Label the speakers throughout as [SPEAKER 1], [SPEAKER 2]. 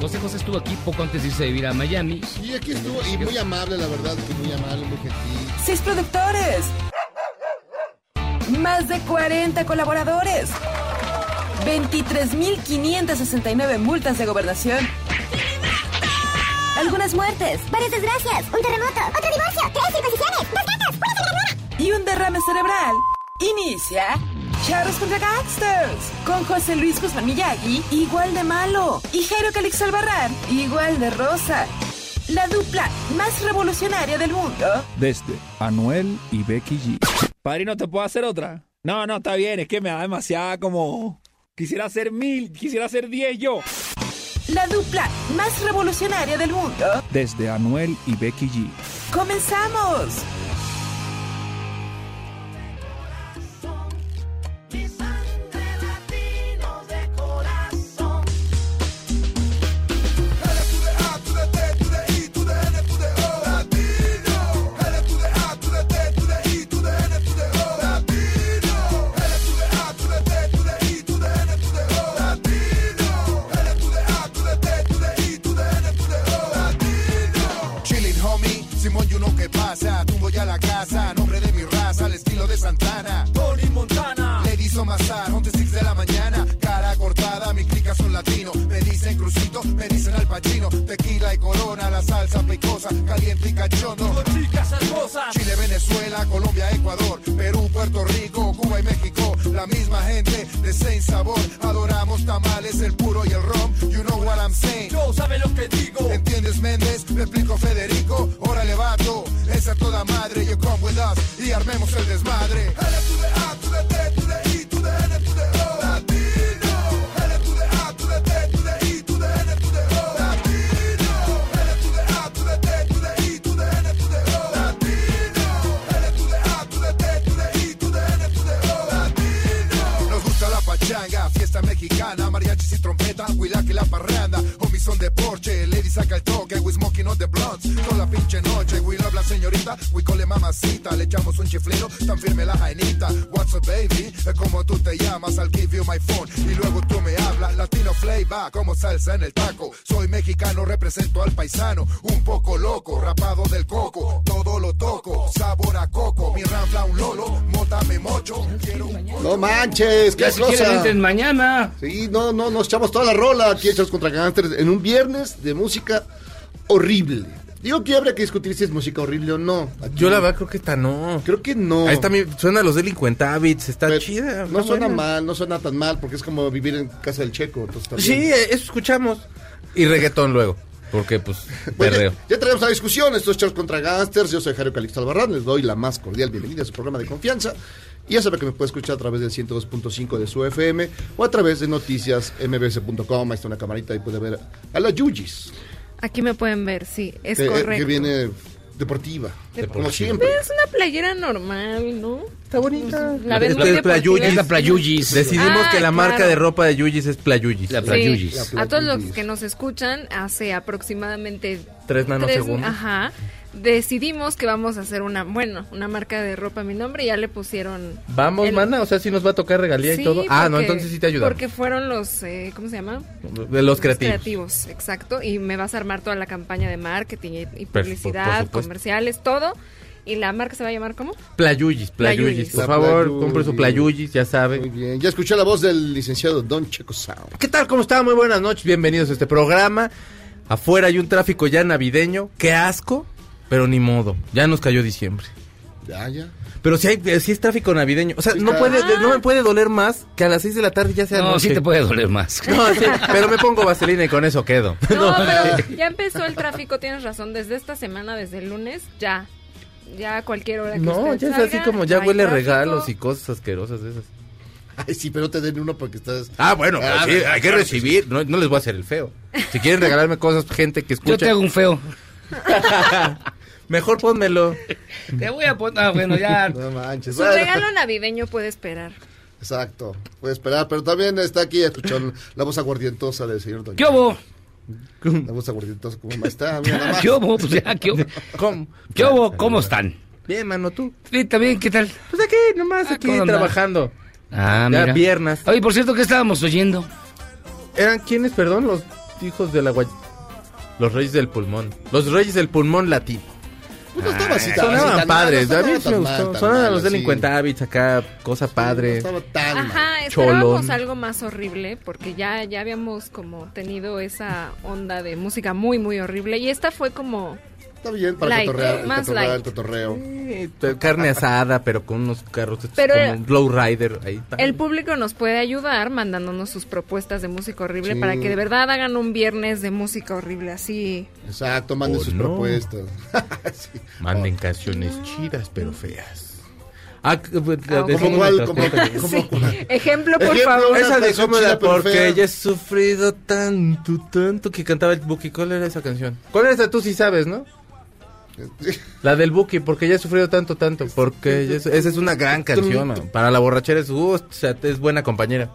[SPEAKER 1] José José estuvo aquí poco antes de irse a vivir a Miami.
[SPEAKER 2] Y aquí estuvo, y muy amable, la verdad, que muy amable, muy gentil.
[SPEAKER 3] Seis productores. Más de 40 colaboradores. 23.569 multas de gobernación. Algunas muertes.
[SPEAKER 4] Varias desgracias, un terremoto, otro divorcio, tres circuncisiones, dos gatos, una celebridad.
[SPEAKER 3] y un derrame cerebral. Inicia Charros contra Gangsters con José Luis Guzmán Miyagi, igual de malo, y Jairo Calix Albarrán, igual de rosa. La dupla más revolucionaria del mundo.
[SPEAKER 5] Desde Anuel y Becky G. Padrino, ¿te puedo hacer otra? No, no, está bien, es que me da demasiada como... Quisiera hacer mil, quisiera hacer diez yo.
[SPEAKER 3] La dupla más revolucionaria del mundo.
[SPEAKER 5] Desde Anuel y Becky G.
[SPEAKER 3] ¡Comenzamos!
[SPEAKER 6] Chillin' homie, Simón y uno que pasa, tumbo ya la casa, nombre de mi raza, al estilo de Santana, Tony Montana, Lady Mazar, 11 6 de la mañana, cara cortada, mis clicas son latinos, me dicen crucito, me dicen al Pacino, tequila y corona, la salsa picosa, caliente y cachondo, Chile, Venezuela, Colombia, Ecuador, Perú, Puerto Rico, Cuba y México, la misma gente de sin sabor, adoramos tamales, el puro y el rom, you know what I'm saying. ¿Entiendes Méndez? Me explico Federico. Órale vato, esa toda madre. You come with us y armemos el desmadre. Nos gusta la pachanga, fiesta mexicana, mariachis y trompeta, huilaca y la parranda. Homies son de Porsche, lady saca el toque, we smoking on the blunts. Toda la pinche noche, we love la señorita, we call it mamacita. Le echamos un chiflero, tan firme la jainita. What's up, baby? Es como tú te llamas, I'll give you my phone. Y luego tú me hablas, latino flavor, como salsa en el taco. Soy mexicano, represento al paisano, un poco loco, rapado del coco. Todo lo toco, sabor a coco. Mi ranfla un lolo, mota me mocho. Quiero un
[SPEAKER 2] No manches, qué
[SPEAKER 1] Ya si quieren
[SPEAKER 2] cosa.
[SPEAKER 1] entren mañana.
[SPEAKER 2] Sí, no, no, nos echamos toda la rola aquí hechos contra gangsters en un viernes de música horrible. Digo que habrá que discutir si es música horrible o no. Aquí-
[SPEAKER 7] Yo la verdad creo que esta no.
[SPEAKER 2] Creo que no.
[SPEAKER 7] Ahí está mi- suena a los delincuentavits, está
[SPEAKER 2] Pero
[SPEAKER 7] chida.
[SPEAKER 2] Pues, No
[SPEAKER 7] está
[SPEAKER 2] suena
[SPEAKER 7] buena.
[SPEAKER 2] mal, no suena tan mal, porque es como vivir en casa del checo. Entonces está
[SPEAKER 7] Sí,
[SPEAKER 2] bien.
[SPEAKER 7] eh, eso escuchamos. Y reggaetón luego, porque pues
[SPEAKER 2] Bueno, ya,
[SPEAKER 7] perreo.
[SPEAKER 2] ya traemos la discusión, esto es Charles contra Gangsters, yo soy Jairo Calixto Albarrán, les doy la más cordial bienvenida a su programa de confianza. Y ya sabe que me puede escuchar a través del 102.5 de su FM o a través de noticiasmbs.com, ahí está una camarita y puede ver a la Yugis,
[SPEAKER 8] Aquí me pueden ver, sí, es
[SPEAKER 2] Eh, que,
[SPEAKER 8] correcto.
[SPEAKER 2] que viene deportiva, como
[SPEAKER 7] Deportiva.
[SPEAKER 2] siempre.
[SPEAKER 8] Es una playera normal, ¿no? Pues,
[SPEAKER 7] Está bonita.
[SPEAKER 8] La ves muy
[SPEAKER 7] es Playugis.
[SPEAKER 1] Es la Playugis.
[SPEAKER 7] Decidimos
[SPEAKER 8] Ah,
[SPEAKER 7] que la marca
[SPEAKER 8] claro.
[SPEAKER 7] de ropa de Yuyis es Playugis.
[SPEAKER 1] La
[SPEAKER 8] Sí.
[SPEAKER 1] Playugis.
[SPEAKER 2] La
[SPEAKER 8] A todos los
[SPEAKER 2] Playugis.
[SPEAKER 8] que nos escuchan, hace aproximadamente
[SPEAKER 7] Tres nanosegundos.
[SPEAKER 8] ajá. Decidimos que vamos a hacer una, bueno, una marca de ropa a mi nombre y ya le pusieron.
[SPEAKER 7] Vamos,
[SPEAKER 8] el-
[SPEAKER 7] mana, o sea, si nos va a tocar regalía
[SPEAKER 8] Sí,
[SPEAKER 7] y todo. Ah, no,
[SPEAKER 8] porque-
[SPEAKER 7] entonces sí te ayudamos.
[SPEAKER 8] Porque fueron los, eh, ¿cómo se llama?
[SPEAKER 7] de los creativos.
[SPEAKER 8] exacto. Y me vas a armar toda la campaña de marketing y, y
[SPEAKER 7] por
[SPEAKER 8] publicidad,
[SPEAKER 7] supuesto.
[SPEAKER 8] comerciales, todo. Y la marca se va a llamar ¿cómo?
[SPEAKER 7] Playugis, Playugis.
[SPEAKER 8] Playugis.
[SPEAKER 7] Por
[SPEAKER 2] La
[SPEAKER 7] favor,
[SPEAKER 2] Playugis.
[SPEAKER 7] compre su Playugis, ya
[SPEAKER 2] Muy
[SPEAKER 7] sabe.
[SPEAKER 2] bien, ya escuché la voz del licenciado Don Checo Sao.
[SPEAKER 7] ¿Qué tal? ¿Cómo están? Ah, Muy buenas noches. Bienvenidos a este programa. Afuera hay un tráfico ya navideño. Qué asco, pero ni modo. Ya nos cayó diciembre.
[SPEAKER 2] Ya, ya.
[SPEAKER 7] Pero si, hay, si es tráfico navideño. O sea,
[SPEAKER 2] Sí, Ah.
[SPEAKER 7] no,
[SPEAKER 2] está.
[SPEAKER 7] puede, no me puede doler más que a las 6 de la tarde ya sea
[SPEAKER 1] No,
[SPEAKER 7] noche.
[SPEAKER 1] sí te puede doler más.
[SPEAKER 7] No, sí, pero me pongo vaselina y con eso quedo.
[SPEAKER 8] No, pero ya empezó el tráfico, tienes razón. Desde esta semana, desde el lunes, ya. Ya a cualquier hora que
[SPEAKER 7] No,
[SPEAKER 8] usted
[SPEAKER 7] ya es
[SPEAKER 8] salga,
[SPEAKER 7] así como ya
[SPEAKER 8] no hay
[SPEAKER 7] huele a
[SPEAKER 8] tráfico.
[SPEAKER 7] regalos y cosas asquerosas de esas.
[SPEAKER 2] Ay, sí, pero te den uno porque estás...
[SPEAKER 7] Ah, bueno,
[SPEAKER 2] Ah,
[SPEAKER 7] pues sí, hay que recibir. No, no les voy a hacer el feo. Si quieren regalarme cosas, gente que escucha.
[SPEAKER 1] Yo te hago un feo.
[SPEAKER 7] Mejor pónmelo.
[SPEAKER 1] Te voy a poner. Ah, bueno, ya.
[SPEAKER 2] No manches.
[SPEAKER 8] Su
[SPEAKER 2] bueno.
[SPEAKER 8] regalo navideño puede esperar.
[SPEAKER 2] Exacto. Puede esperar, pero también está aquí escuchando la voz aguardientosa del señor Don.
[SPEAKER 1] ¿Qué hubo?
[SPEAKER 2] La voz aguardientosa, ¿cómo está? Mira, nada más.
[SPEAKER 1] ¿Qué hubo? Pues ya, ¿qué hubo?
[SPEAKER 7] ¿Cómo?
[SPEAKER 1] ¿Qué hubo? ¿Cómo están?
[SPEAKER 7] Bien, mano, tú.
[SPEAKER 1] Bien, también, ¿qué tal?
[SPEAKER 7] Pues aquí,
[SPEAKER 2] Ah,
[SPEAKER 7] nomás, aquí
[SPEAKER 1] ¿cómo andás?
[SPEAKER 7] trabajando.
[SPEAKER 1] Ah,
[SPEAKER 7] Ya piernas.
[SPEAKER 1] Oye, por cierto, ¿qué estábamos oyendo?
[SPEAKER 7] ¿Eran quiénes, perdón? Los hijos del agua. Los reyes del pulmón. Los reyes del pulmón latino. Ah,
[SPEAKER 2] Pues no estaba así tan- así
[SPEAKER 7] Sonaban
[SPEAKER 2] tan-
[SPEAKER 7] padres,
[SPEAKER 2] no
[SPEAKER 7] a
[SPEAKER 2] estaba
[SPEAKER 7] mí sí
[SPEAKER 2] tan
[SPEAKER 7] me
[SPEAKER 2] mal,
[SPEAKER 7] gustó.
[SPEAKER 2] tan
[SPEAKER 7] Sonaban
[SPEAKER 2] mal,
[SPEAKER 7] los
[SPEAKER 2] así.
[SPEAKER 7] delincuentávits acá, cosa
[SPEAKER 2] No
[SPEAKER 7] padre.
[SPEAKER 2] estaba tan mal.
[SPEAKER 8] Ajá, esperábamos
[SPEAKER 7] Cholón.
[SPEAKER 8] algo más horrible porque ya, ya habíamos como tenido esa onda de música muy, muy horrible y esta fue como...
[SPEAKER 2] Está bien para
[SPEAKER 8] Light,
[SPEAKER 2] cotorrear, el
[SPEAKER 8] más
[SPEAKER 2] cotorreo, el
[SPEAKER 8] light.
[SPEAKER 2] cotorreo.
[SPEAKER 7] Eh, Carne asada, pero con unos carros hechos
[SPEAKER 8] Pero
[SPEAKER 7] como
[SPEAKER 8] era-
[SPEAKER 7] un lowrider ahí. padre.
[SPEAKER 8] El público nos puede ayudar mandándonos sus propuestas de música horrible
[SPEAKER 2] Sí.
[SPEAKER 8] para que de verdad hagan un viernes de música horrible así.
[SPEAKER 2] Exacto, manden
[SPEAKER 7] O
[SPEAKER 2] sus
[SPEAKER 7] Oh, no.
[SPEAKER 2] propuestas. Sí. Oh.
[SPEAKER 7] Manden canciones chidas, pero feas. Ah, c- de- de-
[SPEAKER 8] ¿Cómo
[SPEAKER 7] de-
[SPEAKER 2] ¿Cómo
[SPEAKER 7] de-
[SPEAKER 2] cuál?
[SPEAKER 7] de-
[SPEAKER 2] ¿Cómo
[SPEAKER 7] de-
[SPEAKER 2] cuál? ¿Cómo cuál?
[SPEAKER 8] Ejemplo, por
[SPEAKER 2] Ejemplo,
[SPEAKER 8] favor.
[SPEAKER 7] Esa de
[SPEAKER 2] canción
[SPEAKER 7] cómo
[SPEAKER 2] chida,
[SPEAKER 7] era
[SPEAKER 2] pero fea.
[SPEAKER 7] porque ella he sufrido tanto, tanto que cantaba el Buki. ¿Cuál era esa canción? ¿Cuál era esa? Tú sí sabes, ¿no? La del Buki, porque ella ha sufrido tanto, tanto. Porque ella es- esa es una gran canción. mano. Para la borrachera es, uh, o sea, es buena compañera.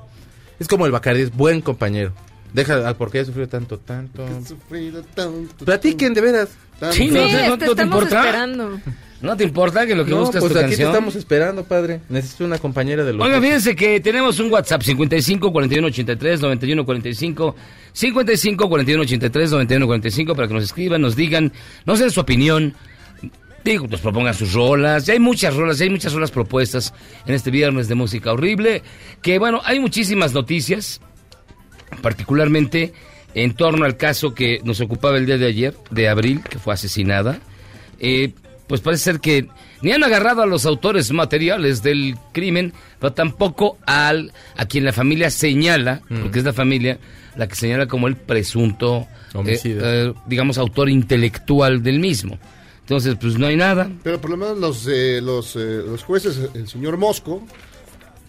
[SPEAKER 7] Es como el Bacardi, es buen compañero. Deja, ah, porque ella ha sufrido tanto, tanto.
[SPEAKER 2] He sufrido tanto,
[SPEAKER 7] Platiquen, de veras.
[SPEAKER 2] tanto.
[SPEAKER 1] Sí,
[SPEAKER 8] Sí,
[SPEAKER 1] no, no, no
[SPEAKER 8] te
[SPEAKER 1] te
[SPEAKER 8] estamos
[SPEAKER 1] importa.
[SPEAKER 8] esperando.
[SPEAKER 1] ¿No te importa que lo que
[SPEAKER 7] No,
[SPEAKER 1] buscas
[SPEAKER 7] pues
[SPEAKER 1] tu
[SPEAKER 7] aquí te
[SPEAKER 1] canción?
[SPEAKER 7] estamos esperando, padre. Necesito una compañera de los.
[SPEAKER 1] Oiga, fíjense que tenemos un WhatsApp 55 41 83 91 45 55 41 83 91 45 para que nos escriban, nos digan, nos den su opinión. Digo, nos propongan sus rolas. Ya hay muchas rolas, ya hay muchas rolas propuestas en este viernes de música horrible. Que bueno, hay muchísimas noticias, particularmente en torno al caso que nos ocupaba el día de ayer, de abril, que fue asesinada. Eh, pues parece ser que ni han agarrado a los autores materiales del crimen, pero tampoco al a quien la familia señala, porque es la familia la que señala como el presunto, eh,
[SPEAKER 7] Homicida.
[SPEAKER 1] eh, digamos, autor intelectual del mismo. Entonces, pues no hay nada.
[SPEAKER 2] Pero por lo menos los, eh, los, eh, los jueces, el señor Mosco,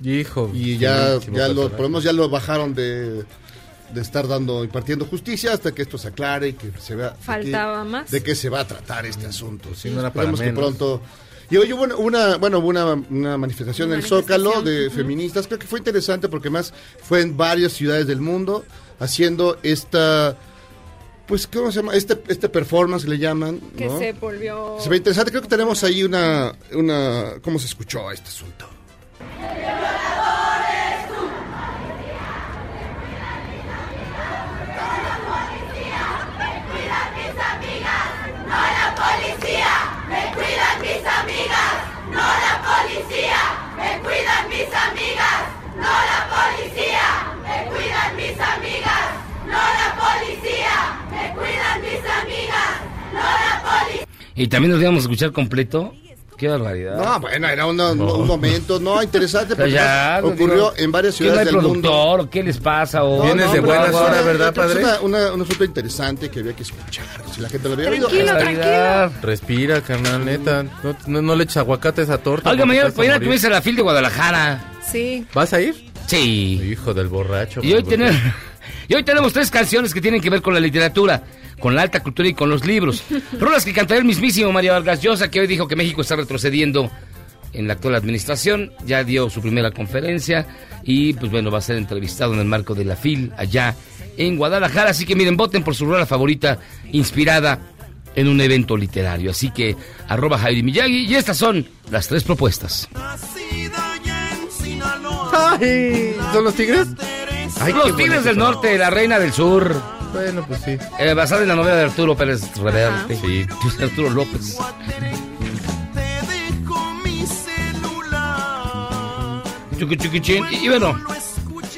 [SPEAKER 7] Hijo.
[SPEAKER 2] y ya,
[SPEAKER 7] buenísimo
[SPEAKER 2] ya lo,
[SPEAKER 7] personaje.
[SPEAKER 2] por lo menos ya lo bajaron de, de estar dando, impartiendo justicia hasta que esto se aclare y que se vea. de qué-
[SPEAKER 8] Faltaba más.
[SPEAKER 2] De qué se va a tratar este asunto.
[SPEAKER 7] no era para
[SPEAKER 2] Esperemos que
[SPEAKER 7] menos.
[SPEAKER 2] pronto. Y hoy hubo una, una- bueno, hubo una, una manifestación en el
[SPEAKER 8] Manifestación,
[SPEAKER 2] Zócalo de
[SPEAKER 8] ujú.
[SPEAKER 2] feministas. Creo que fue interesante porque más fue en varias ciudades del mundo haciendo esta, pues, ¿cómo se llama? Este, este performance que le llaman.
[SPEAKER 8] Que
[SPEAKER 2] ¿no?
[SPEAKER 8] se volvió...
[SPEAKER 2] Se ve interesante, creo que tenemos ahí una, una cómo se escuchó este asunto.
[SPEAKER 1] Y también nos íbamos a escuchar completo. Qué barbaridad.
[SPEAKER 7] Ah.
[SPEAKER 2] No, pues, bueno, era una- un momento, no, interesante,
[SPEAKER 1] Pero
[SPEAKER 2] porque
[SPEAKER 1] Pues ya,
[SPEAKER 2] además ocurrió
[SPEAKER 1] digo,
[SPEAKER 2] en varias
[SPEAKER 1] ¿qué no hay
[SPEAKER 2] ciudades del mundo.
[SPEAKER 1] productor? ¿Qué les pasa? O-
[SPEAKER 7] Vienes de
[SPEAKER 2] pero
[SPEAKER 7] buenas
[SPEAKER 2] es
[SPEAKER 1] no,
[SPEAKER 2] una-
[SPEAKER 7] horas,
[SPEAKER 2] es
[SPEAKER 7] ¿verdad,
[SPEAKER 2] una-
[SPEAKER 7] padre?
[SPEAKER 2] una- un asunto interesante que había que escuchar. Si la gente lo había oído,
[SPEAKER 8] Tranquilo,
[SPEAKER 2] hasta-
[SPEAKER 1] barbaridad.
[SPEAKER 7] Respira, carnal, neta. No, no- no le eches aguacate a esa torta.
[SPEAKER 1] Oiga,
[SPEAKER 7] porque
[SPEAKER 1] mañana,
[SPEAKER 7] te vas a
[SPEAKER 1] mañana
[SPEAKER 7] morir.
[SPEAKER 1] comienza la fil de Guadalajara.
[SPEAKER 8] Sí.
[SPEAKER 7] ¿Vas a ir?
[SPEAKER 1] Sí.
[SPEAKER 7] Hijo del borracho.
[SPEAKER 1] Y hoy,
[SPEAKER 7] porque-
[SPEAKER 1] tener- y hoy tenemos tres canciones que tienen que ver con la literatura, con la alta cultura y con los libros. Rolas que cantará el mismísimo Mario Vargas Llosa, que hoy dijo que México está retrocediendo en la actual administración. Ya dio su primera conferencia y, pues bueno, va a ser entrevistado en el marco de la FIL allá en Guadalajara. Así que miren, voten por su rola favorita inspirada en un evento literario. Así que arroba Jairi Miyagi y estas son las tres propuestas.
[SPEAKER 7] ¡Ay! ¿Son los tigres? Ay, qué
[SPEAKER 1] los Tigres
[SPEAKER 7] bonito.
[SPEAKER 1] del Norte, la Reina del Sur.
[SPEAKER 7] Bueno, pues sí.
[SPEAKER 1] Eh, basada en la novela de Arturo Pérez Reverte. Sí. Arturo López. Chucu, chucu, chin. Y, y bueno,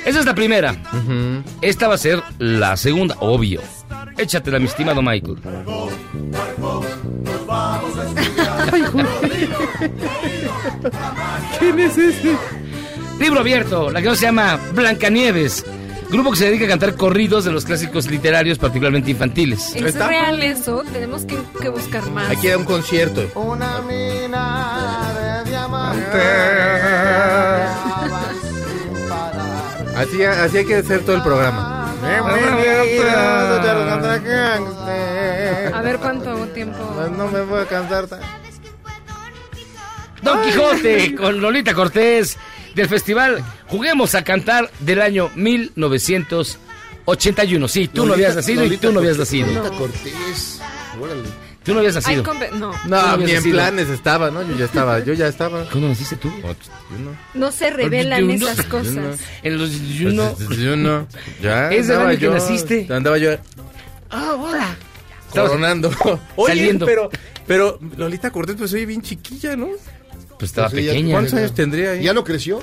[SPEAKER 1] esa es la primera. Esta va a ser la segunda, obvio. Échatela, mi estimado Michael.
[SPEAKER 7] ¿Quién es ese?
[SPEAKER 1] Libro abierto, la que no se llama Blancanieves. Grupo que se dedica a cantar corridos de los clásicos literarios, particularmente infantiles.
[SPEAKER 8] ¿Es
[SPEAKER 7] ¿Está?
[SPEAKER 8] real eso? Tenemos que, que buscar más.
[SPEAKER 7] Aquí era un concierto.
[SPEAKER 6] Una mina de
[SPEAKER 7] Así, Eh, así hay que hacer todo el programa.
[SPEAKER 8] A ver cuánto tiempo.
[SPEAKER 7] Pues No me voy a cansar. tan-
[SPEAKER 1] Don Quijote con Lolita Cortés del festival Juguemos a Cantar del año 1981. Sí, tú no
[SPEAKER 2] Lolita-
[SPEAKER 1] habías nacido y
[SPEAKER 2] Lolita
[SPEAKER 1] tú no habías
[SPEAKER 2] Cortés,
[SPEAKER 1] nacido.
[SPEAKER 2] Lolita Cortés. Órale.
[SPEAKER 1] Tú no habías
[SPEAKER 8] Hay
[SPEAKER 1] nacido.
[SPEAKER 8] compe- no.
[SPEAKER 7] No,
[SPEAKER 1] habías
[SPEAKER 7] ni en
[SPEAKER 1] nacido.
[SPEAKER 7] planes estaba, ¿no? Yo ya estaba, yo ya estaba.
[SPEAKER 1] ¿Cuándo naciste tú?
[SPEAKER 7] Yo no.
[SPEAKER 8] No se revelan
[SPEAKER 1] Yo no-
[SPEAKER 8] esas cosas.
[SPEAKER 1] En los
[SPEAKER 7] Pues,
[SPEAKER 1] Juno.
[SPEAKER 7] yo no. Ya.
[SPEAKER 1] Es del
[SPEAKER 7] andaba
[SPEAKER 1] año que
[SPEAKER 7] yo-
[SPEAKER 1] naciste.
[SPEAKER 7] Andaba yo
[SPEAKER 1] Ah, hola.
[SPEAKER 7] coronando. Oye,
[SPEAKER 1] Saliendo.
[SPEAKER 7] pero, pero Lolita Cortés, pues soy bien chiquilla, ¿no?
[SPEAKER 1] Pues estaba
[SPEAKER 2] Pues, sí, ya-
[SPEAKER 1] pequeña.
[SPEAKER 7] ¿Cuántos años tendría ahí?
[SPEAKER 2] ¿Ya no creció?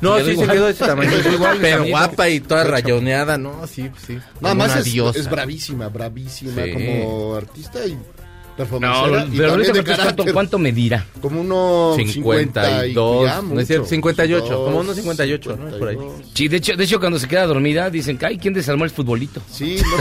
[SPEAKER 7] No,
[SPEAKER 1] Quedó
[SPEAKER 7] sí,
[SPEAKER 1] igual.
[SPEAKER 7] se quedó de ese tamaño.
[SPEAKER 1] Quedó igual,
[SPEAKER 7] pero
[SPEAKER 1] amigo.
[SPEAKER 7] guapa y toda rayoneada, ¿no? Sí, sí.
[SPEAKER 2] Nada
[SPEAKER 7] Como
[SPEAKER 2] más
[SPEAKER 7] una
[SPEAKER 2] es,
[SPEAKER 7] diosa.
[SPEAKER 2] es bravísima, bravísima
[SPEAKER 1] Sí.
[SPEAKER 2] como artista y
[SPEAKER 1] No,
[SPEAKER 2] performance.
[SPEAKER 1] Lol- pero Lolita Cortés, ¿cuánto, ¿cuánto medirá?
[SPEAKER 2] Como unos
[SPEAKER 7] 52,
[SPEAKER 2] 52.
[SPEAKER 7] no es cierto, 58, como unos 58, ¿no? Por ahí.
[SPEAKER 1] Sí, de hecho, de hecho, cuando se queda dormida, dicen, ay, ¿quién desarmó el futbolito?
[SPEAKER 2] Sí, no.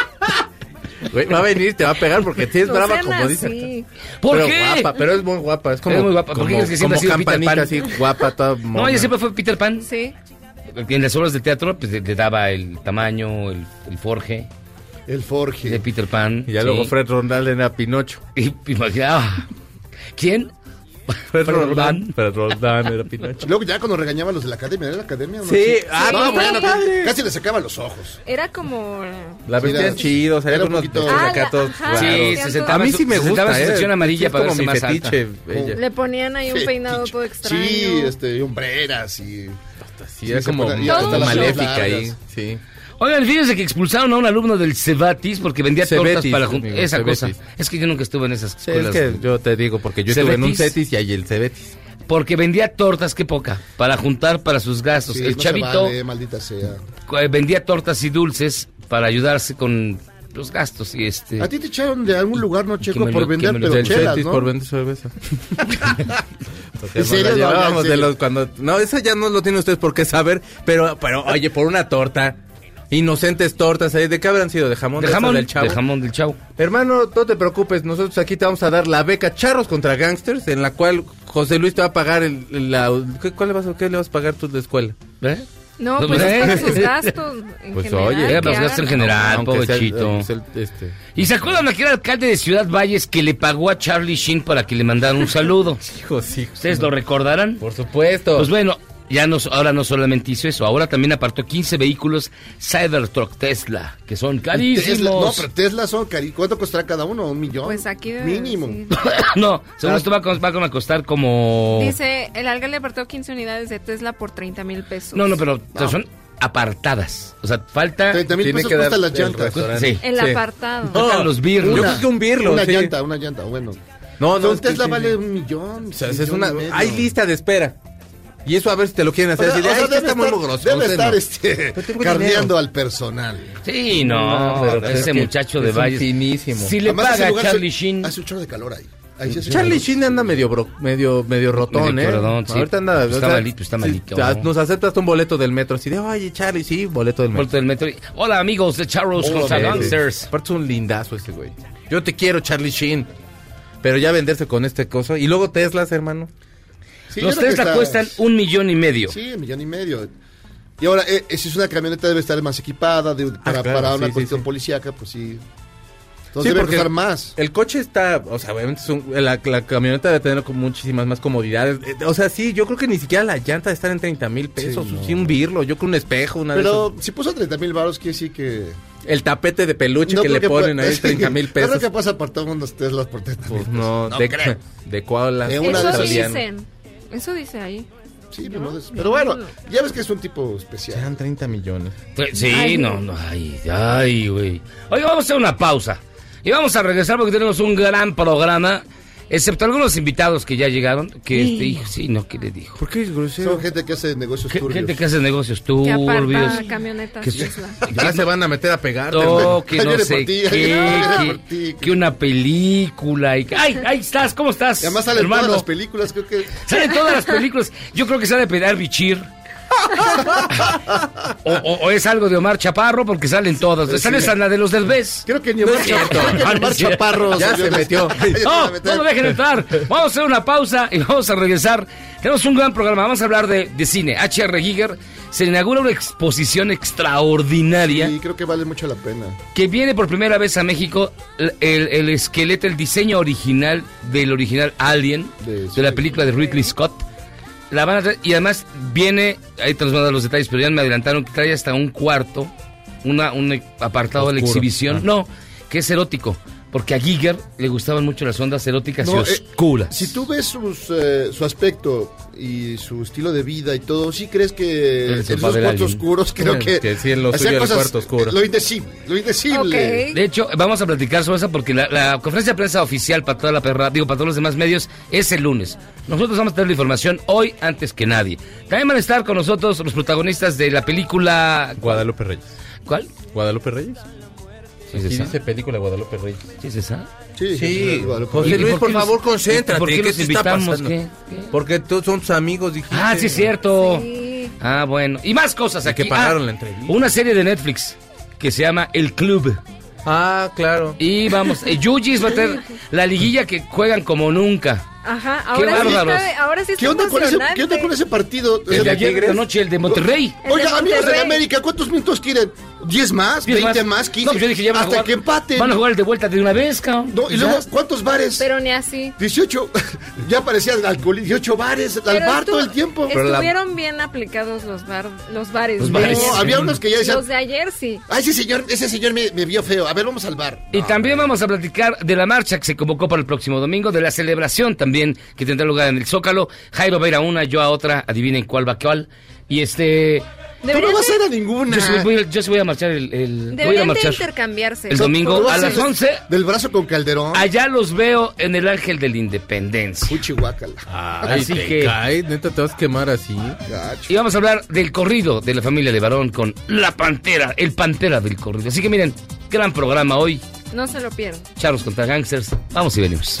[SPEAKER 7] Güey, va a venir, te va a pegar porque sí es
[SPEAKER 8] No
[SPEAKER 7] brava,
[SPEAKER 8] sean
[SPEAKER 7] como dice.
[SPEAKER 8] así.
[SPEAKER 1] ¿Por
[SPEAKER 7] pero
[SPEAKER 1] qué?
[SPEAKER 7] guapa, pero es muy guapa. Es como,
[SPEAKER 1] Es muy guapa, ¿por qué
[SPEAKER 7] como,
[SPEAKER 1] crees que siempre
[SPEAKER 7] como
[SPEAKER 1] ha sido Peter
[SPEAKER 7] campanita
[SPEAKER 1] Pan?
[SPEAKER 7] así, guapa, toda mona.
[SPEAKER 1] No, ella siempre fue Peter Pan.
[SPEAKER 8] Sí.
[SPEAKER 1] En las obras de teatro, pues le, le daba el tamaño, el, el forje
[SPEAKER 2] El
[SPEAKER 1] de
[SPEAKER 2] Forge.
[SPEAKER 1] Peter Pan.
[SPEAKER 7] Y ya
[SPEAKER 1] sí.
[SPEAKER 7] luego Fred Rondal era Pinocho.
[SPEAKER 1] Y imagina, ah, ¿quién?
[SPEAKER 7] Fred Rondal.
[SPEAKER 1] Roldán.
[SPEAKER 7] Fred Rondal era Pinocho.
[SPEAKER 2] Luego ya cuando regañaban los de la academia, ¿era la academia? o no?
[SPEAKER 7] Sí, ah,
[SPEAKER 8] Sí.
[SPEAKER 7] no, bueno.
[SPEAKER 8] padre.
[SPEAKER 2] Casi le sacaban los ojos.
[SPEAKER 8] Era como.
[SPEAKER 7] La
[SPEAKER 2] Sí,
[SPEAKER 7] vestían
[SPEAKER 2] era-
[SPEAKER 7] chido, salía
[SPEAKER 2] era
[SPEAKER 7] con
[SPEAKER 2] un
[SPEAKER 7] unos
[SPEAKER 2] poquito-
[SPEAKER 7] pelos
[SPEAKER 8] Ah,
[SPEAKER 7] acá
[SPEAKER 8] la-
[SPEAKER 7] todos
[SPEAKER 8] ajá.
[SPEAKER 7] raros.
[SPEAKER 1] Sí,
[SPEAKER 8] Claro.
[SPEAKER 1] se sentaba,
[SPEAKER 7] A mí
[SPEAKER 1] su-
[SPEAKER 7] sí me
[SPEAKER 1] se
[SPEAKER 7] gusta.
[SPEAKER 1] sentaba en
[SPEAKER 7] ¿eh?
[SPEAKER 1] su sección amarilla
[SPEAKER 7] es
[SPEAKER 1] para
[SPEAKER 7] como
[SPEAKER 1] verse
[SPEAKER 7] mi
[SPEAKER 1] más
[SPEAKER 7] fetiche,
[SPEAKER 1] alta.
[SPEAKER 7] ella.
[SPEAKER 8] Le ponían ahí un peinado
[SPEAKER 2] Fetiche.
[SPEAKER 8] todo extraño.
[SPEAKER 2] Sí, este, y hombreras y...
[SPEAKER 7] Sí, era
[SPEAKER 2] se
[SPEAKER 7] como
[SPEAKER 2] pone- y hasta
[SPEAKER 8] Todo
[SPEAKER 7] como
[SPEAKER 8] un show.
[SPEAKER 7] maléfica ahí. Sí.
[SPEAKER 1] Oigan, fíjense que expulsaron a un alumno del Cebatis porque vendía tortas
[SPEAKER 7] Cebetis,
[SPEAKER 1] para jun-
[SPEAKER 7] amigo,
[SPEAKER 1] esa
[SPEAKER 7] Cebetis.
[SPEAKER 1] cosa. Es que yo nunca estuve en esas
[SPEAKER 7] Sí, es
[SPEAKER 1] escuelas.
[SPEAKER 7] que yo te digo, porque yo estuve en un
[SPEAKER 1] Cebetis.
[SPEAKER 7] Cetis y ahí el Cebetis.
[SPEAKER 1] Porque vendía tortas, qué poca, para juntar para sus
[SPEAKER 7] Pues
[SPEAKER 1] gastos.
[SPEAKER 2] Sí,
[SPEAKER 1] el
[SPEAKER 2] no se
[SPEAKER 1] chavito
[SPEAKER 2] vale, maldita sea.
[SPEAKER 1] eh, vendía tortas y dulces para ayudarse con los gastos y este...
[SPEAKER 2] A ti te echaron de algún lugar, no, Checo,
[SPEAKER 1] me lo-
[SPEAKER 2] por vender,
[SPEAKER 1] que me lo-
[SPEAKER 2] pero
[SPEAKER 7] Del
[SPEAKER 2] chelas,
[SPEAKER 7] Cetis
[SPEAKER 2] ¿no?
[SPEAKER 7] por vender cerveza. Porque
[SPEAKER 2] ¿En
[SPEAKER 7] nos
[SPEAKER 2] serio?
[SPEAKER 7] la
[SPEAKER 2] No,
[SPEAKER 7] llevábamos
[SPEAKER 2] ya, en
[SPEAKER 7] de
[SPEAKER 2] serio.
[SPEAKER 7] los cuando... No, esa ya no lo tienen ustedes por qué saber, pero, pero oye, por una torta. Inocentes tortas ahí. ¿De qué habrán sido? ¿De jamón?
[SPEAKER 1] De
[SPEAKER 7] esas
[SPEAKER 1] jamón,
[SPEAKER 7] del chavo?
[SPEAKER 1] de jamón del chavo.
[SPEAKER 7] Hermano, no te preocupes, nosotros aquí te vamos a dar la beca Charros contra Gangsters, en la cual José Luis te va a pagar el, el- la... ¿qué, cuál le vas, a- ¿Qué le vas a pagar tú de escuela? Pues,
[SPEAKER 1] ¿Eh?
[SPEAKER 8] No,
[SPEAKER 1] No,
[SPEAKER 8] pues
[SPEAKER 1] pues,
[SPEAKER 8] es para sus
[SPEAKER 1] ¿eh?
[SPEAKER 8] gastos. En general,
[SPEAKER 1] Era
[SPEAKER 8] que
[SPEAKER 1] para los gastos
[SPEAKER 8] hagan.
[SPEAKER 1] en general,
[SPEAKER 7] Aunque sea el-
[SPEAKER 1] pobrecito.
[SPEAKER 7] es el- este,
[SPEAKER 1] ¿Y se acuerdan aquel alcalde de Ciudad Valles que le pagó a Charlie Sheen para que le mandara un saludo?
[SPEAKER 7] hijos, hijos.
[SPEAKER 1] ¿Ustedes lo recordarán?
[SPEAKER 7] Por supuesto.
[SPEAKER 1] Pues bueno, ya no, ahora no solamente hizo eso, ahora también apartó 15 vehículos Cybertruck Tesla, que son
[SPEAKER 2] Tesla, no,
[SPEAKER 1] carísimos.
[SPEAKER 2] pero Tesla son cari... ¿Cuánto costará cada uno? ¿Un millón?
[SPEAKER 8] Pues aquí debe-
[SPEAKER 2] Mínimo.
[SPEAKER 8] sí.
[SPEAKER 1] No,
[SPEAKER 2] Ah.
[SPEAKER 1] según esto va a, cos- va a costar como...
[SPEAKER 8] Dice, el alcalde apartó 15 unidades de Tesla por 30 mil pesos.
[SPEAKER 1] No, no, pero
[SPEAKER 2] Ah,
[SPEAKER 1] son apartadas. O sea, falta...
[SPEAKER 2] 30 mil
[SPEAKER 7] Tiene
[SPEAKER 2] pesos
[SPEAKER 7] que dar
[SPEAKER 2] costan pues, las
[SPEAKER 7] el
[SPEAKER 2] llantas.
[SPEAKER 7] resto.
[SPEAKER 1] Sí.
[SPEAKER 8] El
[SPEAKER 7] Sí.
[SPEAKER 8] apartado.
[SPEAKER 1] No, faltan los birros.
[SPEAKER 7] Yo
[SPEAKER 2] Una-
[SPEAKER 7] creo que un birlo,
[SPEAKER 2] Una
[SPEAKER 7] sí.
[SPEAKER 2] llanta, una llanta, bueno.
[SPEAKER 7] No, no,
[SPEAKER 2] No, un
[SPEAKER 7] es que
[SPEAKER 2] Tesla
[SPEAKER 7] sí,
[SPEAKER 2] vale
[SPEAKER 7] sí.
[SPEAKER 2] un millón.
[SPEAKER 7] O sea, es
[SPEAKER 2] millón
[SPEAKER 7] una,
[SPEAKER 2] y medio.
[SPEAKER 7] hay lista de espera. Y eso a ver si te lo quieren
[SPEAKER 2] O
[SPEAKER 7] hacer.
[SPEAKER 2] sea,
[SPEAKER 7] así de,
[SPEAKER 2] o
[SPEAKER 7] "Ay,
[SPEAKER 2] sea,
[SPEAKER 7] es que
[SPEAKER 2] debe
[SPEAKER 7] está muy
[SPEAKER 2] estar-
[SPEAKER 7] grosso,
[SPEAKER 2] debe
[SPEAKER 7] no sé,
[SPEAKER 2] estar
[SPEAKER 7] no".
[SPEAKER 2] este,
[SPEAKER 7] tengo
[SPEAKER 2] cardeando
[SPEAKER 7] dinero.
[SPEAKER 2] al personal.
[SPEAKER 1] Sí, no,
[SPEAKER 7] No,
[SPEAKER 1] pero
[SPEAKER 7] pero es
[SPEAKER 1] ese
[SPEAKER 7] que
[SPEAKER 1] muchacho de
[SPEAKER 7] es un
[SPEAKER 1] Valles...
[SPEAKER 7] finísimo.
[SPEAKER 1] Si le
[SPEAKER 2] Además, ese
[SPEAKER 1] paga a
[SPEAKER 2] lugar se-
[SPEAKER 1] Charlie Sheen...
[SPEAKER 2] Hace un chorro de calor ahí. Ahí sí hace
[SPEAKER 7] Charlie
[SPEAKER 2] calor.
[SPEAKER 7] Sheen anda medio bro- medio medio rotón,
[SPEAKER 1] Medio
[SPEAKER 7] eh.
[SPEAKER 1] rotón, sí.
[SPEAKER 7] Ahorita anda
[SPEAKER 1] Pues está malito, está
[SPEAKER 7] sí,
[SPEAKER 1] malito.
[SPEAKER 7] ya nos aceptas un boleto del metro así de, "Oye, Charlie, sí, boleto del metro."
[SPEAKER 1] Puerto del Metro. Hola amigos de Charles
[SPEAKER 7] Sí,
[SPEAKER 1] contra
[SPEAKER 7] sí.
[SPEAKER 1] Gangsters.
[SPEAKER 7] Aparte es un lindazo ese güey. Yo te quiero, Charlie Sheen. Pero ya venderse con este cosa y luego Teslas, hermano.
[SPEAKER 2] Sí, yo
[SPEAKER 1] Los
[SPEAKER 2] creo que
[SPEAKER 1] Tesla
[SPEAKER 2] está-
[SPEAKER 1] cuestan un millón y medio.
[SPEAKER 2] Sí, un millón y medio. Y ahora, eh, eh, si es una camioneta, debe estar más equipada de- para,
[SPEAKER 7] Ah, claro,
[SPEAKER 2] para
[SPEAKER 7] sí,
[SPEAKER 2] una
[SPEAKER 7] sí,
[SPEAKER 2] cuestión
[SPEAKER 7] sí.
[SPEAKER 2] policíaca, pues sí. Entonces
[SPEAKER 7] Sí,
[SPEAKER 2] debe
[SPEAKER 7] porque-
[SPEAKER 2] costar más.
[SPEAKER 7] El coche está, o sea, obviamente es un- la, la camioneta debe tener como muchísimas más comodidades. Eh, O sea, sí, yo creo que ni siquiera la llanta debe estar en 30 mil pesos. Sí,
[SPEAKER 2] no.
[SPEAKER 7] un birlo, yo creo un espejo, una de
[SPEAKER 2] Pero
[SPEAKER 7] esas.
[SPEAKER 2] si puso 30 mil baros, quiere decir que.
[SPEAKER 7] El tapete de peluche
[SPEAKER 2] no
[SPEAKER 7] que
[SPEAKER 2] creo
[SPEAKER 7] le ponen
[SPEAKER 2] pu-
[SPEAKER 7] ahí, 30 mil
[SPEAKER 2] No creo
[SPEAKER 7] pesos.
[SPEAKER 2] que pasa apartar unos Teslas por 30 mil
[SPEAKER 7] Pues no,
[SPEAKER 2] No
[SPEAKER 7] de,
[SPEAKER 2] creo.
[SPEAKER 7] de koala,
[SPEAKER 2] De una
[SPEAKER 8] Eso
[SPEAKER 2] de
[SPEAKER 7] italiano.
[SPEAKER 8] dicen. Eso dice ahí.
[SPEAKER 2] Sí, pero, no es- pero bueno, ya ves que es un tipo especial.
[SPEAKER 7] Sean 30 millones.
[SPEAKER 1] Tre- Pues, Sí,
[SPEAKER 8] Ay,
[SPEAKER 1] no, no, ay, ay, güey. Oiga, vamos a hacer una pausa. Y vamos a regresar porque tenemos un gran programa. Excepto algunos invitados que ya llegaron. Que este, hijo, sí, no, ¿qué le dijo?
[SPEAKER 7] ¿Por qué es grosero?
[SPEAKER 2] Son gente que hace negocios
[SPEAKER 1] Ge-
[SPEAKER 2] turbios.
[SPEAKER 1] Gente que hace negocios
[SPEAKER 8] Que
[SPEAKER 1] turbios.
[SPEAKER 8] aparta camionetas
[SPEAKER 1] Que-
[SPEAKER 8] Tesla.
[SPEAKER 7] Ya se van a meter a pegarte.
[SPEAKER 1] No,
[SPEAKER 7] hermano.
[SPEAKER 1] que
[SPEAKER 2] Ahí
[SPEAKER 1] no
[SPEAKER 2] viene
[SPEAKER 1] sé
[SPEAKER 2] por ti,
[SPEAKER 1] qué,
[SPEAKER 2] ahí viene por
[SPEAKER 1] que,
[SPEAKER 2] ti.
[SPEAKER 1] que una película y que- ay, ahí estás, ¿cómo estás?
[SPEAKER 2] Y además salen
[SPEAKER 1] hermano?
[SPEAKER 2] todas las películas, creo que.
[SPEAKER 1] Salen todas las películas. Yo creo que se ha de pedir Bichir. O, o- o es algo de Omar Chaparro porque salen todas. Sale esa la de los del BES.
[SPEAKER 2] Creo que ni Omar,
[SPEAKER 1] es
[SPEAKER 2] Chaparro-
[SPEAKER 1] cierto.
[SPEAKER 2] creo que ni Omar Chaparro
[SPEAKER 7] Ya
[SPEAKER 2] salió
[SPEAKER 7] se
[SPEAKER 2] de-
[SPEAKER 7] metió.
[SPEAKER 2] Ya se iba a
[SPEAKER 1] No,
[SPEAKER 2] meter.
[SPEAKER 1] no lo dejen entrar. Vamos a hacer una pausa y vamos a regresar. Tenemos un gran programa. Vamos a hablar de, de cine. HR Giger se inaugura una exposición extraordinaria
[SPEAKER 2] Sí, creo que vale mucho la pena.
[SPEAKER 1] que viene por primera vez a México. El, el esqueleto, el diseño original del original Alien,
[SPEAKER 2] De-
[SPEAKER 1] de, la película de Ridley Scott. La van a traer- y además viene, ahí te los van a dar los detalles, pero ya me adelantaron que trae hasta un cuarto, una, un e-, apartado de la
[SPEAKER 7] Oscuro.
[SPEAKER 1] exhibición.
[SPEAKER 7] Ah.
[SPEAKER 1] No, que es erótico. Porque a Giger le gustaban mucho las ondas eróticas y
[SPEAKER 2] No, eh,
[SPEAKER 1] oscuras.
[SPEAKER 2] Si tú ves sus, eh, su aspecto y su estilo de vida y todo, ¿sí crees que
[SPEAKER 1] El
[SPEAKER 2] en esos
[SPEAKER 1] papá del
[SPEAKER 2] cuartos
[SPEAKER 1] alien.
[SPEAKER 2] oscuros creo
[SPEAKER 7] Bueno,
[SPEAKER 2] que,
[SPEAKER 7] que sí, en lo
[SPEAKER 2] hacía eh,
[SPEAKER 7] suyo era el cuarto oscuro.
[SPEAKER 2] Lo indecible, lo indecible.
[SPEAKER 8] Ok.
[SPEAKER 1] De hecho, vamos a platicar sobre eso porque la, la conferencia de prensa oficial para toda la perra, digo, para todos los demás medios es el lunes. Nosotros vamos a tener la información hoy antes que nadie. También van a estar con nosotros los protagonistas de la película
[SPEAKER 7] Guadalupe Reyes.
[SPEAKER 1] ¿Cuál?
[SPEAKER 7] ¿Guadalupe Reyes?
[SPEAKER 1] ¿Sí es
[SPEAKER 7] Sí,
[SPEAKER 1] esa?
[SPEAKER 7] dice película Guadalupe Reyes.
[SPEAKER 1] ¿Sí es esa?
[SPEAKER 2] Sí,
[SPEAKER 7] Sí,
[SPEAKER 2] Guadalupe.
[SPEAKER 7] José
[SPEAKER 1] ¿Y
[SPEAKER 7] Luis,
[SPEAKER 1] por
[SPEAKER 7] por
[SPEAKER 1] qué los-
[SPEAKER 7] favor, concéntrate.
[SPEAKER 1] por qué
[SPEAKER 7] ¿Qué,
[SPEAKER 1] los
[SPEAKER 7] te está
[SPEAKER 1] invitamos?
[SPEAKER 7] pasando?
[SPEAKER 1] ¿Qué? ¿Qué?
[SPEAKER 7] Porque todos son tus amigos, dijiste.
[SPEAKER 1] Ah, sí es cierto.
[SPEAKER 8] Sí.
[SPEAKER 1] Ah, bueno. Y más cosas
[SPEAKER 7] Y
[SPEAKER 1] aquí.
[SPEAKER 7] que pararon
[SPEAKER 1] Ah,
[SPEAKER 7] la entrevista.
[SPEAKER 1] Una serie de Netflix que se llama El Club.
[SPEAKER 7] Ah, claro.
[SPEAKER 1] Y vamos, eh, Yugis va a tener la liguilla que juegan como nunca.
[SPEAKER 8] Ajá, ahora sí,
[SPEAKER 1] bárbaros.
[SPEAKER 8] está, ahora sí está
[SPEAKER 2] ¿Qué onda, con ese,
[SPEAKER 8] emocionante.
[SPEAKER 2] ¿Qué onda con ese partido? O sea,
[SPEAKER 1] El de ayer de la noche, el de Monterrey.
[SPEAKER 8] El
[SPEAKER 2] Oiga,
[SPEAKER 8] de
[SPEAKER 2] amigos de la
[SPEAKER 8] Monterrey.
[SPEAKER 2] América, ¿cuántos minutos quieren? ¿10 más?
[SPEAKER 1] Diez
[SPEAKER 2] ¿20 más?
[SPEAKER 1] No,
[SPEAKER 2] ¿15?
[SPEAKER 1] pues yo dije, ya van a
[SPEAKER 2] Hasta
[SPEAKER 1] jugar-
[SPEAKER 2] que empaten.
[SPEAKER 1] Van a jugar el de vuelta de una vez, cabrón.
[SPEAKER 2] No, y
[SPEAKER 1] Ya.
[SPEAKER 2] luego, ¿cuántos bares?
[SPEAKER 8] Pero ni así.
[SPEAKER 2] 18. ya parecían alcohol. 18 bares. Al
[SPEAKER 8] Pero
[SPEAKER 2] bar todo
[SPEAKER 8] estuvo-
[SPEAKER 2] el tiempo.
[SPEAKER 7] Pero la-
[SPEAKER 8] Estuvieron bien aplicados los, bar, los bares.
[SPEAKER 1] Los
[SPEAKER 8] de
[SPEAKER 1] bares.
[SPEAKER 8] ayer.
[SPEAKER 2] No, había unos que ya decían.
[SPEAKER 8] Los de ayer sí.
[SPEAKER 2] Ah, ese señor, ese señor me, me vio feo. A ver, vamos al bar.
[SPEAKER 1] Y también vamos a platicar de la marcha que se convocó para el próximo domingo, de la celebración también que tendrá lugar en el Zócalo. Jairo va a ir a una, yo a otra, adivinen cuál va cuál. Y este...
[SPEAKER 2] Tú no
[SPEAKER 8] Deberían
[SPEAKER 2] vas a ir a
[SPEAKER 1] Yo
[SPEAKER 2] ninguna.
[SPEAKER 1] sí voy, a- yo sí voy a marchar el... el- voy a ir a
[SPEAKER 8] Deberían de
[SPEAKER 1] marchar.
[SPEAKER 8] intercambiarse.
[SPEAKER 1] El domingo
[SPEAKER 2] Tú vas
[SPEAKER 1] a las
[SPEAKER 2] ir
[SPEAKER 1] 11.
[SPEAKER 2] Del brazo con Calderón.
[SPEAKER 1] Allá los veo en el Ángel de la Independencia. Ah,
[SPEAKER 2] Puchihuacala.
[SPEAKER 7] Ay,
[SPEAKER 1] Así
[SPEAKER 7] te
[SPEAKER 1] que-
[SPEAKER 7] cae, neta, te vas a quemar así.
[SPEAKER 2] Gacho.
[SPEAKER 1] Y vamos a hablar del corrido de la familia de Barón con La Pantera, el Pantera del corrido. Así que miren, gran programa hoy.
[SPEAKER 8] No se lo pierdan.
[SPEAKER 1] Charlos contra Gangsters. Vamos y venimos.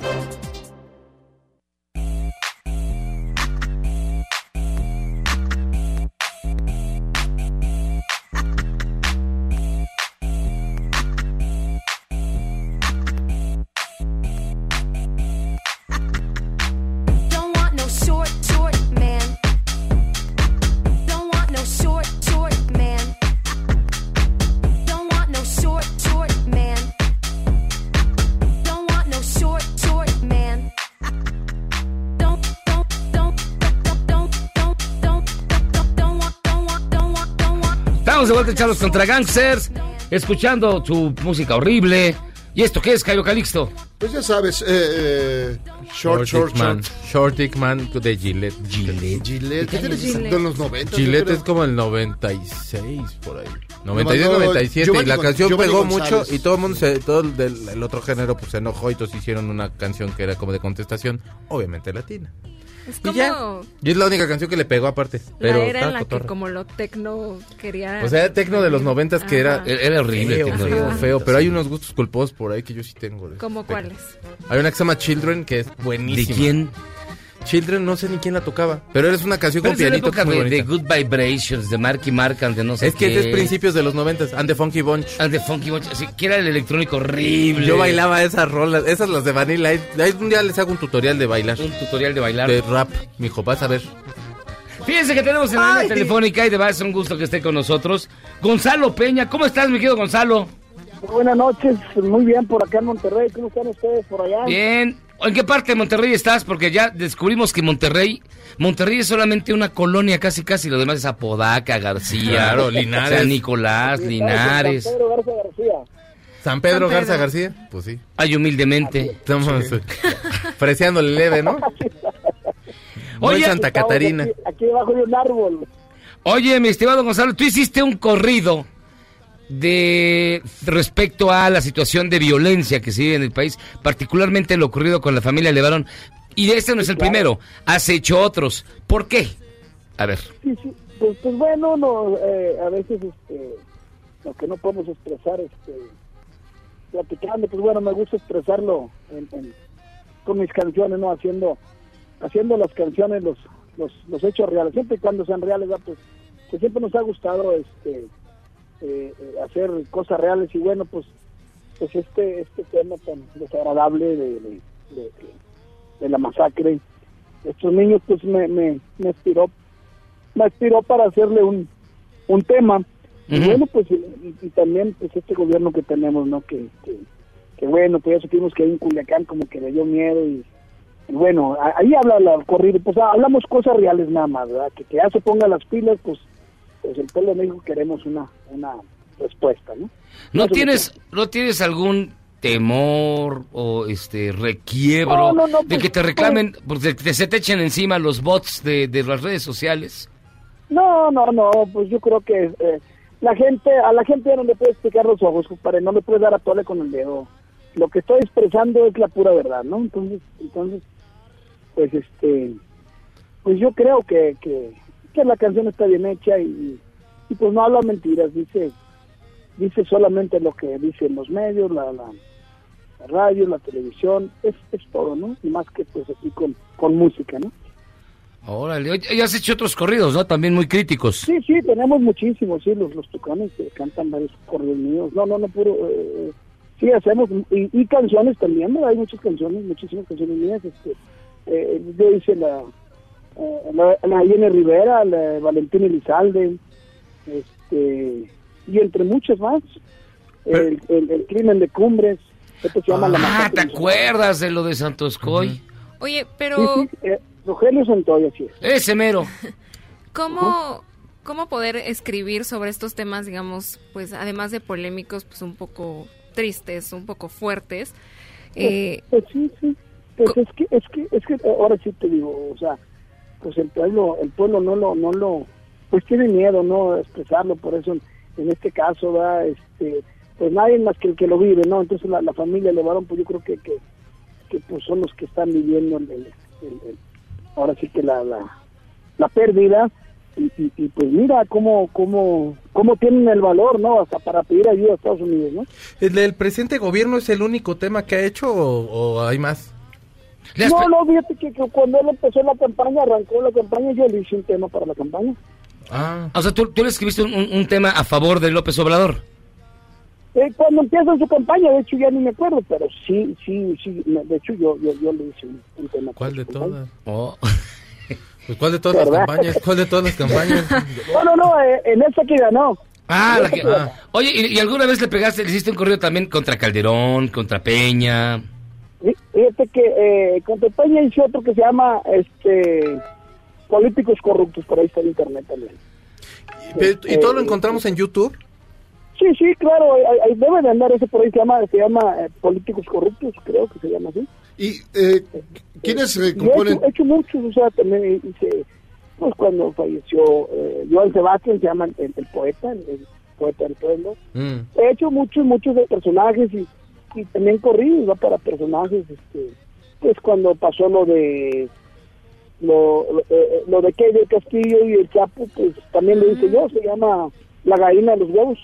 [SPEAKER 4] Don't want no short, short man. Don't want no short, short man. Don't want no short, short man. Don't want no short, short man. Don't, don't, don't, don't, don't, don't, don't, don't, don't want, don't want, don't want, don't want.
[SPEAKER 1] Estamos de vuelta en Charlos contra Gangsters, escuchando tu música horrible. ¿Y esto qué es, Cayo Calixto?
[SPEAKER 2] Pues ya sabes, eh, eh, short, short,
[SPEAKER 7] Dick Man.
[SPEAKER 2] short.
[SPEAKER 7] Short Dick Man de Gillette. Gillette.
[SPEAKER 2] Gillette. Eh, ¿Qué tienes? De los 90.
[SPEAKER 7] Gillette
[SPEAKER 2] yo
[SPEAKER 7] es
[SPEAKER 2] creo.
[SPEAKER 7] como el 96 por ahí.
[SPEAKER 2] Lo
[SPEAKER 7] 96,
[SPEAKER 2] mandó
[SPEAKER 7] 97 y
[SPEAKER 2] Giovanni
[SPEAKER 7] la
[SPEAKER 2] Gon-
[SPEAKER 7] canción
[SPEAKER 2] Giovanni
[SPEAKER 7] pegó
[SPEAKER 2] González.
[SPEAKER 7] mucho y todo el mundo se, todo el, del, el otro género pues se enojó y todos hicieron una canción que era como de contestación, obviamente latina.
[SPEAKER 8] Es
[SPEAKER 7] Y ya.
[SPEAKER 8] como
[SPEAKER 7] Y es la única canción que le pegó aparte, pero
[SPEAKER 8] la era
[SPEAKER 7] estaba
[SPEAKER 8] en la que
[SPEAKER 7] cotorra.
[SPEAKER 8] como lo tecno quería...
[SPEAKER 7] O sea, tecno de los 90 que era
[SPEAKER 8] Ajá.
[SPEAKER 1] Era era horrible.
[SPEAKER 7] feo,
[SPEAKER 1] tecnología.
[SPEAKER 7] feo, feo, pero hay unos gustos culposos por ahí que yo sí tengo. de
[SPEAKER 8] ¿Como
[SPEAKER 7] tecno.
[SPEAKER 8] cuáles?
[SPEAKER 7] Hay una que se llama Children que es
[SPEAKER 1] ¿De
[SPEAKER 7] buenísima.
[SPEAKER 1] quién?
[SPEAKER 7] Children no sé ni quién la tocaba, pero eres una canción
[SPEAKER 1] Pero
[SPEAKER 7] con
[SPEAKER 1] es de la
[SPEAKER 7] pianito
[SPEAKER 1] época
[SPEAKER 7] que es muy
[SPEAKER 1] de, de
[SPEAKER 7] bonita.
[SPEAKER 1] Good Vibrations, de Marky Mark, and de no sé
[SPEAKER 7] Es que
[SPEAKER 1] qué.
[SPEAKER 7] este es principios de los noventas, and the Funky Bunch.
[SPEAKER 1] And the Funky Bunch, así que era el electrónico horrible.
[SPEAKER 7] Yo bailaba esas rolas, esas las de Vanilla Ice. Ahí Un día les hago un tutorial de bailar,
[SPEAKER 1] Un tutorial de bailar.
[SPEAKER 7] de rap, mijo, vas a ver.
[SPEAKER 1] Fíjense que tenemos en la línea telefónica y de verdad es un gusto que esté con nosotros. Gonzalo Peña, ¿cómo estás, mi querido Gonzalo?
[SPEAKER 9] Buenas noches, muy bien por acá en Monterrey. ¿Cómo están ustedes por allá?
[SPEAKER 1] Bien. ¿En qué parte de Monterrey estás? Porque ya descubrimos que Monterrey, Monterrey es solamente una colonia casi casi, lo demás es Apodaca, García,
[SPEAKER 7] Claro, Linares.
[SPEAKER 1] San Nicolás, Linares.
[SPEAKER 9] Pedro Garza García.
[SPEAKER 7] San Pedro,
[SPEAKER 8] San Pedro.
[SPEAKER 7] Garza García, pues sí. eh,
[SPEAKER 1] Ay, humildemente.
[SPEAKER 7] Estamos freseándole leve, ¿no? No en Santa
[SPEAKER 10] Estamos
[SPEAKER 7] Catarina.
[SPEAKER 10] Aquí, aquí debajo de un árbol.
[SPEAKER 1] Oye, mi estimado Gonzalo, tú hiciste un corrido de respecto a la situación de violencia que se vive en el país, particularmente lo ocurrido con la familia Levarón. Y este no es el primero, has hecho otros. ¿Por qué? A ver,
[SPEAKER 10] Sí, sí. Pues, pues bueno, no, eh, a veces este, lo que no podemos expresar este, platicando, pues bueno, me gusta expresarlo en- en- con mis canciones, ¿no? Haciendo haciendo las canciones, los, los, los hechos reales, siempre y cuando sean reales, ¿verdad? pues que siempre nos ha gustado este eh, eh, hacer cosas reales y bueno, pues pues este este tema tan desagradable de, de- de- de la masacre, estos niños pues me, me, me inspiró me inspiró para hacerle un, un tema. Y bueno, pues y, y- y también pues este gobierno que tenemos, ¿no? Que, que, que bueno, pues ya supimos que ahí en Culiacán como que le dio miedo y, y bueno, a- ahí habla la corrida, pues ah, hablamos cosas reales nada más, ¿verdad? Que, que ya se ponga las pilas, pues, pues el pueblo de México queremos una, una respuesta, ¿no?
[SPEAKER 1] ¿no
[SPEAKER 10] Pues,
[SPEAKER 1] tienes, ¿no tienes algún temor o este requiebro
[SPEAKER 10] No, no, no,
[SPEAKER 1] de
[SPEAKER 10] pues,
[SPEAKER 1] que te reclamen, porque te- se te echen encima los bots de, de las redes sociales?
[SPEAKER 10] No, no, no, pues yo creo que eh, la gente, a la gente ya no le puedes picar los ojos, compadre, no le puedes dar a tole con el dedo. Lo que estoy expresando es la pura verdad, ¿no? Entonces, entonces, pues este, pues yo creo que, que, que la canción está bien hecha y, y pues no habla mentiras, dice, dice solamente lo que dicen los medios, la, la, la radio, la televisión, es, es todo, ¿no? Y más que pues aquí con, con música, ¿no?
[SPEAKER 1] Órale, oye, y has hecho otros corridos, ¿no? También muy críticos.
[SPEAKER 10] Sí, sí, tenemos muchísimos, sí, los, los tucanes que cantan varios corridos míos. No, no, no, puro. eh, eh, sí, hacemos. Y, y canciones también, ¿no? Hay muchas canciones, muchísimas canciones mías. Este, eh, yo hice la. eh, la, la Irene Rivera, la de Valentín Elizalde, este, y entre muchas más. El, el- el crimen de Cumbres, esto se llama La
[SPEAKER 1] Ah,
[SPEAKER 10] Masacre.
[SPEAKER 1] ¿te acuerdas de lo de Santos Coy?
[SPEAKER 8] Oye,
[SPEAKER 10] Sí,
[SPEAKER 8] pero
[SPEAKER 10] sí, eh, Rogelio Santoy, así es.
[SPEAKER 1] Ese mero.
[SPEAKER 8] ¿Cómo, ¿Cómo poder escribir sobre estos temas, digamos, pues además de polémicos, pues un poco tristes, un poco fuertes? Eh,
[SPEAKER 10] Pues, pues sí, sí. Pues es que, es que, es que ahora sí te digo, o sea, pues el pueblo, el pueblo no lo, no lo, pues tiene miedo, ¿no? a Expresarlo, por eso en, en este caso, va, este, pues nadie más que el que lo vive, ¿no? Entonces la, la familia Levarón, pues yo creo que, que, que, pues son los que están viviendo el, el- el- el- ahora sí que la, la, la pérdida. Y, y, y, pues mira cómo, cómo, cómo tienen el valor, ¿no? Hasta para pedir ayuda a Estados Unidos, ¿no?
[SPEAKER 7] ¿El, el presente gobierno es el único tema que ha hecho o, o hay más?
[SPEAKER 10] No, no, fíjate que, que cuando él empezó la campaña, arrancó la campaña, yo le hice un tema para la campaña.
[SPEAKER 1] O sea, tú, tú le escribiste un, un- un tema a favor de López Obrador.
[SPEAKER 10] Eh, cuando empieza su campaña, de hecho ya ni me acuerdo, pero sí, sí, sí, me- de hecho yo, yo, yo le hice un, un tema.
[SPEAKER 7] ¿Cuál de todas?
[SPEAKER 1] Oh.
[SPEAKER 7] Pues ¿cuál de todas las
[SPEAKER 10] ¿Verdad?
[SPEAKER 7] campañas? ¿Cuál de todas las campañas?
[SPEAKER 10] No, no, no, eh, en esa que ganó.
[SPEAKER 1] Ah,
[SPEAKER 10] En
[SPEAKER 1] la
[SPEAKER 10] esa
[SPEAKER 1] que-
[SPEAKER 10] ganó.
[SPEAKER 1] Oye, ¿y, y alguna vez le pegaste, le hiciste un corrido también contra Calderón, contra Peña?
[SPEAKER 10] Fí- Fíjate que eh, contra Peña hice otro que se llama este Políticos Corruptos, por ahí está en internet también.
[SPEAKER 7] Pero- Eh, ¿Y todo lo encontramos en YouTube?
[SPEAKER 10] Sí, sí, claro, ahí- ahí debe de andar ese por ahí, se llama, se llama eh, Políticos Corruptos, creo que se llama así.
[SPEAKER 11] ¿Y eh, quiénes eh,
[SPEAKER 10] Yo he
[SPEAKER 11] componen?
[SPEAKER 10] hecho, he hecho muchos, o sea, también hice, pues cuando falleció eh, Joan Sebastián, se llama el, el poeta, el, el poeta del pueblo.
[SPEAKER 1] Mm.
[SPEAKER 10] He hecho muchos, muchos de personajes y, y también corridos, ¿no? Para personajes, este, pues cuando pasó lo de lo, lo, eh, lo de Kevin Castillo y el Chapo, pues también lo hice yo, se llama La gallina de los huevos.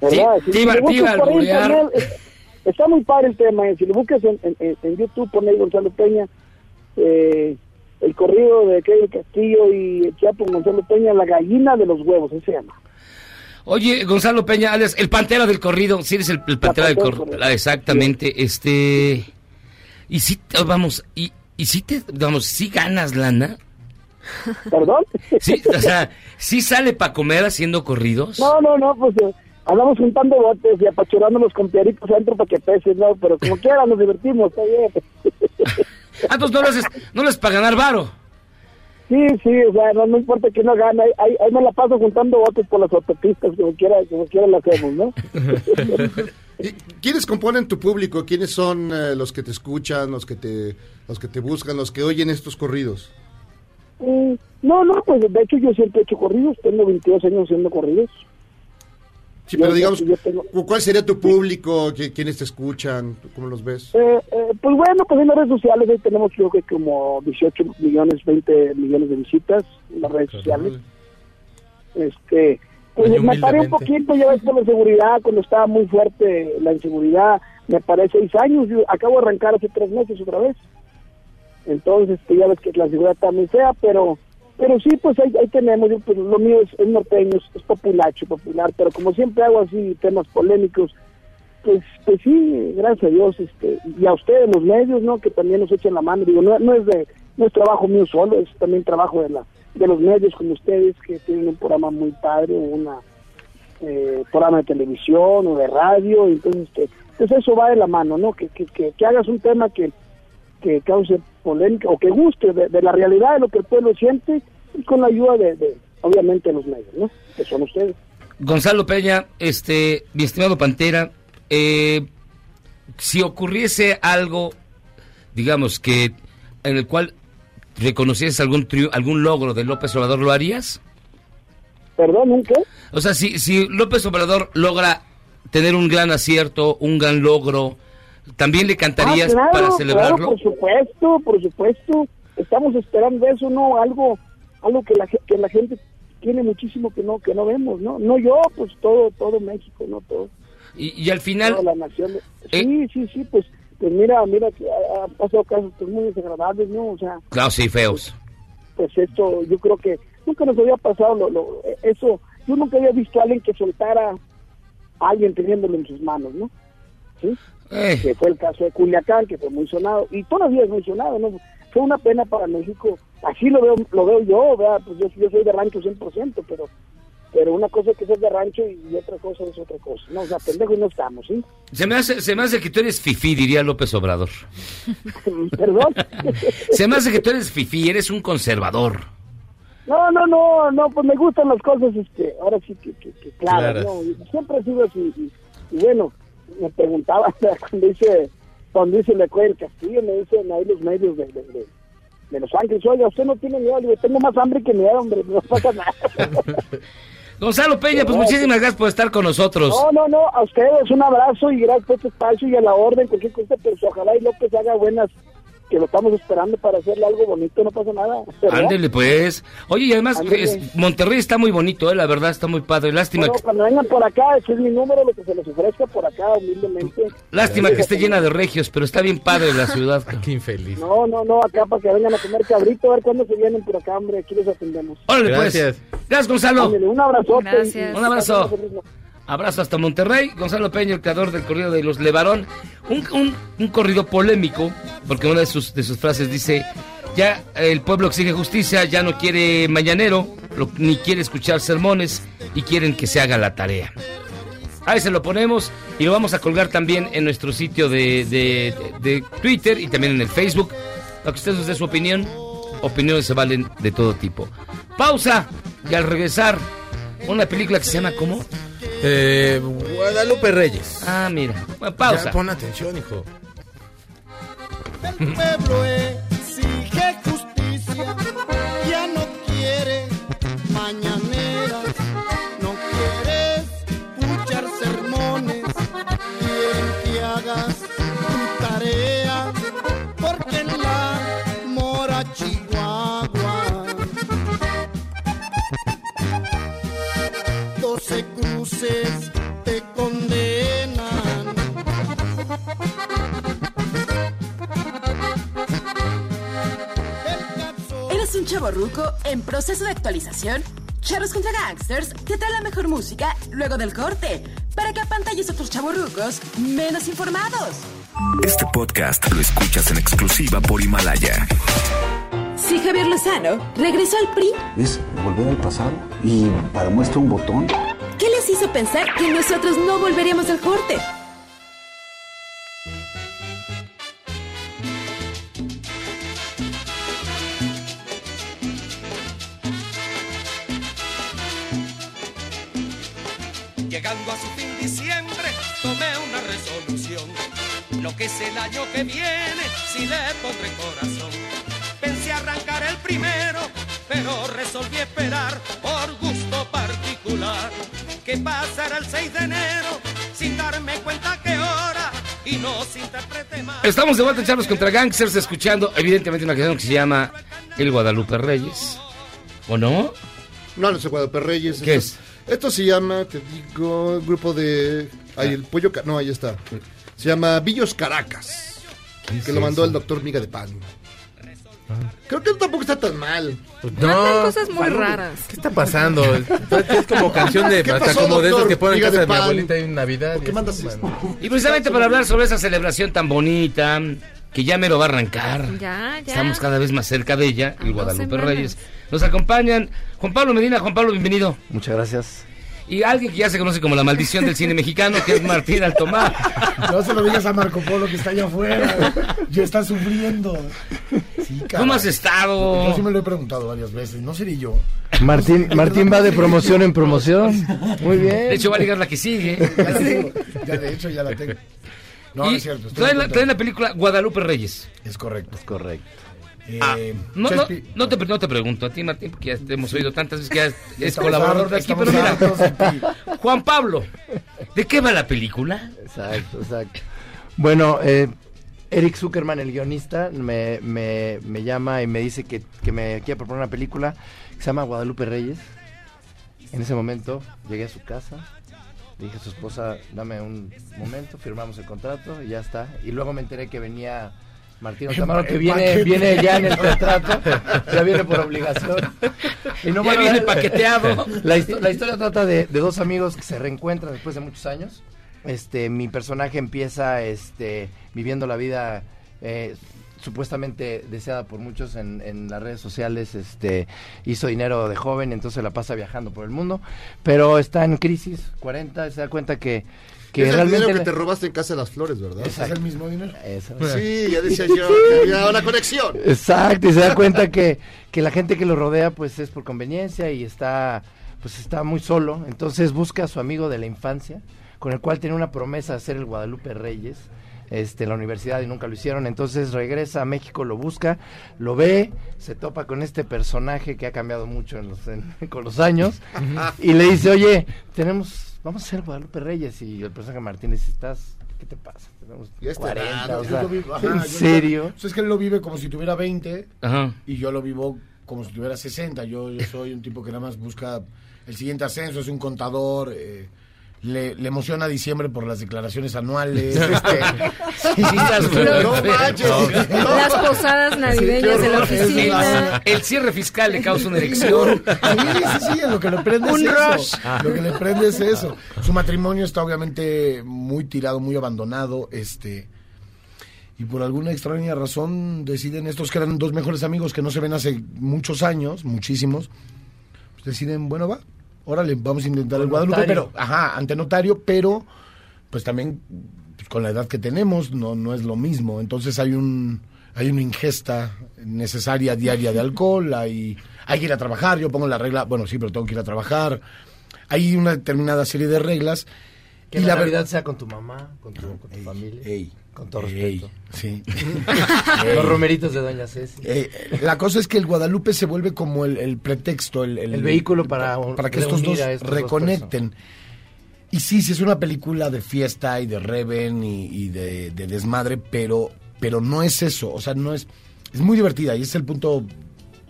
[SPEAKER 10] ¿Verdad?
[SPEAKER 1] Ah, te iba-
[SPEAKER 10] le
[SPEAKER 1] te iba
[SPEAKER 10] buscas
[SPEAKER 1] a
[SPEAKER 10] por ahí,
[SPEAKER 1] alburear.
[SPEAKER 10] Daniel, eh, Está muy padre el tema, eh, si lo buscas en, en- en- en YouTube, pone ahí Gonzalo Peña, eh, el corrido de Kevin Castillo y el Chapo Gonzalo Peña, La gallina de los huevos, ese se llama.
[SPEAKER 1] Oye, Gonzalo Peña, alias el Pantera del Corrido. Sí, eres el, el Pantera del Corrido. Ah, Exactamente. Este. Y si, vamos, y, y si te, vamos, si ganas lana.
[SPEAKER 10] ¿Perdón?
[SPEAKER 1] Sí, o sea, si sale para comer haciendo corridos.
[SPEAKER 10] No, no, no, pues eh, andamos juntando botes y apachurándonos con piedritos adentro para que pese, ¿no? Pero como quiera, nos divertimos, está bien.
[SPEAKER 1] Ah, entonces no lo haces, no lo haces para ganar varo.
[SPEAKER 10] Sí, sí, o sea, no, no importa que no gane, ahí, ahí, ahí me la paso juntando botes por las autopistas, como quiera, como quiera lo hacemos, ¿no?
[SPEAKER 2] ¿Y ¿Quiénes componen tu público? ¿Quiénes son eh, los que te escuchan, los que te, los que te buscan, los que oyen estos corridos?
[SPEAKER 10] Mm, no, no, pues de hecho yo siempre he hecho corridos, tengo 22 años haciendo corridos.
[SPEAKER 2] Sí, pero digamos, ¿cu- ¿cuál sería tu público? ¿Qui- ¿Quiénes te escuchan? ¿Tú ¿Cómo los ves?
[SPEAKER 10] Eh, eh, pues bueno, pues en las redes sociales ahí tenemos creo que como 18 millones, 20 millones de visitas en las redes sociales. Este,
[SPEAKER 7] Oye,
[SPEAKER 10] pues me paré un
[SPEAKER 7] humildemente.
[SPEAKER 10] poquito, ya ves, con la seguridad, cuando estaba muy fuerte la inseguridad, me paré seis años, yo acabo de arrancar hace tres meses otra vez. Entonces, pues, ya ves que la seguridad también sea, pero pero sí, pues ahí, ahí tenemos, yo, pues, lo mío es, es norteño, es, es populacho, popular, pero como siempre hago así temas polémicos, pues, pues sí, gracias a Dios, este, y a ustedes los medios, ¿no? Que también nos echan la mano, digo, no, no es de, no es trabajo mío solo, es también trabajo de la, de los medios como ustedes que tienen un programa muy padre, una eh, programa de televisión o de radio, entonces, este, pues eso va de la mano, ¿no? Que, que, que, que hagas un tema que, que cause polémica o que guste de, de la realidad de lo que el pueblo siente y con la ayuda de, de, obviamente, los medios, ¿no? Que son ustedes.
[SPEAKER 1] Gonzalo Peña, este, mi estimado Pantera, eh, si ocurriese algo, digamos que en el cual reconocieses algún triu- algún logro de López Obrador, ¿lo harías?
[SPEAKER 10] Perdón, nunca.
[SPEAKER 1] O sea, si, si López Obrador logra tener un gran acierto, un gran logro, ¿también le cantarías
[SPEAKER 10] Ah, claro,
[SPEAKER 1] para celebrarlo?
[SPEAKER 10] claro, por supuesto, por supuesto. Estamos esperando eso, ¿no? Algo algo que la, ge- que la gente tiene muchísimo que no que no vemos, ¿no? No yo, pues todo todo México, ¿no? Todo,
[SPEAKER 1] y, y al final... Eh,
[SPEAKER 10] toda la nación. Sí, sí, sí, pues, pues mira, mira, que ha, ha pasado casos pues, muy desagradables, ¿no? O sea,
[SPEAKER 1] Claro, sí, feos.
[SPEAKER 10] pues esto yo creo que nunca nos había pasado lo, lo- eso. Yo nunca había visto a alguien que soltara a alguien teniéndolo en sus manos, ¿no? ¿Sí? Que fue el caso de Culiacán, que fue muy sonado, y todavía es muy sonado, ¿no? Fue una pena para México, así lo veo, lo veo yo, ¿verdad? Pues yo, yo soy de rancho 100%, pero pero una cosa es que seas de rancho y otra cosa es otra cosa, ¿no? O sea, pendejos no estamos, ¿sí?
[SPEAKER 1] Se me, hace, se me hace que tú eres fifí, diría López Obrador.
[SPEAKER 10] Perdón.
[SPEAKER 1] Se me hace que tú eres fifí, eres un conservador.
[SPEAKER 10] No, no, no, no, pues me gustan las cosas, este, ahora sí que, que, que claras,
[SPEAKER 1] Claras.
[SPEAKER 10] ¿no? Y Siempre he sido así, y, y bueno, me preguntaba cuando dice, cuando dice la del Castillo, me dicen ahí los medios de, de, de- de Los Ángeles, oiga, usted no tiene miedo, le digo, tengo más hambre que miedo, hombre, no pasa nada.
[SPEAKER 1] Gonzalo Peña, pues muchísimas gracias por estar con nosotros.
[SPEAKER 10] No, no, no, a ustedes un abrazo y gracias por este espacio y a la orden, cualquier cosa, pero ojalá y López haga buenas, que lo estamos esperando para hacerle algo bonito, no pasa nada. ¿verdad?
[SPEAKER 1] Ándele pues. Oye, y además
[SPEAKER 10] Ándele.
[SPEAKER 1] es- Monterrey está muy bonito, eh, la verdad está muy padre. Lástima,
[SPEAKER 10] Bueno,
[SPEAKER 1] que-
[SPEAKER 10] cuando vengan por acá, ese es mi número, lo que se les ofrezca por acá, humildemente.
[SPEAKER 1] lástima que esté llena de regios, pero está bien padre la ciudad. Qué infeliz.
[SPEAKER 10] No, no, no, acá para que vengan a comer cabrito, a ver cuándo se vienen por acá, hombre, aquí los atendemos.
[SPEAKER 1] Órale, Gracias. pues. Gracias, Gonzalo.
[SPEAKER 10] Ándele, un abrazote.
[SPEAKER 1] Gracias.
[SPEAKER 10] y-
[SPEAKER 1] Un abrazo. Abrazo hasta Monterrey. Gonzalo Peña, el creador del corrido de los Levarón. Un, un- un corrido polémico, porque una de sus, de sus frases dice: Ya el pueblo exige justicia, ya no quiere mañanero, lo- ni quiere escuchar sermones, y quieren que se haga la tarea. Ahí se lo ponemos y lo vamos a colgar también en nuestro sitio de, de- de Twitter y también en el Facebook. Para que ustedes nos den su opinión. Opiniones se valen de todo tipo. Pausa y al regresar, una película que se llama ¿Cómo?
[SPEAKER 7] Eh, Guadalupe Reyes.
[SPEAKER 1] Ah, mira. Bueno, pausa.
[SPEAKER 7] Ya, pon atención, hijo.
[SPEAKER 4] El pueblo exige justicia, ya no quiere mañaneras, no quiere escuchar sermones, quieren que hagas tu tarea, porque en la mora Chihuahua doce cruces te condenan.
[SPEAKER 3] ¿Eres un chavo ruco en proceso de actualización? Charros contra Gangsters te trae la mejor música luego del corte para que apantalles a otros chavorrucos menos informados.
[SPEAKER 12] Este podcast lo escuchas en exclusiva por Himalaya.
[SPEAKER 13] Si Javier Lozano regresó al PRI,
[SPEAKER 14] Es volver al pasado y para muestra un botón.
[SPEAKER 13] ¿qué les hizo pensar que nosotros no volveríamos al corte?
[SPEAKER 15] Llegando a su fin diciembre, tomé una lo que es el año que viene, si le pondré corazón. Pensé arrancar el primero, pero resolví esperar por gusto particular. Que pasará el 6 de enero, sin darme cuenta que hora, y no se interprete mal.
[SPEAKER 1] Estamos de vuelta, Charlos contra Gangsters, escuchando evidentemente una canción que se llama El Guadalupe Reyes. ¿O no?
[SPEAKER 2] No, no sé, Guadalupe Reyes.
[SPEAKER 1] ¿Qué
[SPEAKER 2] esto, Esto se llama, te digo, el grupo de.
[SPEAKER 16] Ah.
[SPEAKER 2] Ahí, el pollo. Ca- No, ahí está. Se llama Villos Caracas. Que
[SPEAKER 1] es
[SPEAKER 2] lo mandó
[SPEAKER 1] eso?
[SPEAKER 2] el doctor Miga de Pan.
[SPEAKER 16] Ah.
[SPEAKER 2] Creo que tampoco está tan mal.
[SPEAKER 16] Pues
[SPEAKER 7] Mandan cosas muy
[SPEAKER 2] Paloma.
[SPEAKER 7] raras. ¿Qué está pasando? Es como canción de.
[SPEAKER 2] ¿Qué
[SPEAKER 7] Hasta
[SPEAKER 2] pasó,
[SPEAKER 7] como de esas
[SPEAKER 2] doctor?
[SPEAKER 7] que ponen en
[SPEAKER 2] Diga
[SPEAKER 7] casa
[SPEAKER 2] de
[SPEAKER 7] de, mi
[SPEAKER 2] pan.
[SPEAKER 7] abuelita en Navidad. y
[SPEAKER 2] ¿Qué
[SPEAKER 7] así,
[SPEAKER 2] mandas esto?
[SPEAKER 7] mano.
[SPEAKER 1] Y precisamente para hablar sobre esa celebración tan bonita, que ya mero va a arrancar.
[SPEAKER 8] Ya, ya.
[SPEAKER 1] Estamos cada vez más cerca de ella, el Guadalupe
[SPEAKER 8] semanas.
[SPEAKER 1] Reyes. Nos acompañan Juan Pablo Medina. Juan Pablo, bienvenido.
[SPEAKER 16] Muchas gracias.
[SPEAKER 1] Y alguien que ya se conoce como la maldición del cine mexicano, que es Martín Altomar.
[SPEAKER 14] No se lo digas a Marco Polo que está allá afuera. Yo está sufriendo. Sí, caray.
[SPEAKER 1] ¿Cómo has estado?
[SPEAKER 14] Yo sí me lo he preguntado varias veces. No seré yo.
[SPEAKER 16] Martín, Martín va de promoción en promoción. Muy bien.
[SPEAKER 1] De hecho, va a llegar la que sigue.
[SPEAKER 14] Ya, la tengo. Ya, de hecho ya la tengo. No,
[SPEAKER 1] Y
[SPEAKER 14] no es cierto. estoy
[SPEAKER 1] traen, la,
[SPEAKER 14] contento.
[SPEAKER 1] traen la película Guadalupe Reyes. Ah,
[SPEAKER 14] Es correcto.
[SPEAKER 16] Es correcto.
[SPEAKER 14] Eh,
[SPEAKER 1] no, no,
[SPEAKER 14] Shakespeare-
[SPEAKER 1] no te, no te pregunto a ti, Martín, porque ya te hemos oído tantas veces que ya es-
[SPEAKER 14] Ya
[SPEAKER 1] es
[SPEAKER 14] estamos
[SPEAKER 1] colaborador de
[SPEAKER 14] hartos,
[SPEAKER 1] aquí.
[SPEAKER 14] ya
[SPEAKER 1] Pero
[SPEAKER 14] estamos
[SPEAKER 1] mira, Juan Pablo, ¿de qué va la película?
[SPEAKER 16] Exacto, exacto. Bueno, eh, Eric Zuckerman, el guionista, me, me- me llama y me dice que, que me quiere proponer una película que se llama Guadalupe Reyes. En ese momento llegué a su casa, le dije a su esposa, dame un momento, firmamos el contrato y ya está. Y luego me enteré que venía Martín Otamaro, que
[SPEAKER 14] El
[SPEAKER 16] viene,
[SPEAKER 14] paquete.
[SPEAKER 16] viene ya en el contrato, ya viene por obligación.
[SPEAKER 1] Ya
[SPEAKER 16] bueno,
[SPEAKER 1] viene
[SPEAKER 16] la-
[SPEAKER 1] paqueteado.
[SPEAKER 16] La, histo- la historia trata de, de dos amigos que se reencuentran después de muchos años. Este, mi personaje empieza este, viviendo la vida eh, supuestamente deseada por muchos en, en las redes sociales. Este, hizo dinero de joven, entonces la pasa viajando por el mundo. Pero está en crisis, 40, se da cuenta que, que
[SPEAKER 2] es el
[SPEAKER 16] realmente...
[SPEAKER 2] dinero que
[SPEAKER 16] la-
[SPEAKER 2] te robaste en Casa de las Flores, ¿verdad?
[SPEAKER 16] Exacto. Es el
[SPEAKER 14] mismo dinero.
[SPEAKER 2] Pues, Sí, ya decía yo que había una conexión.
[SPEAKER 16] Exacto, y se da cuenta que, que la gente que lo rodea pues es por conveniencia y está pues está muy solo, entonces busca a su amigo de la infancia, con el cual tiene una promesa de ser el Guadalupe Reyes. Este, en la universidad y nunca lo hicieron, entonces regresa a México, lo busca, lo ve, se topa con este personaje que ha cambiado mucho en los- en- con los años y le dice, oye, tenemos, vamos a ser Guadalupe Reyes y el personaje Martínez, estás, ¿qué te pasa? Tenemos
[SPEAKER 14] Ya está
[SPEAKER 16] 40, o
[SPEAKER 14] este Yo
[SPEAKER 16] sea,
[SPEAKER 14] lo vivo- ajá,
[SPEAKER 16] ¿en
[SPEAKER 14] yo-
[SPEAKER 16] serio?
[SPEAKER 14] o sea, es que él lo vive como si tuviera 20
[SPEAKER 1] Ajá.
[SPEAKER 14] y yo lo vivo como si tuviera 60. Yo, yo soy un tipo que nada más busca el siguiente ascenso, es un contador. eh, le, le emociona diciembre por las declaraciones anuales. este,
[SPEAKER 1] Sí, estás muy enfermo.
[SPEAKER 8] Las posadas navideñas de la oficina.
[SPEAKER 1] El, el cierre fiscal le causa una erección.
[SPEAKER 14] Sí, sí, sí, en lo que le prende
[SPEAKER 8] Un
[SPEAKER 14] es
[SPEAKER 8] rush.
[SPEAKER 14] eso. Lo que le prende es eso. Su matrimonio está obviamente muy tirado, muy abandonado, este y por alguna extraña razón deciden estos que eran dos mejores amigos que no se ven hace muchos años, muchísimos, pues deciden, bueno, va, órale, vamos a intentar el Guadalupe,
[SPEAKER 16] notario.
[SPEAKER 14] pero ajá, ante notario, pero pues también pues, con la edad que tenemos no no es lo mismo, entonces hay un hay una ingesta necesaria diaria de alcohol, hay, hay que ir a trabajar, yo pongo la regla, bueno, sí, pero tengo que ir a trabajar. Hay una determinada serie de reglas.
[SPEAKER 16] Que
[SPEAKER 14] y
[SPEAKER 16] la,
[SPEAKER 14] la ver-
[SPEAKER 16] Navidad sea con tu mamá, con tu, con tu familia. con todo respeto.
[SPEAKER 14] Sí.
[SPEAKER 16] Los romeritos de Doña Ceci.
[SPEAKER 14] Eh, la cosa es que el Guadalupe se vuelve como el, el pretexto, el,
[SPEAKER 16] El vehículo para-
[SPEAKER 14] para que
[SPEAKER 16] reunir
[SPEAKER 14] estos dos
[SPEAKER 16] a estos dos
[SPEAKER 14] reconecten. y sí, sí, es una película de fiesta y de reven y, y de, de desmadre, pero, pero no es eso. O sea, no es. Es muy divertida y es el punto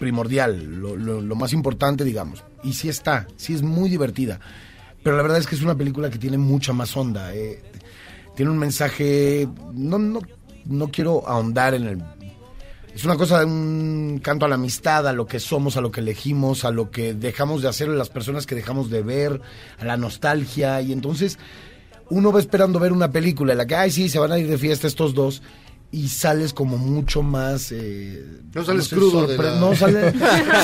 [SPEAKER 14] primordial, lo, lo- lo más importante, digamos. Y sí está, sí es muy divertida. Pero la verdad es que es una película que tiene mucha más onda. eh. Tiene un mensaje. No, no, no quiero ahondar en el es una cosa de un canto a la amistad, a lo que somos, a lo que elegimos, a lo que dejamos de hacer, a las personas que dejamos de ver, a la nostalgia. Y entonces uno va esperando ver una película en la que, ay, sí, se van a ir de fiesta estos dos. Y sales como mucho más... eh,
[SPEAKER 2] No sales
[SPEAKER 14] sé,
[SPEAKER 2] crudo de
[SPEAKER 14] sorpre-
[SPEAKER 2] la-
[SPEAKER 14] No sales...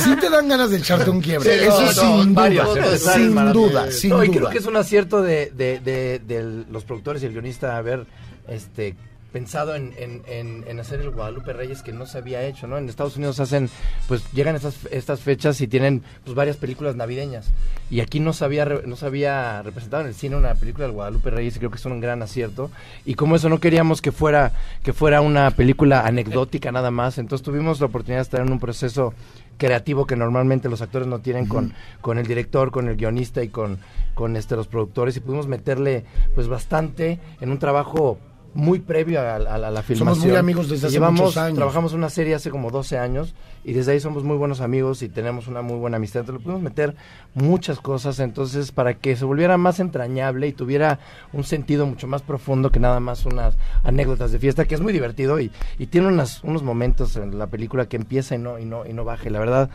[SPEAKER 14] sí te dan ganas de echarte un quiebre.
[SPEAKER 16] Sí,
[SPEAKER 14] Eso
[SPEAKER 16] no, no,
[SPEAKER 14] sin duda.
[SPEAKER 16] varios, ¿eh?
[SPEAKER 14] sin duda, sin
[SPEAKER 16] No, y
[SPEAKER 14] duda.
[SPEAKER 16] creo que es un acierto de, de- de- de los productores y el guionista haber este, pensado en, en- en- en hacer el Guadalupe Reyes que no se había hecho, ¿no? En Estados Unidos hacen, pues llegan estas, estas fechas y tienen pues varias películas navideñas. Y aquí no se, había, re- no se había representado en el cine una película del Guadalupe Reyes y creo que es un gran acierto. Y como eso no queríamos que fuera, que fuera una película anecdótica nada más, entonces tuvimos la oportunidad de estar en un proceso creativo que normalmente los actores no tienen con, con el director, con el guionista y con, con este, los productores y pudimos meterle pues bastante en un trabajo muy previo a, la- a la- a la filmación.
[SPEAKER 14] muy amigos desde hace
[SPEAKER 16] Llevamos-
[SPEAKER 14] muchos años.
[SPEAKER 16] Trabajamos una serie hace como 12 años y desde ahí somos muy buenos amigos y tenemos una muy buena amistad. Entonces le pudimos meter muchas cosas entonces para que se volviera más entrañable y tuviera un sentido mucho más profundo que nada más unas anécdotas de fiesta, que es muy divertido y, y tiene unas, unos momentos en la película que empieza y no, y no, y no baje. La verdad,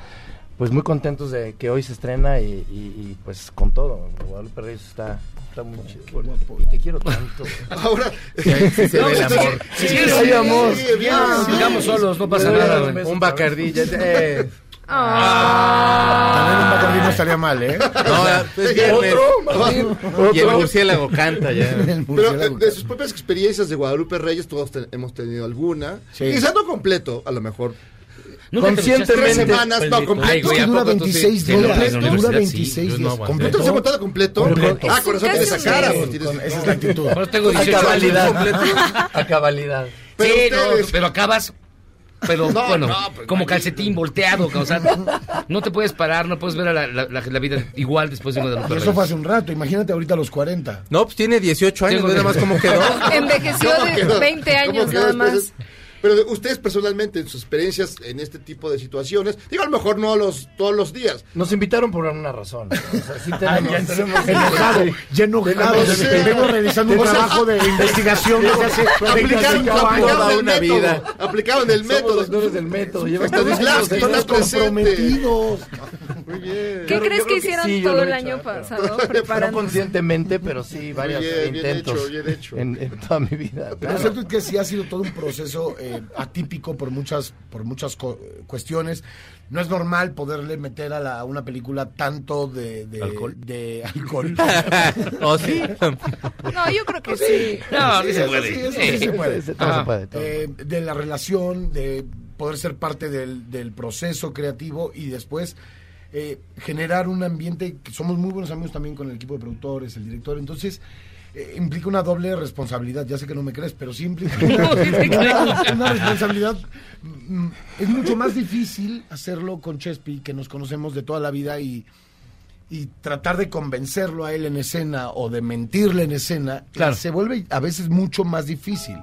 [SPEAKER 16] pues muy contentos de que hoy se estrena y, y- y, pues con todo. Guadalupe Reyes está... Está muy chido. Y te quiero tanto.
[SPEAKER 2] Ahora,
[SPEAKER 16] sí se ve el
[SPEAKER 2] Entonces,
[SPEAKER 16] amor.
[SPEAKER 2] sí,
[SPEAKER 16] Sí,
[SPEAKER 2] sí,
[SPEAKER 16] hay amor.
[SPEAKER 2] sí, bien,
[SPEAKER 16] Ah,
[SPEAKER 2] sí.
[SPEAKER 16] sigamos solos, no pasa nada, güey.
[SPEAKER 7] Un bacardí. ya- eh.
[SPEAKER 14] También un Bacardí no estaría mal, ¿eh?
[SPEAKER 7] No, es viernes. Y el murciélago canta ya.
[SPEAKER 14] El
[SPEAKER 2] Pero eh,
[SPEAKER 14] murciélago
[SPEAKER 2] de, de sus propias experiencias de Guadalupe Reyes, todos te- hemos tenido alguna.
[SPEAKER 14] Sí.
[SPEAKER 2] Quizás no completo, a lo mejor.
[SPEAKER 14] Nunca te Conscientemente.
[SPEAKER 2] Tres
[SPEAKER 14] luchaste,
[SPEAKER 2] semanas, no
[SPEAKER 14] Pedrito.
[SPEAKER 2] completo.
[SPEAKER 14] Ay, güey, ¿a Dura poco tú sí? 26 Sí, lo- días, en la dura universidad sí, 26 yo no días. aguanté.
[SPEAKER 2] ¿Completo? ¿Se ha contado completo?
[SPEAKER 14] Completo.
[SPEAKER 2] Ah, con razón
[SPEAKER 14] Casi
[SPEAKER 2] tienes esa
[SPEAKER 14] un
[SPEAKER 2] cara.
[SPEAKER 14] mes.
[SPEAKER 2] pues, tienes-
[SPEAKER 14] Con- esa es la actitud.
[SPEAKER 1] Por eso tengo
[SPEAKER 14] A
[SPEAKER 1] 18
[SPEAKER 14] cabalidad.
[SPEAKER 1] años.
[SPEAKER 16] A cabalidad.
[SPEAKER 1] Pero sí, no,
[SPEAKER 14] ustedes-
[SPEAKER 1] pero acabas. Pero
[SPEAKER 14] No,
[SPEAKER 1] bueno,
[SPEAKER 14] no, pues,
[SPEAKER 1] como calcetín volteado, o sea, no te puedes parar, no puedes ver a la, la- la- la vida igual después de una de
[SPEAKER 14] Y eso fue hace un rato, imagínate ahorita a los 40.
[SPEAKER 7] No, pues tiene 18 años,
[SPEAKER 14] Tengo
[SPEAKER 7] ve nada más cómo quedó.
[SPEAKER 8] Envejeció
[SPEAKER 2] ¿Cómo
[SPEAKER 8] de
[SPEAKER 2] quedó?
[SPEAKER 8] 20
[SPEAKER 2] ¿Cómo
[SPEAKER 8] años
[SPEAKER 2] quedó
[SPEAKER 8] nada
[SPEAKER 2] después de-
[SPEAKER 8] más.
[SPEAKER 2] Pero de- ustedes personalmente, en sus experiencias en este tipo de situaciones, digo, a lo mejor no a los, todos los días.
[SPEAKER 16] Nos invitaron por una razón. O sea, sí
[SPEAKER 14] Ah,
[SPEAKER 16] tenemos-
[SPEAKER 14] ya
[SPEAKER 16] tenemos-
[SPEAKER 14] enojado, ya enojado.
[SPEAKER 16] Tenemos-
[SPEAKER 14] Vengo realizando un
[SPEAKER 16] tenemos-
[SPEAKER 14] trabajo de investigación desde hace
[SPEAKER 2] Aplicaron,
[SPEAKER 14] 35 años.
[SPEAKER 2] aplicaron el
[SPEAKER 14] Una
[SPEAKER 2] método.
[SPEAKER 14] vida.
[SPEAKER 2] Aplicaron el método.
[SPEAKER 16] del método.
[SPEAKER 2] Stanislavski está presente.
[SPEAKER 8] ¿Qué crees que hicieron todo el año
[SPEAKER 16] No,
[SPEAKER 8] pasado
[SPEAKER 16] pero no
[SPEAKER 8] preparando?
[SPEAKER 16] conscientemente, pero sí, varios
[SPEAKER 14] bien, bien
[SPEAKER 16] intentos
[SPEAKER 14] hecho, bien hecho.
[SPEAKER 16] En, en toda mi vida.
[SPEAKER 14] Pero
[SPEAKER 16] claro.
[SPEAKER 14] es cierto que sí ha sido todo un proceso eh, atípico por muchas, por muchas co- cuestiones. No es normal poderle meter a, la- a una película tanto de, de alcohol. De alcohol.
[SPEAKER 7] ¿O sí?
[SPEAKER 8] No, yo creo que sí.
[SPEAKER 1] No, sí
[SPEAKER 14] sí,
[SPEAKER 1] se
[SPEAKER 14] eso
[SPEAKER 1] puede.
[SPEAKER 14] sí, eso
[SPEAKER 1] Sí.
[SPEAKER 14] sí se puede.
[SPEAKER 1] Sí, todo se
[SPEAKER 14] Ajá.
[SPEAKER 1] puede, todo.
[SPEAKER 14] Eh, de la relación, de poder ser parte del, del proceso creativo y después eh, generar un ambiente que somos muy buenos amigos también con el equipo de productores, el director. Entonces. eh, implica una doble responsabilidad, ya sé que no me crees, pero sí implica una,
[SPEAKER 1] No, sí te creo.
[SPEAKER 14] una responsabilidad. Mm, Es mucho más difícil hacerlo con Chespi, que nos conocemos de toda la vida y, y tratar de convencerlo a él en escena o de mentirle en escena,
[SPEAKER 16] Claro.
[SPEAKER 14] se vuelve a veces mucho más difícil.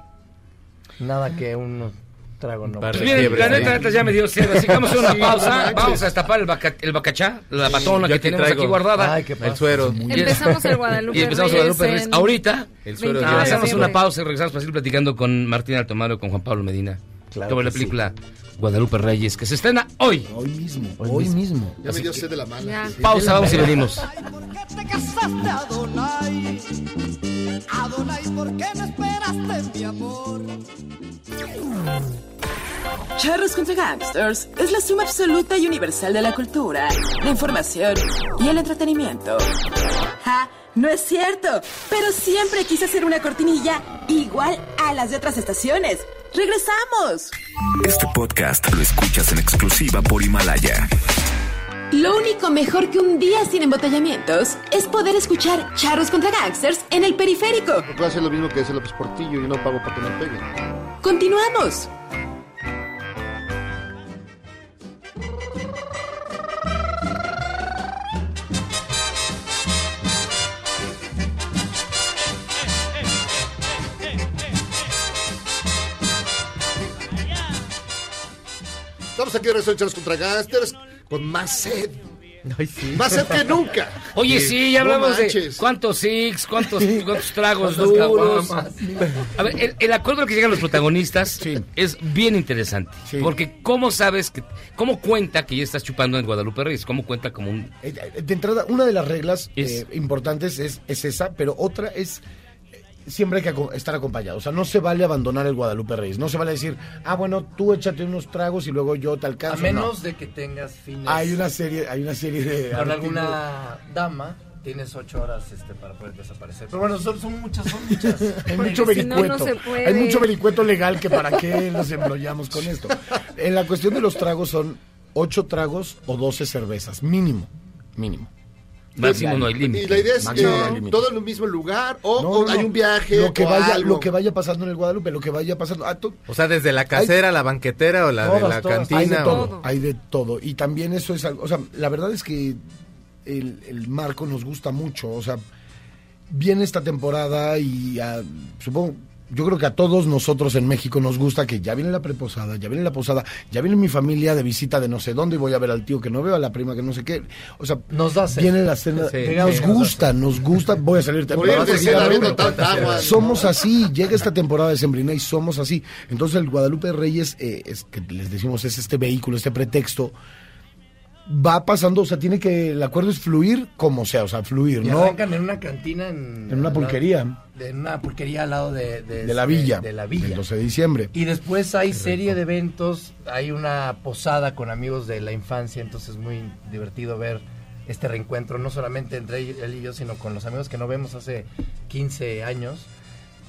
[SPEAKER 16] Nada que un trago no.
[SPEAKER 1] Pues miren, la neta, neta, ya me dio sed, así que vamos a hacer una
[SPEAKER 16] Sí, no
[SPEAKER 1] pausa,
[SPEAKER 16] manches.
[SPEAKER 1] vamos a destapar el, baca- el bacachá, la
[SPEAKER 7] Sí,
[SPEAKER 1] batona
[SPEAKER 7] yo
[SPEAKER 1] que
[SPEAKER 7] aquí
[SPEAKER 1] tenemos
[SPEAKER 7] traigo.
[SPEAKER 1] aquí guardada.
[SPEAKER 7] Ay, qué padre. El suero.
[SPEAKER 1] Y-
[SPEAKER 8] Empezamos el Guadalupe
[SPEAKER 1] Y empezamos el
[SPEAKER 8] Reyes
[SPEAKER 1] Guadalupe Reyes.
[SPEAKER 8] en-
[SPEAKER 1] Ahorita,
[SPEAKER 8] El
[SPEAKER 7] suero
[SPEAKER 1] y
[SPEAKER 7] de Guadalupe.
[SPEAKER 1] hacemos una
[SPEAKER 7] Siempre.
[SPEAKER 1] pausa y regresamos para seguir platicando con Martín Altomaro y con Juan Pablo Medina sobre la película Guadalupe Reyes, que se estrena hoy.
[SPEAKER 14] Hoy mismo,
[SPEAKER 1] hoy,
[SPEAKER 14] mismo.
[SPEAKER 2] Ya me dio sed de la mala.
[SPEAKER 1] Sí. Pausa, vamos y venimos.
[SPEAKER 17] te casaste, Adonai? Adonai, ¿por qué no esperaste, mi amor?
[SPEAKER 3] Charros contra Gangsters es la suma absoluta y universal de la cultura, la información y el entretenimiento. ¡Ja! Ah, No es cierto, pero siempre quise hacer una cortinilla igual a las de otras estaciones. ¡Regresamos!
[SPEAKER 12] Este podcast lo escuchas en exclusiva por Himalaya.
[SPEAKER 18] Lo único mejor que un día sin embotellamientos es poder escuchar charros contra gangsters en el periférico.
[SPEAKER 2] Puedo hacer lo mismo que hace López Portillo y no pago para que me peguen.
[SPEAKER 18] Continuamos.
[SPEAKER 2] Estamos aquí de regreso en Charles contra Gangsters con más sed. Más sed que nunca.
[SPEAKER 1] Oye, sí, ya
[SPEAKER 2] No
[SPEAKER 1] hablamos de
[SPEAKER 2] manches.
[SPEAKER 1] cuántos six, cuántos, cuántos tragos
[SPEAKER 2] Cuántas
[SPEAKER 1] duros.
[SPEAKER 2] caguamas.
[SPEAKER 1] A ver, el, el acuerdo al que llegan los protagonistas es bien interesante. Porque cómo sabes, que, cómo cuenta que ya estás chupando en Guadalupe Reyes, cómo cuenta como un...
[SPEAKER 14] Eh, eh, De entrada, una de las reglas
[SPEAKER 1] Es-
[SPEAKER 14] eh, importantes es, es esa, pero otra es eh, siempre hay que aco- estar acompañado. O sea, no se vale abandonar el Guadalupe Reyes. No se vale decir, ah, bueno, tú échate unos tragos y luego yo te
[SPEAKER 16] A
[SPEAKER 14] alcanzo.
[SPEAKER 16] menos
[SPEAKER 14] No.
[SPEAKER 16] de que tengas fines
[SPEAKER 14] Hay una serie, hay una serie de
[SPEAKER 16] con
[SPEAKER 14] artículos.
[SPEAKER 16] alguna dama Tienes ocho horas este, para poder desaparecer. Pero bueno, son, son muchas, son muchas.
[SPEAKER 14] Hay mucho vericueto. Hay mucho vericueto legal que para qué nos embrollamos con esto. En la cuestión de los tragos son 8 tragos o 12 cervezas, mínimo, mínimo.
[SPEAKER 1] Máximo no hay límite.
[SPEAKER 2] Y la idea es
[SPEAKER 14] Máximo no
[SPEAKER 2] eh,
[SPEAKER 14] hay límite.
[SPEAKER 2] todo en un mismo lugar o,
[SPEAKER 14] No,
[SPEAKER 2] o
[SPEAKER 14] no,
[SPEAKER 2] hay
[SPEAKER 14] no.
[SPEAKER 2] un viaje
[SPEAKER 14] lo que
[SPEAKER 2] o
[SPEAKER 14] vaya
[SPEAKER 2] algo.
[SPEAKER 14] lo que vaya pasando en el Guadalupe, lo que vaya pasando. Ah, tú-
[SPEAKER 7] O sea, desde la casera, la banquetera o la de
[SPEAKER 14] Todas,
[SPEAKER 7] la
[SPEAKER 14] todas.
[SPEAKER 7] cantina.
[SPEAKER 14] Hay de
[SPEAKER 7] o-
[SPEAKER 14] todo, hay de todo. Y también eso es algo, o sea, la verdad es que el, el marco nos gusta mucho, o sea, viene esta temporada y ah, supongo, yo creo que a todos nosotros en México nos gusta que ya viene la preposada, ya viene la posada, ya viene mi familia de visita de no sé dónde y voy a ver al tío que no veo, a la prima que no sé qué, o sea,
[SPEAKER 16] nos da sed.
[SPEAKER 14] viene la cena,
[SPEAKER 16] Sí,
[SPEAKER 14] nos
[SPEAKER 16] sí, nos da
[SPEAKER 14] gusta, nos gusta, voy a salir
[SPEAKER 2] Morir
[SPEAKER 14] temprano.
[SPEAKER 2] de
[SPEAKER 14] voy a
[SPEAKER 2] sed
[SPEAKER 14] salir
[SPEAKER 2] habiendo
[SPEAKER 14] temprano.
[SPEAKER 2] tanta agua.
[SPEAKER 14] Somos así, llega esta temporada de Sembrina y somos así. Entonces el Guadalupe Reyes, eh, es que les decimos, es este vehículo, este pretexto, va pasando, o sea, tiene que, el acuerdo es fluir como sea, o sea, fluir,
[SPEAKER 16] Y
[SPEAKER 14] ¿no?
[SPEAKER 16] arrancan en una cantina en...
[SPEAKER 14] En una
[SPEAKER 16] al lado-
[SPEAKER 14] pulquería.
[SPEAKER 16] de- En una pulquería al lado de... De, este,
[SPEAKER 14] De la villa,
[SPEAKER 16] De, la villa.
[SPEAKER 14] del 12 de diciembre.
[SPEAKER 16] Y después hay serie de eventos, hay una posada con amigos de la infancia, entonces es muy divertido ver este reencuentro, no solamente entre él él y yo, sino con los amigos que no vemos hace 15 años,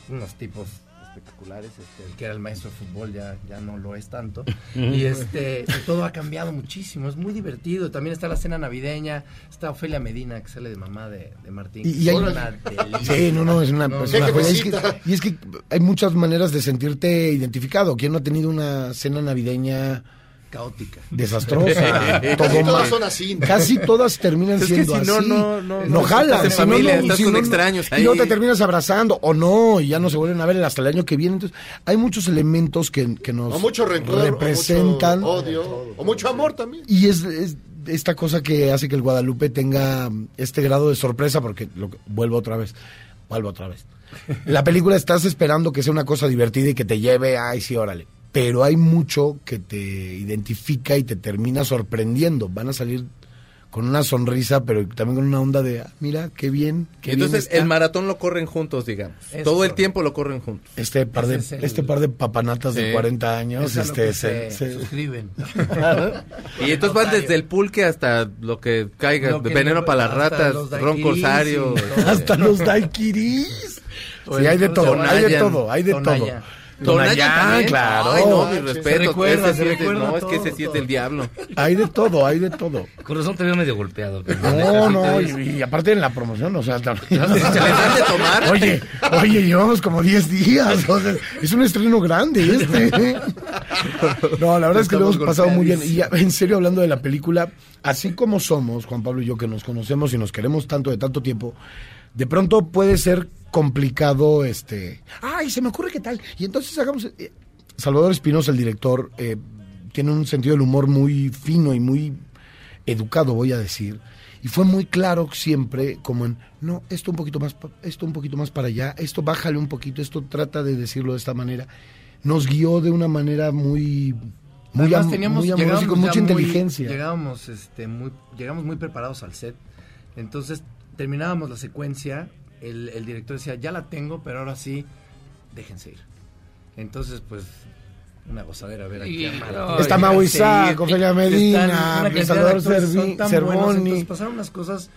[SPEAKER 16] unos tipos espectaculares, este, el que era el maestro de fútbol ya, ya no lo es tanto, y este y todo ha cambiado muchísimo, es muy divertido, también está la cena navideña, está Ofelia Medina que sale de mamá de, de Martín.
[SPEAKER 14] Y, y hay,
[SPEAKER 16] Una delicia.
[SPEAKER 14] sí, no, no, es una,
[SPEAKER 16] No,
[SPEAKER 14] es
[SPEAKER 16] qué
[SPEAKER 14] una joya. Es que-
[SPEAKER 16] jefecita.
[SPEAKER 14] y es que hay muchas maneras de sentirte identificado. ¿Quién no ha tenido una cena navideña
[SPEAKER 16] caótica,
[SPEAKER 14] desastrosa?
[SPEAKER 7] Casi
[SPEAKER 14] Todo
[SPEAKER 7] todas
[SPEAKER 14] mal.
[SPEAKER 7] son así.
[SPEAKER 14] Casi todas terminan
[SPEAKER 7] Es que
[SPEAKER 14] siendo
[SPEAKER 7] si no,
[SPEAKER 14] así.
[SPEAKER 7] no, no, no
[SPEAKER 14] jalas,
[SPEAKER 7] estás en
[SPEAKER 14] si no,
[SPEAKER 7] familia,
[SPEAKER 14] no,
[SPEAKER 7] estás
[SPEAKER 14] si
[SPEAKER 7] con
[SPEAKER 14] no, no.
[SPEAKER 7] extraños
[SPEAKER 14] Y no
[SPEAKER 7] ahí.
[SPEAKER 14] te terminas abrazando, o no, y ya no se vuelven a ver hasta el año que viene. Entonces, hay muchos elementos que, que nos
[SPEAKER 2] o mucho rencor, o
[SPEAKER 14] representan.
[SPEAKER 2] mucho odio, o mucho amor también.
[SPEAKER 14] Y es, es esta cosa que hace que el Guadalupe tenga este grado de sorpresa, porque lo, que- vuelvo otra vez, vuelvo otra vez. La película estás esperando que sea una cosa divertida y que te lleve, ay, sí, órale. Pero hay mucho que te identifica y te termina sorprendiendo. Van a salir con una sonrisa, pero también con una onda de, ah, mira, qué bien. Qué bien
[SPEAKER 7] Entonces,
[SPEAKER 14] está
[SPEAKER 7] el maratón lo corren juntos, digamos.
[SPEAKER 14] Eso
[SPEAKER 7] Todo el
[SPEAKER 14] correcto.
[SPEAKER 7] tiempo lo corren juntos.
[SPEAKER 14] este par de
[SPEAKER 7] Ese es el-
[SPEAKER 14] este par de papanatas
[SPEAKER 7] Sí.
[SPEAKER 14] de 40 años
[SPEAKER 7] Es a lo
[SPEAKER 14] este
[SPEAKER 7] que
[SPEAKER 14] se- se-
[SPEAKER 16] suscriben.
[SPEAKER 7] Y entonces van desde el pulque hasta lo que caiga,
[SPEAKER 16] Lo
[SPEAKER 7] de
[SPEAKER 16] que-
[SPEAKER 7] veneno para las
[SPEAKER 16] hasta
[SPEAKER 7] ratas,
[SPEAKER 16] los
[SPEAKER 7] ron
[SPEAKER 16] daiquiris
[SPEAKER 7] corsario.
[SPEAKER 16] y todo.
[SPEAKER 14] hasta los daiquiris
[SPEAKER 7] O
[SPEAKER 14] sí
[SPEAKER 7] el-
[SPEAKER 14] Ah, hay de
[SPEAKER 7] o
[SPEAKER 14] todo
[SPEAKER 7] sea,
[SPEAKER 14] hay de
[SPEAKER 7] Tonayan.
[SPEAKER 14] todo hay de todo
[SPEAKER 7] Tonayan. Tonayan también.
[SPEAKER 14] claro
[SPEAKER 7] Ay, no, mi
[SPEAKER 14] Ah,
[SPEAKER 7] respeto.
[SPEAKER 14] se recuerda, se
[SPEAKER 7] ese sí es de-
[SPEAKER 14] recuerda
[SPEAKER 7] no, es que
[SPEAKER 14] todo,
[SPEAKER 7] ese sí es del diablo.
[SPEAKER 14] hay de todo hay de todo
[SPEAKER 1] Con razón te veo medio golpeado.
[SPEAKER 14] no no y, y aparte en la promoción o sea también
[SPEAKER 1] tomar?
[SPEAKER 14] oye oye llevamos como 10 días o sea, es un estreno grande este No, la verdad es que lo hemos
[SPEAKER 7] Estamos
[SPEAKER 14] pasado muy bien. Y ya, en serio, hablando de la película, así como somos, Juan Pablo y yo, que nos conocemos y nos queremos tanto de tanto tiempo, de pronto puede ser complicado este. Ay, se me ocurre qué tal. Y entonces hagamos. eh, Salvador Espinosa, el director, eh, tiene un sentido del humor muy fino y muy educado, voy a decir. Y fue muy claro siempre, como en, no, esto un poquito más, pa- esto un poquito más para allá, esto bájale un poquito, esto trata de decirlo de esta manera. Nos guió de una manera muy, muy,
[SPEAKER 16] Además,
[SPEAKER 14] am-
[SPEAKER 16] teníamos,
[SPEAKER 14] muy amorosa y
[SPEAKER 16] llegábamos
[SPEAKER 14] con mucha
[SPEAKER 16] ya muy-
[SPEAKER 14] inteligencia.
[SPEAKER 16] Llegábamos, este, muy, llegamos muy preparados al set. Entonces, terminábamos la secuencia. El, el director decía, ya la tengo, pero ahora sí, déjense ir. Entonces, pues, una gozadera ver aquí. a
[SPEAKER 1] Y-
[SPEAKER 16] Marta.
[SPEAKER 14] Está
[SPEAKER 16] Déjense
[SPEAKER 14] Mau
[SPEAKER 16] ir.
[SPEAKER 14] Isaac, Ofelia Medina,
[SPEAKER 16] Están una cantidad
[SPEAKER 14] Salvador
[SPEAKER 16] de actores que son
[SPEAKER 14] Servi-
[SPEAKER 16] tan
[SPEAKER 14] Cervoni.
[SPEAKER 16] buenos. Entonces, pasaron unas cosas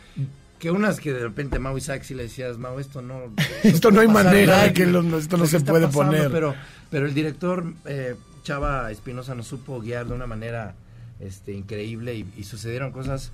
[SPEAKER 16] que unas que de repente Mau Isaac sí le decías, Mau, esto no...
[SPEAKER 14] Esto no hay
[SPEAKER 16] puede pasar
[SPEAKER 14] manera
[SPEAKER 16] nada".
[SPEAKER 14] de que lo- no- esto no
[SPEAKER 16] Pues,
[SPEAKER 14] se
[SPEAKER 16] ¿qué está
[SPEAKER 14] puede
[SPEAKER 16] pasando?
[SPEAKER 14] poner.
[SPEAKER 16] Pero, pero el director eh, Chava Espinosa nos supo guiar de una manera este, increíble y, y sucedieron cosas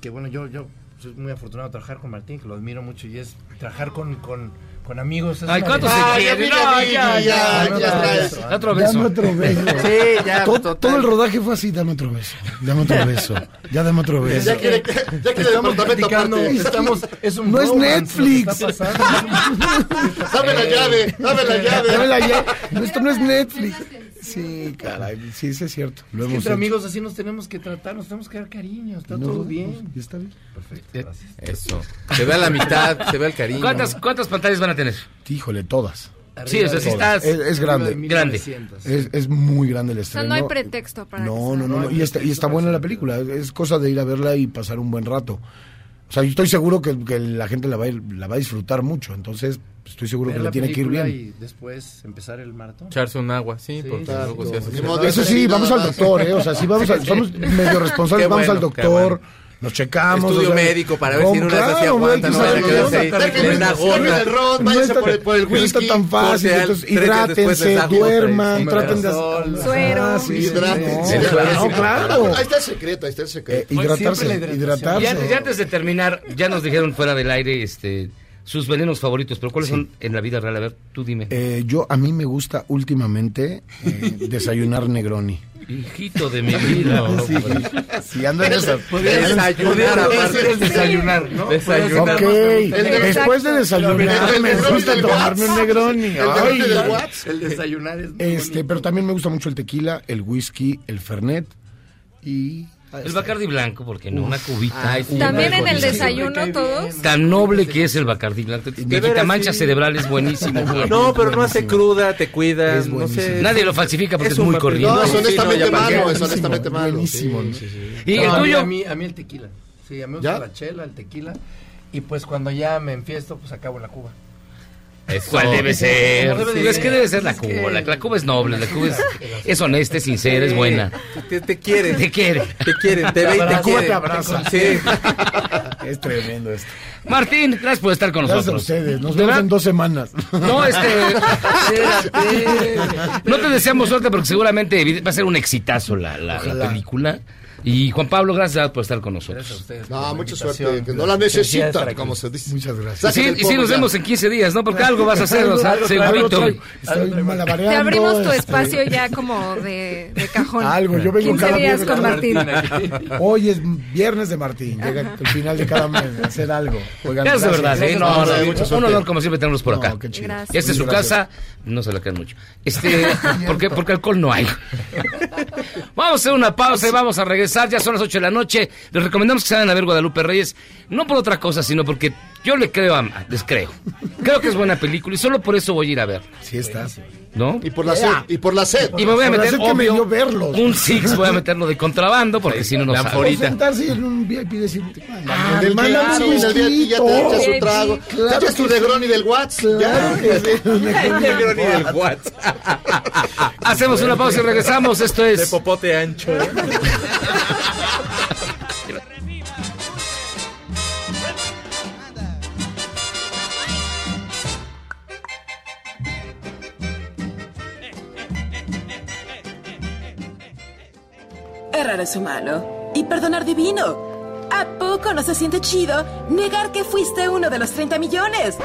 [SPEAKER 16] que, bueno, yo, yo soy muy afortunado de trabajar con Martín, que lo admiro mucho y es trabajar con... con con amigos. es
[SPEAKER 1] Ay,
[SPEAKER 16] una
[SPEAKER 1] ¿cuánto se
[SPEAKER 16] delicia.
[SPEAKER 1] quiere?
[SPEAKER 16] Ay,
[SPEAKER 1] No, ya, ya, ya,
[SPEAKER 16] dame
[SPEAKER 1] ya.
[SPEAKER 16] otro beso.
[SPEAKER 1] Dame otro beso.
[SPEAKER 14] Dame otro beso.
[SPEAKER 7] Sí, ya,
[SPEAKER 14] To- Todo,
[SPEAKER 7] total.
[SPEAKER 14] el rodaje fue así, dame otro beso, dame otro beso, ya dame otro beso.
[SPEAKER 2] Ya quiere, ya quiere
[SPEAKER 16] Estamos
[SPEAKER 2] departamento
[SPEAKER 16] platicando,
[SPEAKER 2] aparte.
[SPEAKER 16] estamos, es un
[SPEAKER 14] No es
[SPEAKER 16] romance lo que
[SPEAKER 14] Netflix.
[SPEAKER 16] está pasando.
[SPEAKER 2] Dame la llave, dame la llave.
[SPEAKER 14] Dame la llave. No, esto no es Netflix. Sí, caray, sí, sí es cierto. Lo
[SPEAKER 16] Es que
[SPEAKER 14] hemos
[SPEAKER 16] entre
[SPEAKER 14] hecho.
[SPEAKER 16] amigos así nos tenemos que tratar, nos tenemos que dar cariño, está
[SPEAKER 14] No,
[SPEAKER 16] todo
[SPEAKER 14] no,
[SPEAKER 16] bien.
[SPEAKER 14] Está bien.
[SPEAKER 7] Eso. Se ve a la mitad, se ve el cariño.
[SPEAKER 1] ¿Cuántas, ¿Cuántas pantallas van a tener?
[SPEAKER 14] Híjole, todas.
[SPEAKER 1] Sí, o sea, si estás...
[SPEAKER 14] Todas. Es, es grande.
[SPEAKER 1] Grande.
[SPEAKER 14] Es, es muy grande el
[SPEAKER 8] O sea,
[SPEAKER 14] estreno.
[SPEAKER 8] no hay pretexto para que
[SPEAKER 14] No,
[SPEAKER 8] sea-
[SPEAKER 14] no, no, no. Y está, y está buena la película. Es- Es cosa de ir a verla y pasar un buen rato. O sea, yo estoy seguro que, que la gente la va, a ir- la va a disfrutar mucho. Entonces, estoy seguro
[SPEAKER 16] Ver
[SPEAKER 14] que le
[SPEAKER 16] la
[SPEAKER 14] tiene que ir
[SPEAKER 16] película
[SPEAKER 14] bien.
[SPEAKER 16] Y después empezar el maratón.
[SPEAKER 7] Echarse un agua, sí, porque
[SPEAKER 16] claro.
[SPEAKER 7] luego se hace-
[SPEAKER 2] Ni modo,
[SPEAKER 14] Eso sí,
[SPEAKER 2] nada
[SPEAKER 14] vamos al eh,
[SPEAKER 2] más.
[SPEAKER 14] doctor, ¿eh? O sea, sí, vamos al- somos medio responsables,
[SPEAKER 7] Qué
[SPEAKER 14] vamos al
[SPEAKER 7] bueno, qué
[SPEAKER 14] doctor. Nos checamos.
[SPEAKER 7] Estudio médico para ver si en una de esas sí aguanta, no vaya a quedarse ahí en una gorra.
[SPEAKER 14] No
[SPEAKER 7] Váyase
[SPEAKER 14] está-
[SPEAKER 7] por el- por el
[SPEAKER 14] no está
[SPEAKER 7] whisky,
[SPEAKER 14] tan fácil.
[SPEAKER 7] corte
[SPEAKER 14] Entonces,
[SPEAKER 7] al- tres días después les
[SPEAKER 14] hidrátense,
[SPEAKER 7] da gota y
[SPEAKER 14] duerman,
[SPEAKER 7] sin
[SPEAKER 14] traten de.
[SPEAKER 7] sol.
[SPEAKER 14] Ah,
[SPEAKER 7] Suero.
[SPEAKER 14] sí,
[SPEAKER 2] Hidrátense.
[SPEAKER 14] no, claro,
[SPEAKER 2] Hidrátense.
[SPEAKER 14] claro.
[SPEAKER 2] Ahí está el secreto, ahí está el secreto.
[SPEAKER 1] Y antes, y antes de terminar, ya nos dijeron fuera del aire este sus venenos favoritos, pero ¿cuáles
[SPEAKER 14] Sí.
[SPEAKER 1] son en la vida real? A ver, tú dime.
[SPEAKER 14] Eh, yo, a mí me gusta últimamente eh, desayunar Negroni.
[SPEAKER 1] Hijito de mi vida.
[SPEAKER 14] Sí, sí, ando en esas.
[SPEAKER 1] Podría
[SPEAKER 14] Ando en-
[SPEAKER 1] desayunar,
[SPEAKER 14] podría-
[SPEAKER 1] aparte.
[SPEAKER 14] podría ser el desayunar, ¿no?
[SPEAKER 1] Desayunar.
[SPEAKER 14] Ok,
[SPEAKER 1] Exacto.
[SPEAKER 14] después de desayunar
[SPEAKER 1] El
[SPEAKER 14] me
[SPEAKER 1] Negroni
[SPEAKER 14] gusta
[SPEAKER 1] del
[SPEAKER 14] tomarme un
[SPEAKER 1] Watts.
[SPEAKER 14] Negroni.
[SPEAKER 1] El Negroni
[SPEAKER 14] Ay.
[SPEAKER 1] del
[SPEAKER 7] El desayunar es
[SPEAKER 14] Este, pero también me gusta mucho el tequila, el whisky, el fernet y...
[SPEAKER 1] El Bacardi blanco, porque no, una cubita.
[SPEAKER 14] Ay, sí,
[SPEAKER 8] También en el
[SPEAKER 1] Sí.
[SPEAKER 8] desayuno todos.
[SPEAKER 1] Tan noble que es el Bacardi blanco. Te quita
[SPEAKER 7] veras,
[SPEAKER 1] mancha
[SPEAKER 7] sí.
[SPEAKER 1] cerebral, es buenísimo.
[SPEAKER 7] No, pero no hace cruda, te cuida. No sé.
[SPEAKER 1] Nadie lo falsifica porque es, muy corriente.
[SPEAKER 7] No, es honestamente malo.
[SPEAKER 2] es honestamente malo.
[SPEAKER 14] Buenísimo.
[SPEAKER 1] ¿Y el
[SPEAKER 16] No, a mí-
[SPEAKER 1] tuyo?
[SPEAKER 16] A mí, a mí el tequila. Sí, a mí me gusta la chela, el tequila. Y pues cuando ya me enfiesto, pues acabo en la cuba.
[SPEAKER 1] ¿Cuál debe ser?
[SPEAKER 16] Como debe de
[SPEAKER 1] es que
[SPEAKER 16] ser.
[SPEAKER 1] debe ser la
[SPEAKER 16] Es que-
[SPEAKER 1] Cuba. La, la Cuba es noble, la Cuba es, es honesta, es sincera, es buena.
[SPEAKER 7] Te, te quiere.
[SPEAKER 1] Te quiere.
[SPEAKER 7] Te quiere. Te ve y te
[SPEAKER 1] abraza.
[SPEAKER 7] quiere.
[SPEAKER 1] Te abraza.
[SPEAKER 7] Sí.
[SPEAKER 14] Es tremendo esto.
[SPEAKER 1] Martín, gracias por estar con
[SPEAKER 14] Gracias a
[SPEAKER 1] nosotros.
[SPEAKER 14] ustedes. Nos vemos en dos semanas.
[SPEAKER 1] No, este. No te deseamos suerte porque seguramente evi- va a ser un exitazo la, la- la
[SPEAKER 2] Ojalá.
[SPEAKER 1] película. Y Juan Pablo, gracias por estar con nosotros.
[SPEAKER 2] No, Ah, mucha suerte.
[SPEAKER 1] invitación.
[SPEAKER 2] Que no la
[SPEAKER 1] Felicidades estar
[SPEAKER 2] necesitan,
[SPEAKER 1] aquí.
[SPEAKER 2] como se dice.
[SPEAKER 14] Muchas gracias.
[SPEAKER 1] Y sí, y sí, nos vemos en 15 días, ¿no? Porque algo vas a hacer, o sea,
[SPEAKER 14] Algo- algo-
[SPEAKER 1] segurito.
[SPEAKER 14] algo- Estoy malabareando.
[SPEAKER 8] Te abrimos tu
[SPEAKER 14] este,
[SPEAKER 8] espacio ya como de, de cajón.
[SPEAKER 14] Algo, yo vengo
[SPEAKER 8] 15
[SPEAKER 14] cada
[SPEAKER 8] días
[SPEAKER 14] viernes
[SPEAKER 8] con Martín.
[SPEAKER 14] Hoy es viernes de Martín. Llega el final de cada mes a hacer algo. Oigan,
[SPEAKER 1] Ya es de
[SPEAKER 14] gracias.
[SPEAKER 1] verdad, ¿eh?
[SPEAKER 14] Gracias,
[SPEAKER 1] No,
[SPEAKER 14] Martín.
[SPEAKER 1] no,
[SPEAKER 14] Mucha
[SPEAKER 1] un
[SPEAKER 14] suerte.
[SPEAKER 1] honor como siempre tenerlos por acá.
[SPEAKER 14] qué chido.
[SPEAKER 1] Y esta es su
[SPEAKER 14] Gracias.
[SPEAKER 1] casa, no se la quedan mucho. Este, porque, porque alcohol no hay. Vamos a hacer una pausa y vamos a regresar. Ya son las 8 de la noche. Les recomendamos que se vayan a ver Guadalupe Reyes. No por otra cosa, sino porque yo le creo a. Les creo. Creo que es buena película y solo por eso voy a ir a ver.
[SPEAKER 14] Sí, está.
[SPEAKER 1] ¿No?
[SPEAKER 2] Y por la sed. Y por la sed.
[SPEAKER 1] Y me voy a
[SPEAKER 14] Por la
[SPEAKER 1] meter
[SPEAKER 14] sed que me
[SPEAKER 1] obvio,
[SPEAKER 14] dio verlos.
[SPEAKER 1] un six, voy a meterlo de contrabando porque si no no
[SPEAKER 14] O
[SPEAKER 1] sabe.
[SPEAKER 14] sentarse en un VIP y decir,
[SPEAKER 2] Ah, del claro, en el día a día te echas un trago. te echas tu Negroni del Watts.
[SPEAKER 14] Claro
[SPEAKER 2] ya.
[SPEAKER 14] que sí.
[SPEAKER 7] Negroni del WhatsApp.
[SPEAKER 1] Hacemos una pausa y regresamos. Esto
[SPEAKER 7] De
[SPEAKER 1] es.
[SPEAKER 7] popote ancho. ¿eh?
[SPEAKER 3] Errar es humano y perdonar divino. ¿A poco no se siente chido negar que fuiste uno de los 30 millones?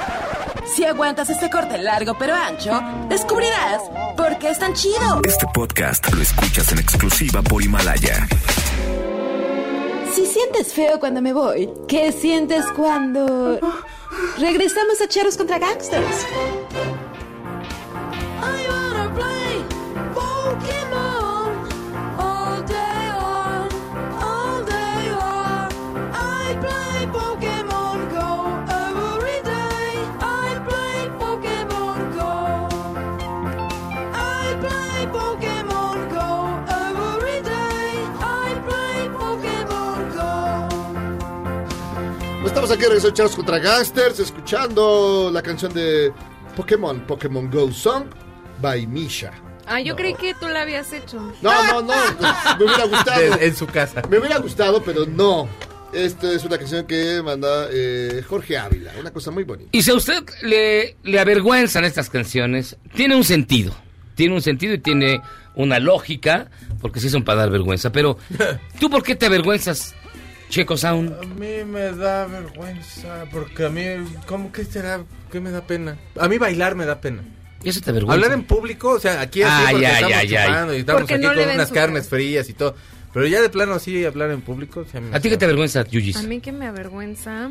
[SPEAKER 3] Si aguantas este corte largo pero ancho, descubrirás por qué es tan chido.
[SPEAKER 12] Este podcast lo escuchas en exclusiva por Himalaya.
[SPEAKER 18] Si sientes feo cuando me voy, ¿qué sientes cuando regresamos a Charros contra Gangsters?
[SPEAKER 4] I wanna play Pokemon all day long, all day long. I play Pokemon Go every day. I play Pokemon Go. I play Pokemon Go every day. I play Pokemon Go.
[SPEAKER 2] Pues Estamos aquí regresando Charles contra Gangsters, escuchando la canción de Pokémon, Pokémon Go Song by Misha.
[SPEAKER 8] Ah, yo creí que tú la habías hecho.
[SPEAKER 2] No, no, no, pues, me hubiera gustado.
[SPEAKER 7] De- En su casa.
[SPEAKER 2] Me hubiera gustado, pero no. Esta es una canción que manda eh, Jorge Ávila, una cosa muy bonita.
[SPEAKER 1] Y si a usted le, le avergüenzan estas canciones, tiene un sentido. Tiene un sentido y tiene una lógica, porque sí son para dar vergüenza. Pero, ¿tú por qué te avergüenzas, Checo Sound?
[SPEAKER 7] A mí me da vergüenza, porque a mí, ¿cómo que será? ¿Qué me da pena? A mí bailar me da pena.
[SPEAKER 1] Eso te avergüenza. Ah,
[SPEAKER 7] Hablar en público, o sea, aquí así
[SPEAKER 1] Ay,
[SPEAKER 7] porque
[SPEAKER 1] ay,
[SPEAKER 7] estamos
[SPEAKER 1] ay, ay.
[SPEAKER 7] chupando y estamos
[SPEAKER 8] Porque
[SPEAKER 7] aquí
[SPEAKER 8] no le
[SPEAKER 7] con
[SPEAKER 8] ven
[SPEAKER 7] unas
[SPEAKER 8] su
[SPEAKER 7] carnes frías y todo. Pero ya de plano así hablar en público, sí, me
[SPEAKER 1] ¿A ti qué
[SPEAKER 7] da-
[SPEAKER 1] te avergüenza,
[SPEAKER 8] A
[SPEAKER 1] Yuyis?
[SPEAKER 8] mí que me avergüenza.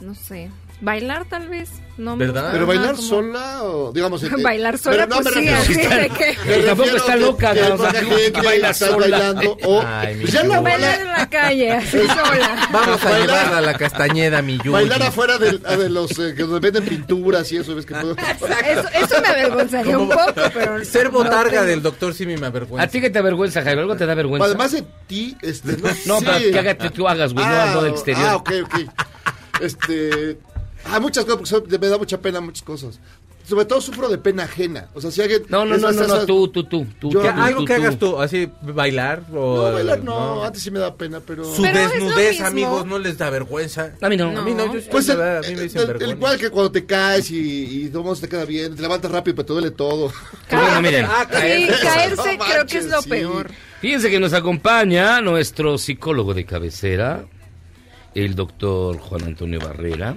[SPEAKER 8] No sé. Bailar tal vez. No me
[SPEAKER 1] ¿Verdad?
[SPEAKER 8] gusta
[SPEAKER 2] Pero
[SPEAKER 8] nada,
[SPEAKER 2] bailar
[SPEAKER 8] como-
[SPEAKER 2] sola o digamos este-
[SPEAKER 8] Bailar
[SPEAKER 2] pero
[SPEAKER 8] sola,
[SPEAKER 2] no
[SPEAKER 8] pues
[SPEAKER 2] me
[SPEAKER 8] sí,
[SPEAKER 2] refiero-
[SPEAKER 8] así de
[SPEAKER 2] Me
[SPEAKER 8] que.
[SPEAKER 2] refiero
[SPEAKER 1] Tampoco está
[SPEAKER 2] que-
[SPEAKER 1] loca,
[SPEAKER 2] que
[SPEAKER 1] ¿no?
[SPEAKER 2] ponga
[SPEAKER 1] O sea,
[SPEAKER 2] gente que
[SPEAKER 1] baila
[SPEAKER 2] estás
[SPEAKER 1] sola.
[SPEAKER 2] bailando o
[SPEAKER 7] Ay, mi
[SPEAKER 2] Pues ya
[SPEAKER 7] Yu.
[SPEAKER 2] la
[SPEAKER 8] Bailar en la calle, así sola.
[SPEAKER 7] Vamos a
[SPEAKER 2] Bailar-
[SPEAKER 7] llevarla a la castañeda, mi Yuji.
[SPEAKER 2] Bailar afuera de, a de los eh, que nos venden pinturas y eso, ¿ves que puedo?
[SPEAKER 8] Eso, eso me avergonzaría un
[SPEAKER 7] Como-
[SPEAKER 8] poco, pero.
[SPEAKER 7] Ser
[SPEAKER 8] no
[SPEAKER 7] botarga
[SPEAKER 8] tengo.
[SPEAKER 7] del doctor Simi me avergüenza.
[SPEAKER 1] ¿A ti qué te avergüenza, Jairo? ¿Algo te da vergüenza?
[SPEAKER 2] Pues Además de ti, este, no,
[SPEAKER 1] no,
[SPEAKER 2] sé.
[SPEAKER 1] pero que haga- que tú hagas, güey, no
[SPEAKER 2] Ah,
[SPEAKER 1] algo del exterior.
[SPEAKER 2] Ah, ok, ok. Este. Ah, muchas cosas, porque son- me da mucha pena muchas cosas. sobre todo sufro de pena ajena. O sea, si alguien.
[SPEAKER 1] No, no,
[SPEAKER 2] es
[SPEAKER 1] no,
[SPEAKER 2] más,
[SPEAKER 1] no,
[SPEAKER 2] esa-
[SPEAKER 1] no, tú, tú, tú. tú,
[SPEAKER 2] Yo-
[SPEAKER 1] tú,
[SPEAKER 7] Que
[SPEAKER 1] tú,
[SPEAKER 7] algo
[SPEAKER 1] tú,
[SPEAKER 7] que
[SPEAKER 1] tú.
[SPEAKER 7] hagas tú, así bailar o
[SPEAKER 2] No, bailar no, antes sí me da pena, pero.
[SPEAKER 7] Su desnudez, amigos, no les da vergüenza.
[SPEAKER 1] A mí no.
[SPEAKER 7] A mí no, yo,
[SPEAKER 2] Pues
[SPEAKER 7] la
[SPEAKER 2] el-
[SPEAKER 7] verdad, a mí me dicen
[SPEAKER 2] el- el
[SPEAKER 7] vergüenza.
[SPEAKER 2] igual que cuando te caes y, y no se te queda bien, te levantas rápido, pero te duele todo.
[SPEAKER 1] Bueno, miren.
[SPEAKER 2] Ah,
[SPEAKER 8] Sí, caerse
[SPEAKER 2] No
[SPEAKER 8] creo que es lo
[SPEAKER 2] manches, sí.
[SPEAKER 8] peor.
[SPEAKER 1] Fíjense que nos acompaña nuestro psicólogo de cabecera, el doctor Juan Antonio Barrera,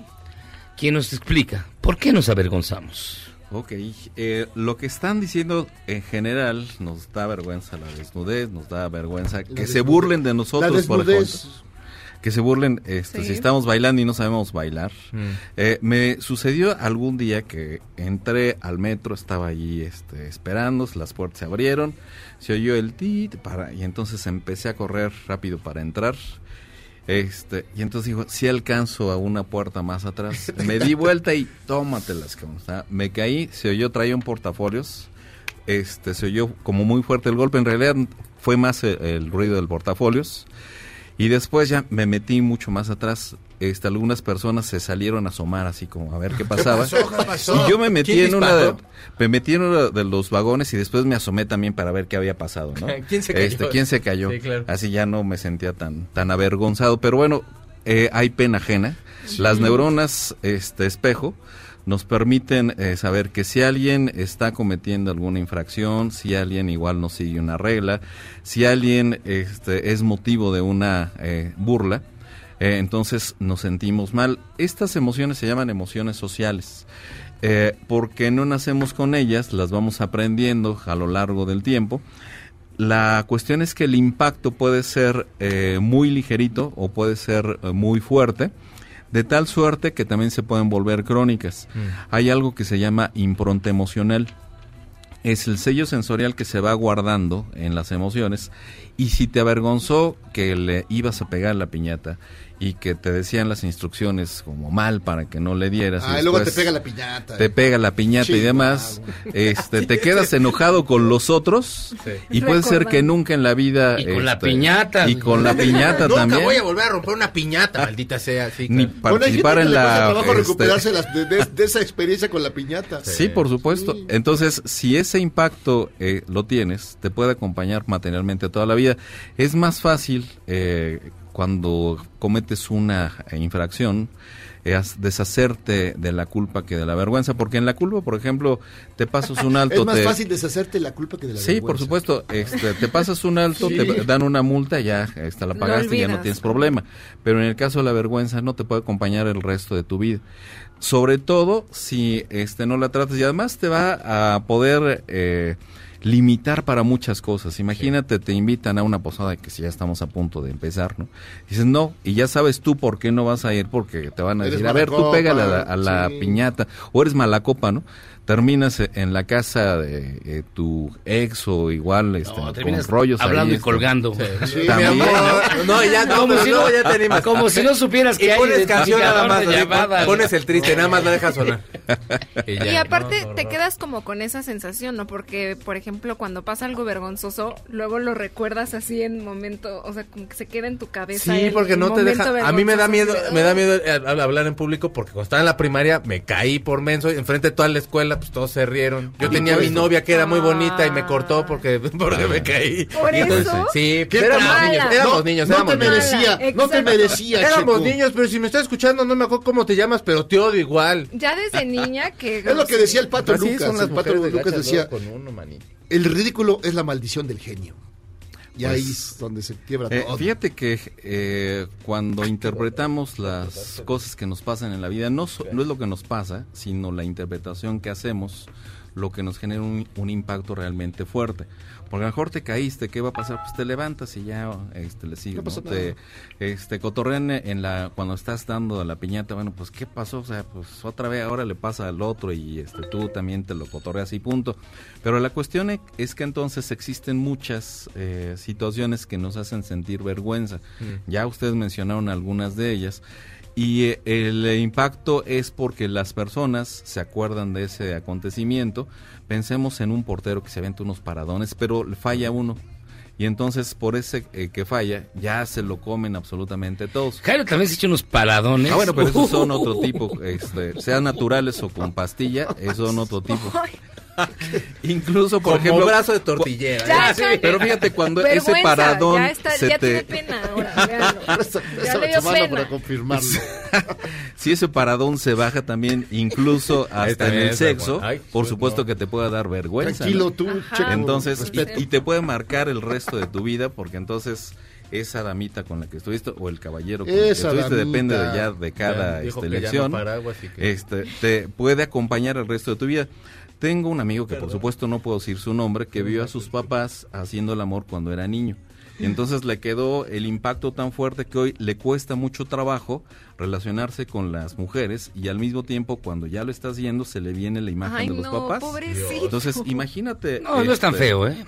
[SPEAKER 1] quien nos explica por qué nos avergonzamos.
[SPEAKER 19] Ok, eh, lo que están diciendo en general nos da vergüenza la desnudez, nos da vergüenza que se
[SPEAKER 2] desnudez.
[SPEAKER 19] burlen de nosotros.
[SPEAKER 2] La
[SPEAKER 19] por
[SPEAKER 2] desnudez.
[SPEAKER 19] ejemplo. que se burlen este,
[SPEAKER 2] Sí.
[SPEAKER 19] si estamos bailando y no sabemos bailar.
[SPEAKER 2] Mm.
[SPEAKER 19] Eh, me sucedió algún día que entré al metro, estaba allí este, esperando, las puertas se abrieron, se oyó el tit para, y entonces empecé a correr rápido para entrar. Este, y entonces dijo, si alcanzo a una puerta más atrás, me di vuelta y tómatelas, cabrón. O sea, me caí, se oyó, traía un portafolios, este, se oyó como muy fuerte el golpe, en realidad fue más eh, el, ruido del portafolios. Y después ya me metí mucho más atrás. Este, algunas personas se salieron a asomar así como a ver qué pasaba.
[SPEAKER 14] pasó? ¿Qué pasó?
[SPEAKER 19] Y yo me metí
[SPEAKER 14] ¿Quién
[SPEAKER 19] en una de,
[SPEAKER 14] disparó?
[SPEAKER 19] me metí en uno de los vagones y después me asomé también para ver qué había pasado, ¿no?
[SPEAKER 7] ¿Quién se cayó?
[SPEAKER 19] Este, ¿quién se cayó?
[SPEAKER 7] Sí, claro.
[SPEAKER 19] Así ya no me sentía tan, tan avergonzado. Pero bueno, eh, hay pena ajena. Las neuronas este espejo nos permiten eh, saber que si alguien está cometiendo alguna infracción, si alguien igual no sigue una regla, si alguien este, es motivo de una eh, burla, eh, entonces nos sentimos mal. Estas emociones se llaman emociones sociales. eh, porque no nacemos con ellas, las vamos aprendiendo a lo largo del tiempo. La cuestión es que el impacto puede ser eh, muy ligerito o puede ser eh, muy fuerte, de tal suerte que también se pueden volver crónicas. Hay algo que se llama impronta emocional. Es el sello sensorial que se va guardando en las emociones. Y si te avergonzó que le ibas a pegar la piñata y que te decían las instrucciones como mal para que no le dieras.
[SPEAKER 2] Ah, y luego te pega la piñata.
[SPEAKER 19] Te pega la piñata y
[SPEAKER 2] Chingado.
[SPEAKER 19] demás. Este, te quedas enojado con los otros y puede ser que nunca en la vida.
[SPEAKER 7] Y con la
[SPEAKER 19] piñata. Y con la piñata
[SPEAKER 7] Nunca
[SPEAKER 19] también.
[SPEAKER 7] voy a volver a romper una piñata, maldita sea. Sí,
[SPEAKER 19] Ni
[SPEAKER 7] claro.
[SPEAKER 2] Bueno, hay gente
[SPEAKER 19] participar
[SPEAKER 2] que
[SPEAKER 19] en
[SPEAKER 2] le cuesta
[SPEAKER 19] la.
[SPEAKER 2] trabajo
[SPEAKER 19] este,
[SPEAKER 2] recuperarse las- de, de- de esa experiencia con la piñata.
[SPEAKER 19] Sí, por supuesto. Entonces, si ese impacto eh, lo tienes, te puede acompañar materialmente toda la vida. Es más fácil eh, cuando cometes una eh, infracción eh, as- deshacerte de la culpa que de la vergüenza, porque en la culpa, por ejemplo, te pasas un alto,
[SPEAKER 2] Es más
[SPEAKER 19] te-
[SPEAKER 2] fácil deshacerte la culpa que de la
[SPEAKER 19] Sí, por
[SPEAKER 2] vergüenza.
[SPEAKER 19] supuesto. Este, te pasas un alto,
[SPEAKER 2] Sí.
[SPEAKER 19] te dan una multa, ya hasta la
[SPEAKER 2] Lo
[SPEAKER 19] pagaste, ya no
[SPEAKER 2] olvidas.
[SPEAKER 19] tienes problema. Pero en el caso de la vergüenza no te puede acompañar el resto de tu vida. Sobre todo si este no la tratas y además te va a poder eh, limitar para muchas cosas. Imagínate, te invitan a una posada que si ya estamos a punto de empezar, ¿no? Dices no y ya sabes tú por qué no vas a ir porque te van a
[SPEAKER 2] Eres
[SPEAKER 19] decir, a ver, tú
[SPEAKER 2] malacopa,
[SPEAKER 19] pégale a la, a la
[SPEAKER 2] sí.
[SPEAKER 19] piñata o eres mala copa, ¿no? Terminas eh, en la casa de eh, tu ex o igual este, con
[SPEAKER 1] terminas
[SPEAKER 19] rollos
[SPEAKER 1] hablando y
[SPEAKER 19] este.
[SPEAKER 1] colgando.
[SPEAKER 19] Sí.
[SPEAKER 1] Sí,
[SPEAKER 19] También,
[SPEAKER 1] mi amor.
[SPEAKER 19] ¿no?
[SPEAKER 7] Ah, No, ya no,
[SPEAKER 1] Como
[SPEAKER 7] pero
[SPEAKER 1] si
[SPEAKER 7] luego
[SPEAKER 1] no-
[SPEAKER 7] ya te animas.
[SPEAKER 1] como si no supieras
[SPEAKER 7] y
[SPEAKER 1] que hay
[SPEAKER 7] pones canción nada
[SPEAKER 1] identificador
[SPEAKER 7] más.
[SPEAKER 1] de
[SPEAKER 7] así,
[SPEAKER 1] llamadas.
[SPEAKER 7] pones el triste, nada más la dejas sonar.
[SPEAKER 8] Y aparte te quedas como con esa sensación, ¿no? Porque, por ejemplo, cuando pasa algo vergonzoso, luego lo recuerdas así en momento, o sea, como que se queda en tu cabeza.
[SPEAKER 7] Sí,
[SPEAKER 8] el
[SPEAKER 7] porque no te
[SPEAKER 8] momento
[SPEAKER 7] deja. A mí me da miedo,
[SPEAKER 8] vergonzoso, así de,
[SPEAKER 7] me da miedo eh, hab- hablar en público porque cuando estaba en la primaria me caí por menso y enfrente de toda la escuela pues todos se rieron. Yo
[SPEAKER 19] Ah,
[SPEAKER 7] tenía a
[SPEAKER 19] por
[SPEAKER 7] mi
[SPEAKER 19] eso.
[SPEAKER 7] novia que era muy bonita
[SPEAKER 8] Ah.
[SPEAKER 7] y me cortó porque porque me caí.
[SPEAKER 19] ¿Por
[SPEAKER 7] Y entonces-
[SPEAKER 19] eso?
[SPEAKER 7] Sí, pues,
[SPEAKER 19] Qué
[SPEAKER 7] éramos
[SPEAKER 19] mala.
[SPEAKER 7] niños,
[SPEAKER 19] No,
[SPEAKER 7] éramos niños,
[SPEAKER 19] no
[SPEAKER 7] éramos
[SPEAKER 19] te
[SPEAKER 7] niños.
[SPEAKER 19] merecía, no te Exacto. merecía,
[SPEAKER 7] Éramos
[SPEAKER 19] Checo.
[SPEAKER 7] niños, pero si me estás escuchando no me acuerdo cómo te llamas, pero te odio igual. Ah,
[SPEAKER 8] Ya desde niña que...
[SPEAKER 2] Es lo que decía el Pato
[SPEAKER 7] Así
[SPEAKER 2] Lucas.
[SPEAKER 7] son las
[SPEAKER 2] el Pato
[SPEAKER 7] mujeres de
[SPEAKER 2] Lucas
[SPEAKER 7] gachas,
[SPEAKER 2] decía,
[SPEAKER 7] luego con uno, maní.
[SPEAKER 2] el ridículo es la maldición del genio. Y
[SPEAKER 19] Pues,
[SPEAKER 2] ahí es donde se quiebra
[SPEAKER 19] Eh,
[SPEAKER 2] todo.
[SPEAKER 19] fíjate que eh, cuando interpretamos las cosas que nos pasan en la vida, no, so- no es lo que nos pasa, sino la interpretación que hacemos lo que nos genera un, un impacto realmente fuerte. Porque a lo mejor te caíste, ¿qué va a pasar? Pues te levantas y ya este, le sigues.
[SPEAKER 2] No pasó
[SPEAKER 19] ¿no? Te, este, cotorrean en la, cuando estás dando la piñata, bueno, pues ¿qué pasó? O sea, pues otra vez ahora le pasa al otro y este, tú también te lo cotorreas y punto. Pero la cuestión e- es que entonces existen muchas eh, situaciones que nos hacen sentir vergüenza.
[SPEAKER 7] Mm.
[SPEAKER 19] Ya ustedes mencionaron algunas de ellas. Y eh, el impacto es porque las personas se acuerdan de ese acontecimiento. Pensemos en un portero que se avienta unos paradones, pero le falla uno. Y entonces, por ese eh, que falla, ya se lo comen absolutamente todos.
[SPEAKER 1] Jairo también se echa unos paradones.
[SPEAKER 19] Ah, bueno, pero esos son otro tipo, este, sean naturales o con pastilla, esos son otro tipo. Incluso, por
[SPEAKER 7] Como
[SPEAKER 19] ejemplo.
[SPEAKER 7] brazo de tortillera,
[SPEAKER 19] cu-
[SPEAKER 7] ¿eh?
[SPEAKER 19] Ah,
[SPEAKER 7] Ya,
[SPEAKER 19] sí,
[SPEAKER 7] Tony.
[SPEAKER 19] pero fíjate, cuando ese
[SPEAKER 8] Vergüenza,
[SPEAKER 19] paradón.
[SPEAKER 8] ya está-
[SPEAKER 19] se
[SPEAKER 8] ya
[SPEAKER 19] te-
[SPEAKER 8] tiene pena ahora, véanlo. Ya le dio pena.
[SPEAKER 2] confirmarlo.
[SPEAKER 19] si ese paradón se baja también, incluso hasta en
[SPEAKER 2] también
[SPEAKER 19] el
[SPEAKER 2] es
[SPEAKER 19] sexo,
[SPEAKER 2] vergüenza. Ay,
[SPEAKER 19] por supuesto que te pueda dar vergüenza.
[SPEAKER 2] Tranquilo
[SPEAKER 19] ¿no?
[SPEAKER 2] tú, Ajá. Checo,
[SPEAKER 19] Entonces, y-
[SPEAKER 2] respeto.
[SPEAKER 19] y, te puede marcar el resto de tu vida, porque entonces esa damita con la que estuviste o el caballero con el que
[SPEAKER 7] Esa
[SPEAKER 19] estuviste
[SPEAKER 7] damita.
[SPEAKER 19] depende de ya de
[SPEAKER 7] Ya,
[SPEAKER 19] cada
[SPEAKER 7] dijo
[SPEAKER 19] este,
[SPEAKER 7] que ya no
[SPEAKER 19] elección
[SPEAKER 7] paraguas y que-
[SPEAKER 19] este te puede acompañar el resto de tu vida tengo un amigo que por supuesto no puedo decir su nombre que vio a sus papás haciendo el amor cuando era niño y entonces le quedó el impacto tan fuerte que hoy le cuesta mucho trabajo relacionarse con las mujeres y al mismo tiempo cuando ya lo está haciendo se le viene la imagen
[SPEAKER 8] Ay,
[SPEAKER 19] de los
[SPEAKER 8] no,
[SPEAKER 19] papás
[SPEAKER 8] pobrecito.
[SPEAKER 19] entonces imagínate este,
[SPEAKER 1] No, no es tan feo, ¿eh?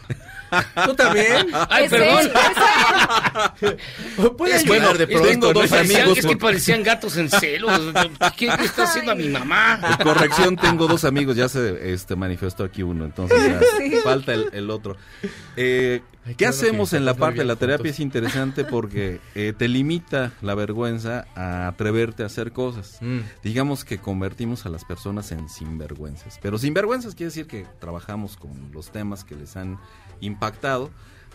[SPEAKER 7] ¿Tú también?
[SPEAKER 1] Ay,
[SPEAKER 7] Es
[SPEAKER 1] perdón.
[SPEAKER 7] él,
[SPEAKER 1] Es que-
[SPEAKER 7] ayudar de
[SPEAKER 1] es que
[SPEAKER 7] pronto,
[SPEAKER 1] tengo
[SPEAKER 7] ¿no?
[SPEAKER 1] dos
[SPEAKER 7] Parecían-
[SPEAKER 1] amigos. Es
[SPEAKER 7] es
[SPEAKER 1] que
[SPEAKER 7] que
[SPEAKER 1] parecían gatos en celos. ¿Qué, está haciendo a mi mamá?
[SPEAKER 19] Corrección, tengo dos amigos, ya se este, manifestó aquí uno, entonces ya
[SPEAKER 1] Sí.
[SPEAKER 19] falta el, el otro. Eh, ¿Qué hacemos en la parte de la terapia? Es interesante porque eh, te limita la vergüenza a atreverte a hacer cosas. Digamos que convertimos a las personas en sinvergüenzas, pero sinvergüenzas quiere decir que trabajamos con los temas que les han impactado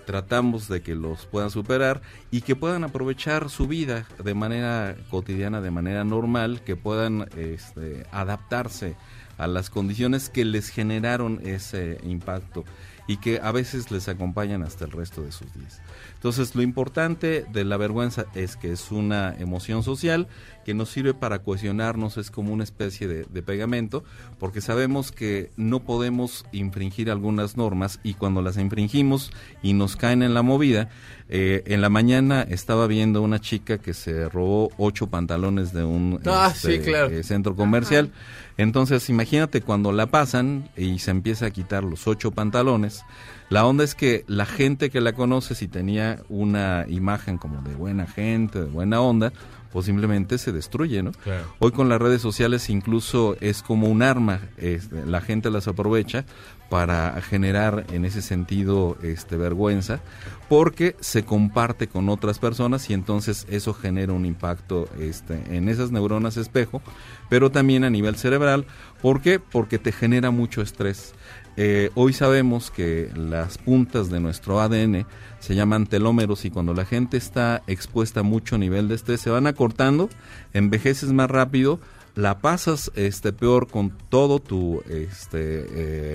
[SPEAKER 19] tratamos de que los puedan superar y que puedan aprovechar su vida de manera cotidiana, de manera normal, que puedan este, adaptarse a las condiciones que les generaron ese impacto y que a veces les acompañan hasta el resto de sus días. Entonces lo importante de la vergüenza es que es una emoción social que nos sirve para cohesionarnos, es como una especie de, de pegamento, porque sabemos que no podemos infringir algunas normas y cuando las infringimos y nos caen en la movida, eh, en la mañana estaba viendo una chica que se robó ocho pantalones de un
[SPEAKER 7] Ah, sí, claro.
[SPEAKER 19] eh, centro comercial. Entonces, imagínate cuando la pasan y se empieza a quitar los ocho pantalones. La onda es que la gente que la conoce, si tenía una imagen como de buena gente, de buena onda, pues simplemente se destruye, ¿no?
[SPEAKER 7] Claro.
[SPEAKER 19] Hoy con las redes sociales incluso es como un arma, este, la gente las aprovecha para generar en ese sentido este vergüenza porque se comparte con otras personas y entonces eso genera un impacto este en esas neuronas espejo, pero también a nivel cerebral, ¿por qué? Porque te genera mucho estrés. Eh, hoy sabemos que las puntas de nuestro ADN se llaman telómeros y cuando la gente está expuesta a mucho nivel de estrés se van acortando, envejeces más rápido, la pasas este peor con todo tu este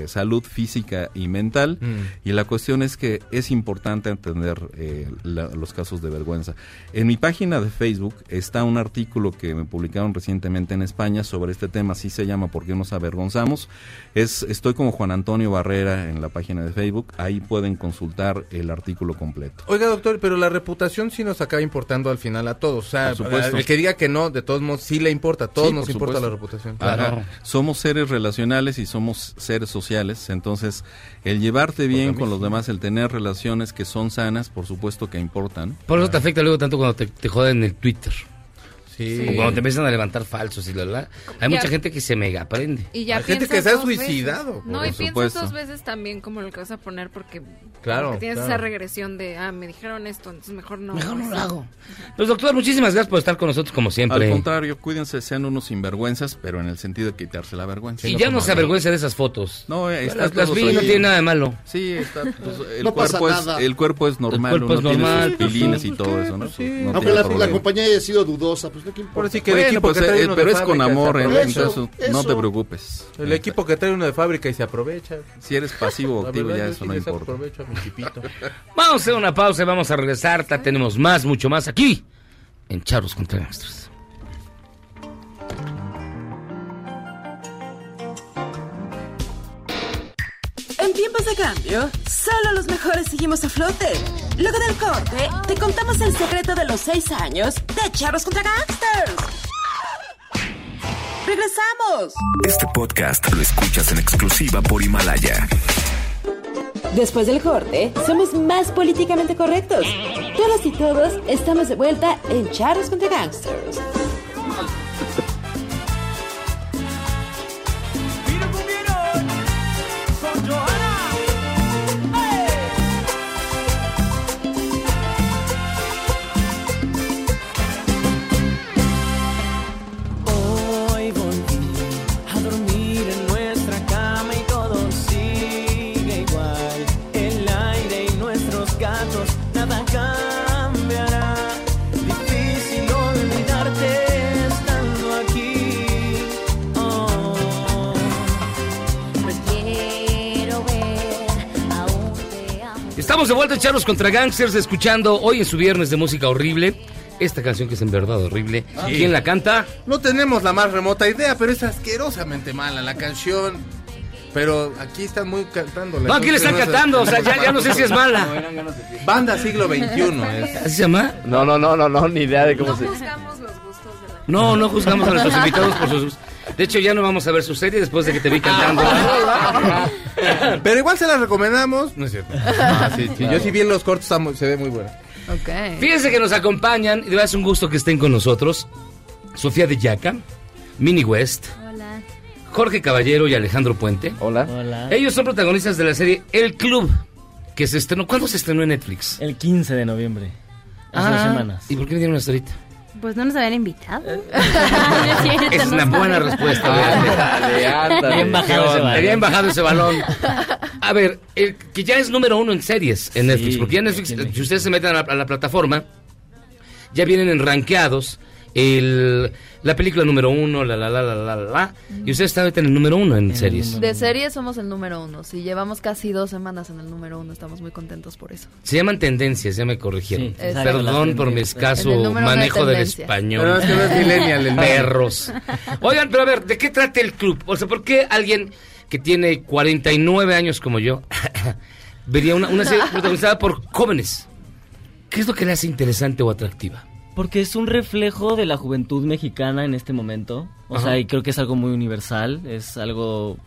[SPEAKER 19] eh, salud física y mental
[SPEAKER 7] Mm.
[SPEAKER 19] y la cuestión es que es importante entender eh, la- los casos de vergüenza. En mi página de Facebook está un artículo que me publicaron recientemente en España sobre este tema, así se llama ¿Por qué nos avergonzamos? Es, estoy como Juan Antonio Barrera en la página de Facebook, ahí pueden consultar el artículo completo.
[SPEAKER 7] Oiga, doctor, pero la reputación sí nos acaba importando al final a todos. O sea,
[SPEAKER 19] Por supuesto.
[SPEAKER 7] el que diga que no, de todos modos, sí le importa. A todos
[SPEAKER 19] Sí,
[SPEAKER 7] nos
[SPEAKER 19] por
[SPEAKER 7] importa la
[SPEAKER 19] supuesto.
[SPEAKER 7] reputación.
[SPEAKER 19] Ajá. Somos seres relacionales y somos seres sociales, entonces el llevarte bien con los demás, el tener relaciones que son sanas, por supuesto que importan.
[SPEAKER 1] Por eso te afecta luego tanto cuando te, te joden en el Twitter.
[SPEAKER 7] Sí.
[SPEAKER 1] O cuando te empiezan a levantar falsos y la la. Hay
[SPEAKER 8] Y
[SPEAKER 1] mucha
[SPEAKER 8] a-
[SPEAKER 1] gente que se mega aprende.
[SPEAKER 8] Y ya
[SPEAKER 1] Hay gente
[SPEAKER 8] piensas
[SPEAKER 1] que se ha
[SPEAKER 8] dos veces.
[SPEAKER 1] suicidado,
[SPEAKER 8] No,
[SPEAKER 1] por
[SPEAKER 8] y piensas
[SPEAKER 1] supuesto.
[SPEAKER 8] dos veces también como lo que vas a poner porque
[SPEAKER 1] Claro,
[SPEAKER 8] porque tienes
[SPEAKER 1] claro.
[SPEAKER 8] esa regresión de, ah, me dijeron esto, entonces mejor no.
[SPEAKER 1] Mejor no lo
[SPEAKER 8] así.
[SPEAKER 1] hago. Pues doctor, muchísimas gracias por estar con nosotros como siempre.
[SPEAKER 19] Al contrario, cuídense, sean unos sinvergüenzas, pero en el sentido de quitarse la vergüenza.
[SPEAKER 1] y ya no se avergüenza de esas fotos.
[SPEAKER 19] No, eh, está
[SPEAKER 1] las, las
[SPEAKER 19] todo
[SPEAKER 1] vi y no
[SPEAKER 19] soy-
[SPEAKER 1] tiene nada de malo.
[SPEAKER 19] Sí, está. pues, el,
[SPEAKER 2] No pasa
[SPEAKER 19] cuerpo es,
[SPEAKER 2] nada.
[SPEAKER 19] el cuerpo es normal,
[SPEAKER 1] cuerpo es
[SPEAKER 19] uno tiene
[SPEAKER 1] normal,
[SPEAKER 19] sus
[SPEAKER 1] pues,
[SPEAKER 19] pilines y
[SPEAKER 1] pues,
[SPEAKER 19] todo
[SPEAKER 1] ¿qué?
[SPEAKER 19] eso, ¿no?
[SPEAKER 1] Pues, sí.
[SPEAKER 19] Pues, no
[SPEAKER 2] Aunque
[SPEAKER 19] tiene
[SPEAKER 2] la, la
[SPEAKER 19] problema.
[SPEAKER 2] compañía haya sido dudosa, pues no que importa.
[SPEAKER 7] Ahora sí que el
[SPEAKER 19] Bueno,
[SPEAKER 7] equipo
[SPEAKER 19] pues,
[SPEAKER 7] que trae
[SPEAKER 19] eh,
[SPEAKER 7] uno de
[SPEAKER 19] pero es con
[SPEAKER 7] fábrica se
[SPEAKER 19] amor,
[SPEAKER 7] aprovecha.
[SPEAKER 19] entonces
[SPEAKER 7] Eso,
[SPEAKER 19] no te
[SPEAKER 7] eso.
[SPEAKER 19] preocupes.
[SPEAKER 7] El equipo que trae uno de fábrica y se aprovecha.
[SPEAKER 19] Si eres pasivo o
[SPEAKER 7] La
[SPEAKER 19] activo,
[SPEAKER 7] verdad,
[SPEAKER 19] ya
[SPEAKER 7] yo
[SPEAKER 19] eso
[SPEAKER 7] sí
[SPEAKER 19] no
[SPEAKER 7] les
[SPEAKER 19] importa.
[SPEAKER 7] aprovecho a mi chipito.
[SPEAKER 1] Vamos a hacer una pausa y vamos a regresar. Ta- tenemos más, mucho más aquí en Charlos contra Gangsters.
[SPEAKER 3] En tiempos de cambio, solo los mejores seguimos a flote. Luego del corte, te contamos el secreto de los seis años de Charros contra Gangsters. ¡Regresamos!
[SPEAKER 12] Este podcast lo escuchas en exclusiva por Himalaya.
[SPEAKER 18] Después del corte, somos más políticamente correctos. Todas y todos estamos de vuelta en Charros contra Gangsters.
[SPEAKER 17] Con Johanna. ¡Ey!
[SPEAKER 20] zapatos, nada cambiará. Difícil olvidarte estando aquí. Oh.
[SPEAKER 4] Te quiero ver, aún te amo.
[SPEAKER 1] Estamos de vuelta, Charlos contra Gangsters, escuchando hoy en su viernes de música horrible. Esta canción que es en verdad horrible.
[SPEAKER 21] Ah,
[SPEAKER 7] Sí.
[SPEAKER 1] ¿Quién la canta?
[SPEAKER 7] No tenemos la más remota idea, pero es asquerosamente mala la canción. Pero aquí están muy cantando.
[SPEAKER 1] No, aquí le están cantando, o sea, ya- ya no sé si es mala.
[SPEAKER 7] Banda siglo XXI. es.
[SPEAKER 1] ¿Así se llama?
[SPEAKER 21] No, no, no, no, no, ni idea de cómo se.
[SPEAKER 1] No, no juzgamos a nuestros invitados por sus. De hecho, ya no vamos a ver su serie después de que te vi cantando.
[SPEAKER 21] Ah.
[SPEAKER 7] Pero igual se la recomendamos. No es cierto. Ah, sí, sí,
[SPEAKER 1] Claro.
[SPEAKER 7] Yo si bien los cortos, está muy- se ve muy buena.
[SPEAKER 1] Fíjense que nos acompañan y de verdad es un gusto que estén con nosotros. Sofía de Yaca, Mini West, Jorge Caballero y Alejandro Puente. Hola.
[SPEAKER 21] Hola.
[SPEAKER 1] Ellos son protagonistas de la serie El Club, que se estrenó. ¿Cuándo se estrenó en Netflix?
[SPEAKER 21] El 15 de noviembre. Hace unas
[SPEAKER 1] Ah,
[SPEAKER 21] semanas.
[SPEAKER 1] ¿Y por qué me dieron hasta ahorita?
[SPEAKER 22] Pues no nos habían invitado.
[SPEAKER 1] Es una buena respuesta.
[SPEAKER 22] Ah,
[SPEAKER 21] Ándale, ándale. Bien bajado ese balón.
[SPEAKER 1] Bien bajado ese balón. A ver, el que ya es número uno en series en Netflix, porque ya Netflix, si ustedes se meten a la, a la plataforma, ya vienen en rankeados el, la película número uno, la, la, la, la, la, la, la, y ustedes están ahorita en el número uno en series.
[SPEAKER 23] De serie somos el número uno. Si llevamos casi dos semanas en el número uno, estamos muy contentos por eso.
[SPEAKER 1] Se llaman tendencias, ya me corrigieron.
[SPEAKER 23] exacto.
[SPEAKER 1] Perdón por mi
[SPEAKER 23] En el
[SPEAKER 1] escaso
[SPEAKER 23] número uno de
[SPEAKER 1] manejo del
[SPEAKER 23] tendencias.
[SPEAKER 1] español.
[SPEAKER 23] No, es que no es millennial el nombre.
[SPEAKER 1] Perros. Oigan, pero a ver, ¿de qué trata el club? O sea, ¿por qué alguien que tiene 49 años como yo vería una, una serie protagonizada por jóvenes? ¿Qué es lo que le hace interesante o atractiva?
[SPEAKER 21] Porque es un reflejo de la juventud mexicana en este momento. O
[SPEAKER 1] Ajá.
[SPEAKER 21] sea, y creo que es algo muy universal. Es algo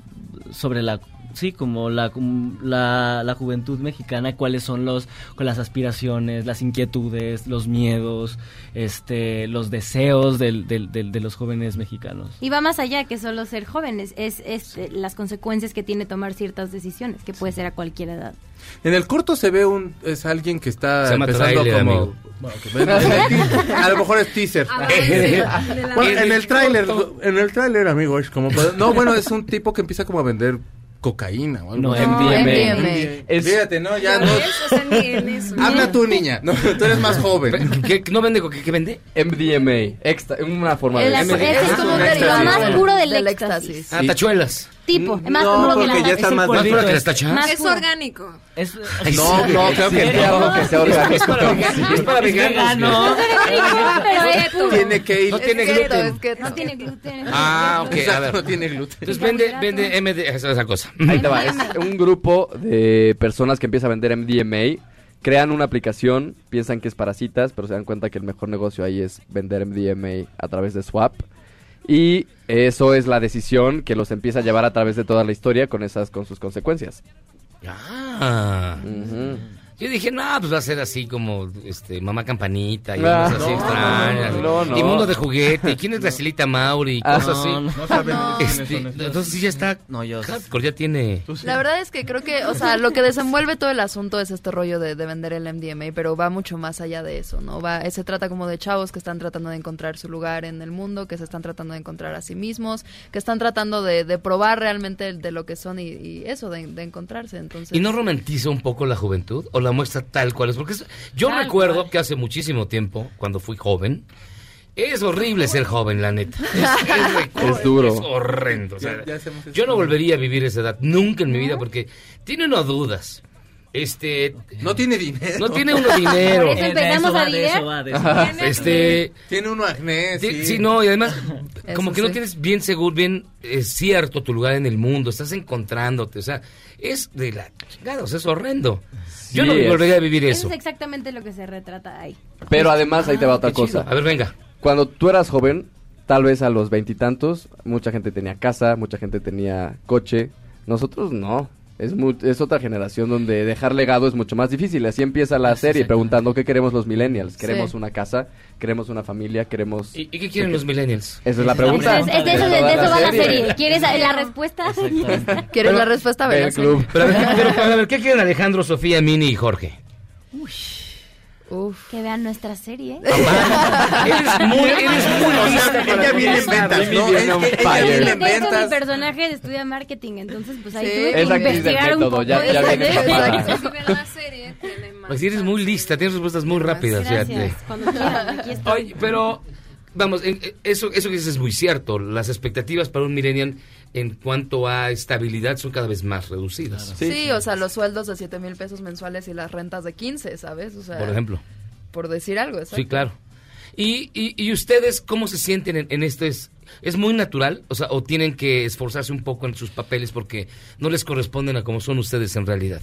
[SPEAKER 21] sobre la. Sí, como la, cum- la, la juventud mexicana, cuáles son los, con las aspiraciones, las inquietudes, los miedos, este, los deseos del- del- del- de los jóvenes mexicanos.
[SPEAKER 22] Y va más allá que solo ser jóvenes, es, es eh, las consecuencias que tiene tomar ciertas decisiones, que puede ser a cualquier edad.
[SPEAKER 7] En el corto se ve un es alguien que está
[SPEAKER 1] Se llama
[SPEAKER 7] empezando
[SPEAKER 1] tráiler,
[SPEAKER 7] como
[SPEAKER 1] amigo.
[SPEAKER 7] Bueno, que- en el ti- a lo mejor es teaser. Bueno, en el tráiler, en el tráiler, amigo, es como pues, no, bueno, es un tipo que empieza como a vender cocaína o algo.
[SPEAKER 21] No,
[SPEAKER 7] así.
[SPEAKER 21] MDMA.
[SPEAKER 7] Es- Fíjate, no, ya no. Habla tú, niña. No, tú eres más joven.
[SPEAKER 1] ¿Qué, no vende cocaína? ¿Qué vende?
[SPEAKER 21] MDMA. Extra, una forma
[SPEAKER 22] El-
[SPEAKER 21] de Ah,
[SPEAKER 22] ese es como
[SPEAKER 21] un
[SPEAKER 22] un
[SPEAKER 21] éxtasis.
[SPEAKER 22] derivado más puro del,
[SPEAKER 23] Del
[SPEAKER 22] éxtasis.
[SPEAKER 1] Ah, tachuelas.
[SPEAKER 22] Tipo, es más
[SPEAKER 21] no,
[SPEAKER 22] puro que
[SPEAKER 21] porque
[SPEAKER 22] la
[SPEAKER 21] ya están más
[SPEAKER 1] ¿Más
[SPEAKER 21] Polvito,
[SPEAKER 1] pura que
[SPEAKER 21] es-
[SPEAKER 1] las tachas?
[SPEAKER 22] más
[SPEAKER 8] Es
[SPEAKER 22] puro.
[SPEAKER 8] orgánico.
[SPEAKER 21] Es,
[SPEAKER 1] Ay,
[SPEAKER 21] no,
[SPEAKER 1] sí.
[SPEAKER 21] no, creo que
[SPEAKER 1] Sí,
[SPEAKER 21] no.
[SPEAKER 1] no,
[SPEAKER 21] que sea orgánico.
[SPEAKER 1] Es para, vegan- es para
[SPEAKER 21] Es
[SPEAKER 1] veganos.
[SPEAKER 21] vegano.
[SPEAKER 1] güey.
[SPEAKER 7] Tiene que ir.
[SPEAKER 1] No tiene gluten.
[SPEAKER 22] No tiene gluten.
[SPEAKER 1] Ah, ok, a
[SPEAKER 21] Exacto,
[SPEAKER 1] ver.
[SPEAKER 7] No tiene gluten.
[SPEAKER 1] Entonces vende, vende MD, esa, esa cosa.
[SPEAKER 21] Ahí te va, es un grupo de personas que empieza a vender MDMA, crean una aplicación, piensan que es para citas, pero se dan cuenta que el mejor negocio ahí es vender MDMA a través de Swap. Y eso es la decisión que los empieza a llevar a través de toda la historia con esas con sus consecuencias.
[SPEAKER 1] Ah. Yo dije, no, pues va a ser así como este, Mamá Campanita y
[SPEAKER 21] Ah,
[SPEAKER 1] cosas así
[SPEAKER 21] no,
[SPEAKER 1] extrañas.
[SPEAKER 21] no, no.
[SPEAKER 1] Y Mundo de Juguete. ¿Y quién es Gracielita Mauri? y
[SPEAKER 21] Ah,
[SPEAKER 1] cosas
[SPEAKER 21] no,
[SPEAKER 1] así.
[SPEAKER 21] no saben No. quiénes son
[SPEAKER 1] Este,
[SPEAKER 21] estos.
[SPEAKER 1] entonces sí ya está. No, yo. Hardcore ya tiene.
[SPEAKER 23] La verdad es que creo que, o sea, lo que desenvuelve todo el asunto es este rollo de, de vender el MDMA, pero va mucho más allá de eso, ¿no? Va, eh, se trata como de chavos que están tratando de encontrar su lugar en el mundo, que se están tratando de encontrar a sí mismos, que están tratando de, de probar realmente de lo que son y, y eso, de, de encontrarse. Entonces,
[SPEAKER 1] ¿Y no romantiza un poco la juventud? ¿O la muestra tal cual es? Porque es- yo
[SPEAKER 23] Tal
[SPEAKER 1] recuerdo que hace muchísimo tiempo, cuando fui joven, es horrible ser joven, la neta. Es, es recu-
[SPEAKER 21] Es duro.
[SPEAKER 1] Es horrendo. o sea,
[SPEAKER 21] Ya- ya hacemos
[SPEAKER 1] yo no volvería a vivir esa edad, nunca en mi vida, porque tiene uno dudas. Este,
[SPEAKER 7] no tiene dinero.
[SPEAKER 1] No tiene uno dinero.
[SPEAKER 22] Por eso empezamos a lidiar.
[SPEAKER 1] Ajá. Este,
[SPEAKER 7] Tiene uno acné.
[SPEAKER 1] ti-
[SPEAKER 7] Sí,
[SPEAKER 1] sí, no, y además, como
[SPEAKER 7] Eso
[SPEAKER 1] que no
[SPEAKER 7] sí.
[SPEAKER 1] tienes bien seguro, bien eh, cierto tu lugar en el mundo, estás encontrándote, o sea, es de la chingada, o sea, es horrendo. Yo no
[SPEAKER 21] es.
[SPEAKER 1] volvería a vivir
[SPEAKER 22] Eso
[SPEAKER 1] eso.
[SPEAKER 22] es exactamente lo que se retrata ahí.
[SPEAKER 21] Pero
[SPEAKER 1] Pues,
[SPEAKER 21] además ahí te va otra cosa.
[SPEAKER 1] ah, A ver, venga.
[SPEAKER 21] Cuando tú eras joven, tal vez a los veintitantos, mucha gente tenía casa, mucha gente tenía coche. Nosotros no. Es, mu- es otra generación donde dejar legado es mucho más difícil. Así empieza la serie preguntando qué queremos los millennials. ¿Queremos
[SPEAKER 1] Sí.
[SPEAKER 21] una casa? ¿Queremos una familia? ¿Queremos...?
[SPEAKER 1] ¿Y, y qué quieren los millennials?
[SPEAKER 21] Esa es la pregunta.
[SPEAKER 22] Entonces, es de, eso, de eso va la serie. ¿Quieres la la respuesta?
[SPEAKER 23] ¿quieres la respuesta? Ve la
[SPEAKER 22] ¿eh?
[SPEAKER 23] serie.
[SPEAKER 1] Pero a, ver, pero, a ver, ¿qué quieren Alejandro, Sofía, Mini y Jorge?
[SPEAKER 22] Que vean nuestra serie.
[SPEAKER 1] Eres muy, eres muy
[SPEAKER 7] O sea,
[SPEAKER 1] lista
[SPEAKER 7] ella
[SPEAKER 1] para
[SPEAKER 7] viene en
[SPEAKER 1] pensar.
[SPEAKER 7] ventas, ¿no? Es que ella
[SPEAKER 22] Yo
[SPEAKER 7] viene en
[SPEAKER 22] tengo mi
[SPEAKER 7] ventas.
[SPEAKER 22] personaje estudia marketing, entonces pues ahí
[SPEAKER 23] Sí.
[SPEAKER 22] tuve que
[SPEAKER 21] Es actriz del
[SPEAKER 22] investigar un
[SPEAKER 21] método,
[SPEAKER 22] poco.
[SPEAKER 21] ya- ya viene
[SPEAKER 22] Exacto.
[SPEAKER 21] preparada.
[SPEAKER 8] Si ven la serie, tiene
[SPEAKER 1] Pues eres muy lista, tienes respuestas muy rápidas. fíjate.
[SPEAKER 22] Cuando quieran, aquí estoy.
[SPEAKER 1] Oye, pero vamos, en- en- eso, eso que dices es muy cierto. Las expectativas para un millennial en cuanto a estabilidad son cada vez más reducidas.
[SPEAKER 23] Sí, o sea, los sueldos de 7 mil pesos mensuales y las rentas de 15, ¿sabes? O sea,
[SPEAKER 1] por ejemplo.
[SPEAKER 23] Por decir algo, exacto.
[SPEAKER 1] Sí, claro. ¿Y, y, y ustedes cómo se sienten en, en esto? ¿Es, ¿Es muy natural? O sea, ¿o tienen que esforzarse un poco en sus papeles porque no les corresponden a como son ustedes en realidad?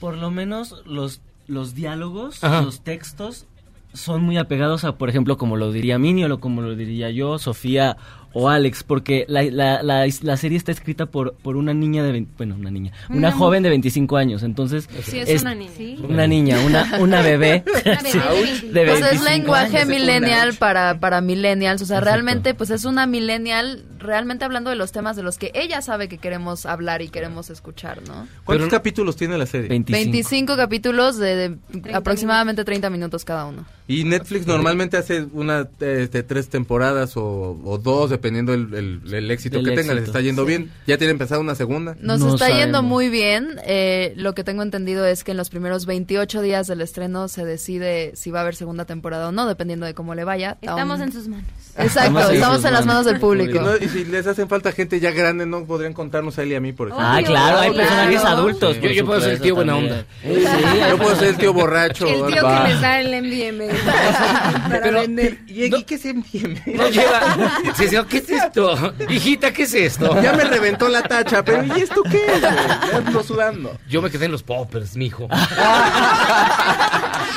[SPEAKER 24] Por lo menos los, los diálogos,
[SPEAKER 1] Ajá.
[SPEAKER 24] los textos son muy apegados a, por ejemplo, como lo diría Minion o como lo diría yo, Sofía o Alex, porque la, la- la- la serie está escrita por, por una niña de... vein- bueno, una niña. Una
[SPEAKER 5] Una mu-
[SPEAKER 24] joven de 25 años, entonces...
[SPEAKER 23] Sí, es,
[SPEAKER 24] es-
[SPEAKER 23] una niña.
[SPEAKER 24] Una niña, una, una bebé. Sí, de
[SPEAKER 23] o sea, es
[SPEAKER 24] 25
[SPEAKER 23] lenguaje
[SPEAKER 24] años.
[SPEAKER 23] millennial para, para millennials. O sea, realmente, pues es una millennial realmente hablando de los temas de los que ella sabe que queremos hablar y queremos escuchar, ¿no?
[SPEAKER 7] ¿Cuántos capítulos tiene la serie?
[SPEAKER 23] 25 capítulos de, de aproximadamente 30 minutos cada uno.
[SPEAKER 7] Y Netflix normalmente hace una eh, de tres temporadas o, o dos, dependiendo el, el- el éxito
[SPEAKER 24] Del
[SPEAKER 7] que tengan. Les
[SPEAKER 24] éxito.
[SPEAKER 7] está yendo
[SPEAKER 24] Sí.
[SPEAKER 7] bien. Ya tiene empezada una segunda.
[SPEAKER 23] Nos está yendo muy bien. eh, lo que tengo entendido es que en los primeros 28 días del estreno se decide si va a haber segunda temporada o no, dependiendo de cómo le vaya.
[SPEAKER 22] Estamos
[SPEAKER 23] Aún-
[SPEAKER 22] en sus manos.
[SPEAKER 23] Exacto,
[SPEAKER 7] Estamos
[SPEAKER 23] estamos,
[SPEAKER 7] en sus
[SPEAKER 23] en las manos del público.
[SPEAKER 7] No, y si les hacen falta gente ya grande, no podrían contarnos a él y a mí, por ejemplo.
[SPEAKER 24] Ah, claro, hay personajes adultos.
[SPEAKER 7] Yo- yo puedo ser el tío buena onda.
[SPEAKER 24] yo
[SPEAKER 7] puedo ser el tío borracho.
[SPEAKER 5] El tío
[SPEAKER 7] Va.
[SPEAKER 5] que les da el MDMA para, para vender.
[SPEAKER 7] ¿Y aquí qué es MDMA?
[SPEAKER 1] No lleva. Sí, sí, ¿Qué es esto? Hijita, ¿qué es esto?
[SPEAKER 7] Ya me reventó la tacha, pero ¿y esto qué es? güey? Ya ando sudando.
[SPEAKER 1] Yo me quedé en los poppers, mijo.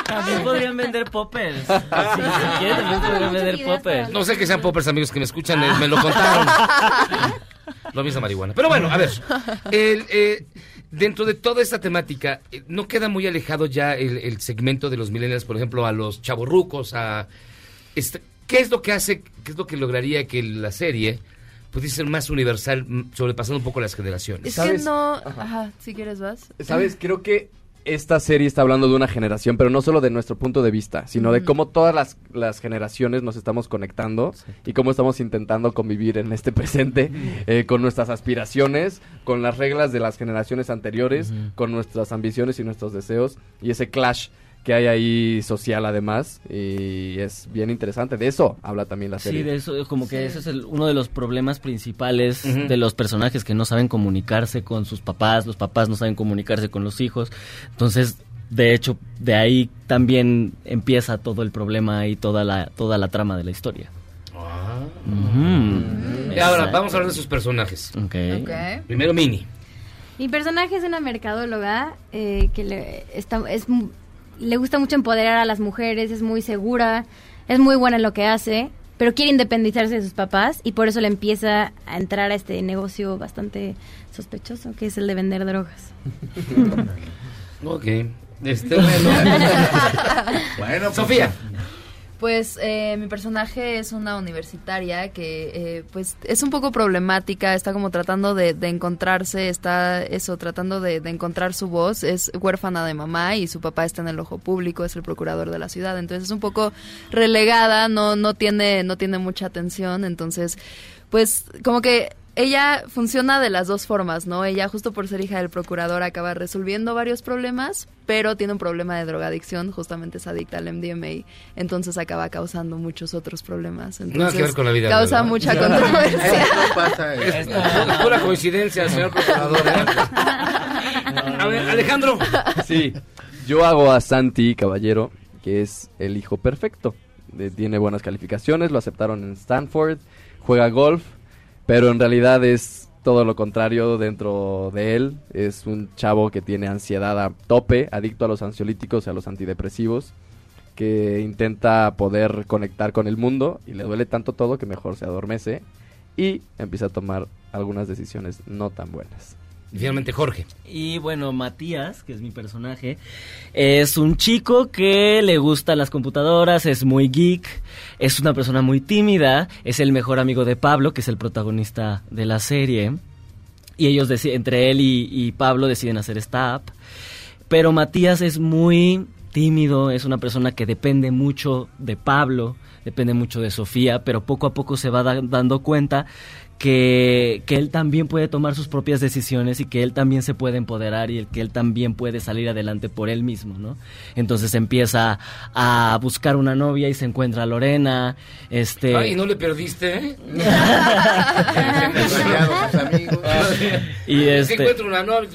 [SPEAKER 24] También podrían vender poppers. Si, Ah, si quieren, también podrían vender poppers.
[SPEAKER 1] No sé que sean poppers, amigos que me escuchan, eh, me lo contaron. Lo mismo marihuana. Pero bueno, a ver. el, eh, dentro de toda esta temática, eh, ¿no queda muy alejado ya el, el segmento de los millennials, por ejemplo, a los chavorrucos? A, este, ¿Qué es lo que hace, qué es lo que lograría que la serie pudiese ser más universal, mm, sobrepasando un poco las generaciones?
[SPEAKER 23] Es que no. Ajá, si quieres vas.
[SPEAKER 21] ¿Sabes? Creo que esta serie está hablando de una generación, pero no solo de nuestro punto de vista, sino de
[SPEAKER 23] Ujú.
[SPEAKER 21] cómo todas las, las generaciones nos estamos conectando y cómo estamos intentando convivir en este presente eh, con nuestras aspiraciones, con las reglas de las generaciones anteriores, con nuestras ambiciones y nuestros deseos y ese clash que hay ahí social además y es bien interesante. De eso habla también la serie.
[SPEAKER 24] Sí, de eso, como que
[SPEAKER 21] Sí.
[SPEAKER 24] ese es el- uno de los problemas principales
[SPEAKER 21] Ujú.
[SPEAKER 24] de los personajes que no saben comunicarse con sus papás, los papás no saben comunicarse con los hijos. Entonces, de hecho, de ahí también empieza todo el problema y toda la, toda la trama de la historia. Ujú.
[SPEAKER 1] Y ahora,
[SPEAKER 24] Exacto.
[SPEAKER 1] vamos a hablar de sus personajes.
[SPEAKER 24] Ok.
[SPEAKER 23] Mm. Ok.
[SPEAKER 1] Primero, Mini.
[SPEAKER 22] Mi personaje es una mercadóloga eh, que le, está, es, mu- le gusta mucho empoderar a las mujeres, es muy segura, es muy buena en lo que hace, pero quiere independizarse de sus papás y por eso le empieza a entrar a este negocio bastante sospechoso, que es el de vender drogas.
[SPEAKER 1] Ok. Este, bueno.
[SPEAKER 23] Bueno, pues-
[SPEAKER 1] Sofía.
[SPEAKER 23] Pues eh, mi personaje es una universitaria que eh, pues es un poco problemática, está como tratando de, de encontrarse, está eso, tratando de, de encontrar su voz, es huérfana de mamá y su papá está en el ojo público, es el procurador de la ciudad, entonces es un poco relegada, no, no, tiene, no tiene mucha atención, entonces pues como que ella funciona de las dos formas, ¿no? Ella justo por ser hija del procurador acaba resolviendo varios problemas, pero tiene un problema de drogadicción, justamente es adicta al MDMA, entonces acaba causando muchos otros problemas. Entonces,
[SPEAKER 1] Nada que ver con la vida
[SPEAKER 23] Causa
[SPEAKER 1] real, ¿no?
[SPEAKER 23] mucha controversia.
[SPEAKER 7] No pasa
[SPEAKER 23] eh.
[SPEAKER 1] Es eh. pura coincidencia, señor procurador. ¿eh? A ver, Alejandro.
[SPEAKER 21] Sí, yo hago a Santi Caballero, que es el hijo perfecto. Eh, tiene buenas calificaciones, lo aceptaron en Stanford, juega golf, pero en realidad es todo lo contrario dentro de él. Es un chavo que tiene ansiedad a tope, adicto a los ansiolíticos y a los antidepresivos, que intenta poder conectar con el mundo y le duele tanto todo que mejor se adormece y empieza a tomar algunas decisiones no tan buenas.
[SPEAKER 1] Y finalmente Jorge.
[SPEAKER 24] Y bueno, Matías, que es mi personaje, es un chico que le gustan las computadoras, es muy geek, es una persona muy tímida, es el mejor amigo de Pablo, que es el protagonista de la serie. Y ellos, deci- entre él y, y Pablo, deciden hacer esta app. Pero Matías es muy tímido, es una persona que depende mucho de Pablo, depende mucho de Sofía, pero poco a poco se va da- dando cuenta que, que él también puede tomar sus propias decisiones y que él también se puede empoderar y el que él también puede salir adelante por él mismo, ¿no? Entonces empieza a buscar una novia y se encuentra a Lorena, este...
[SPEAKER 1] Ay, ¿no le perdiste? eh?
[SPEAKER 24] y
[SPEAKER 1] Que
[SPEAKER 24] este...
[SPEAKER 1] encuentro una novia.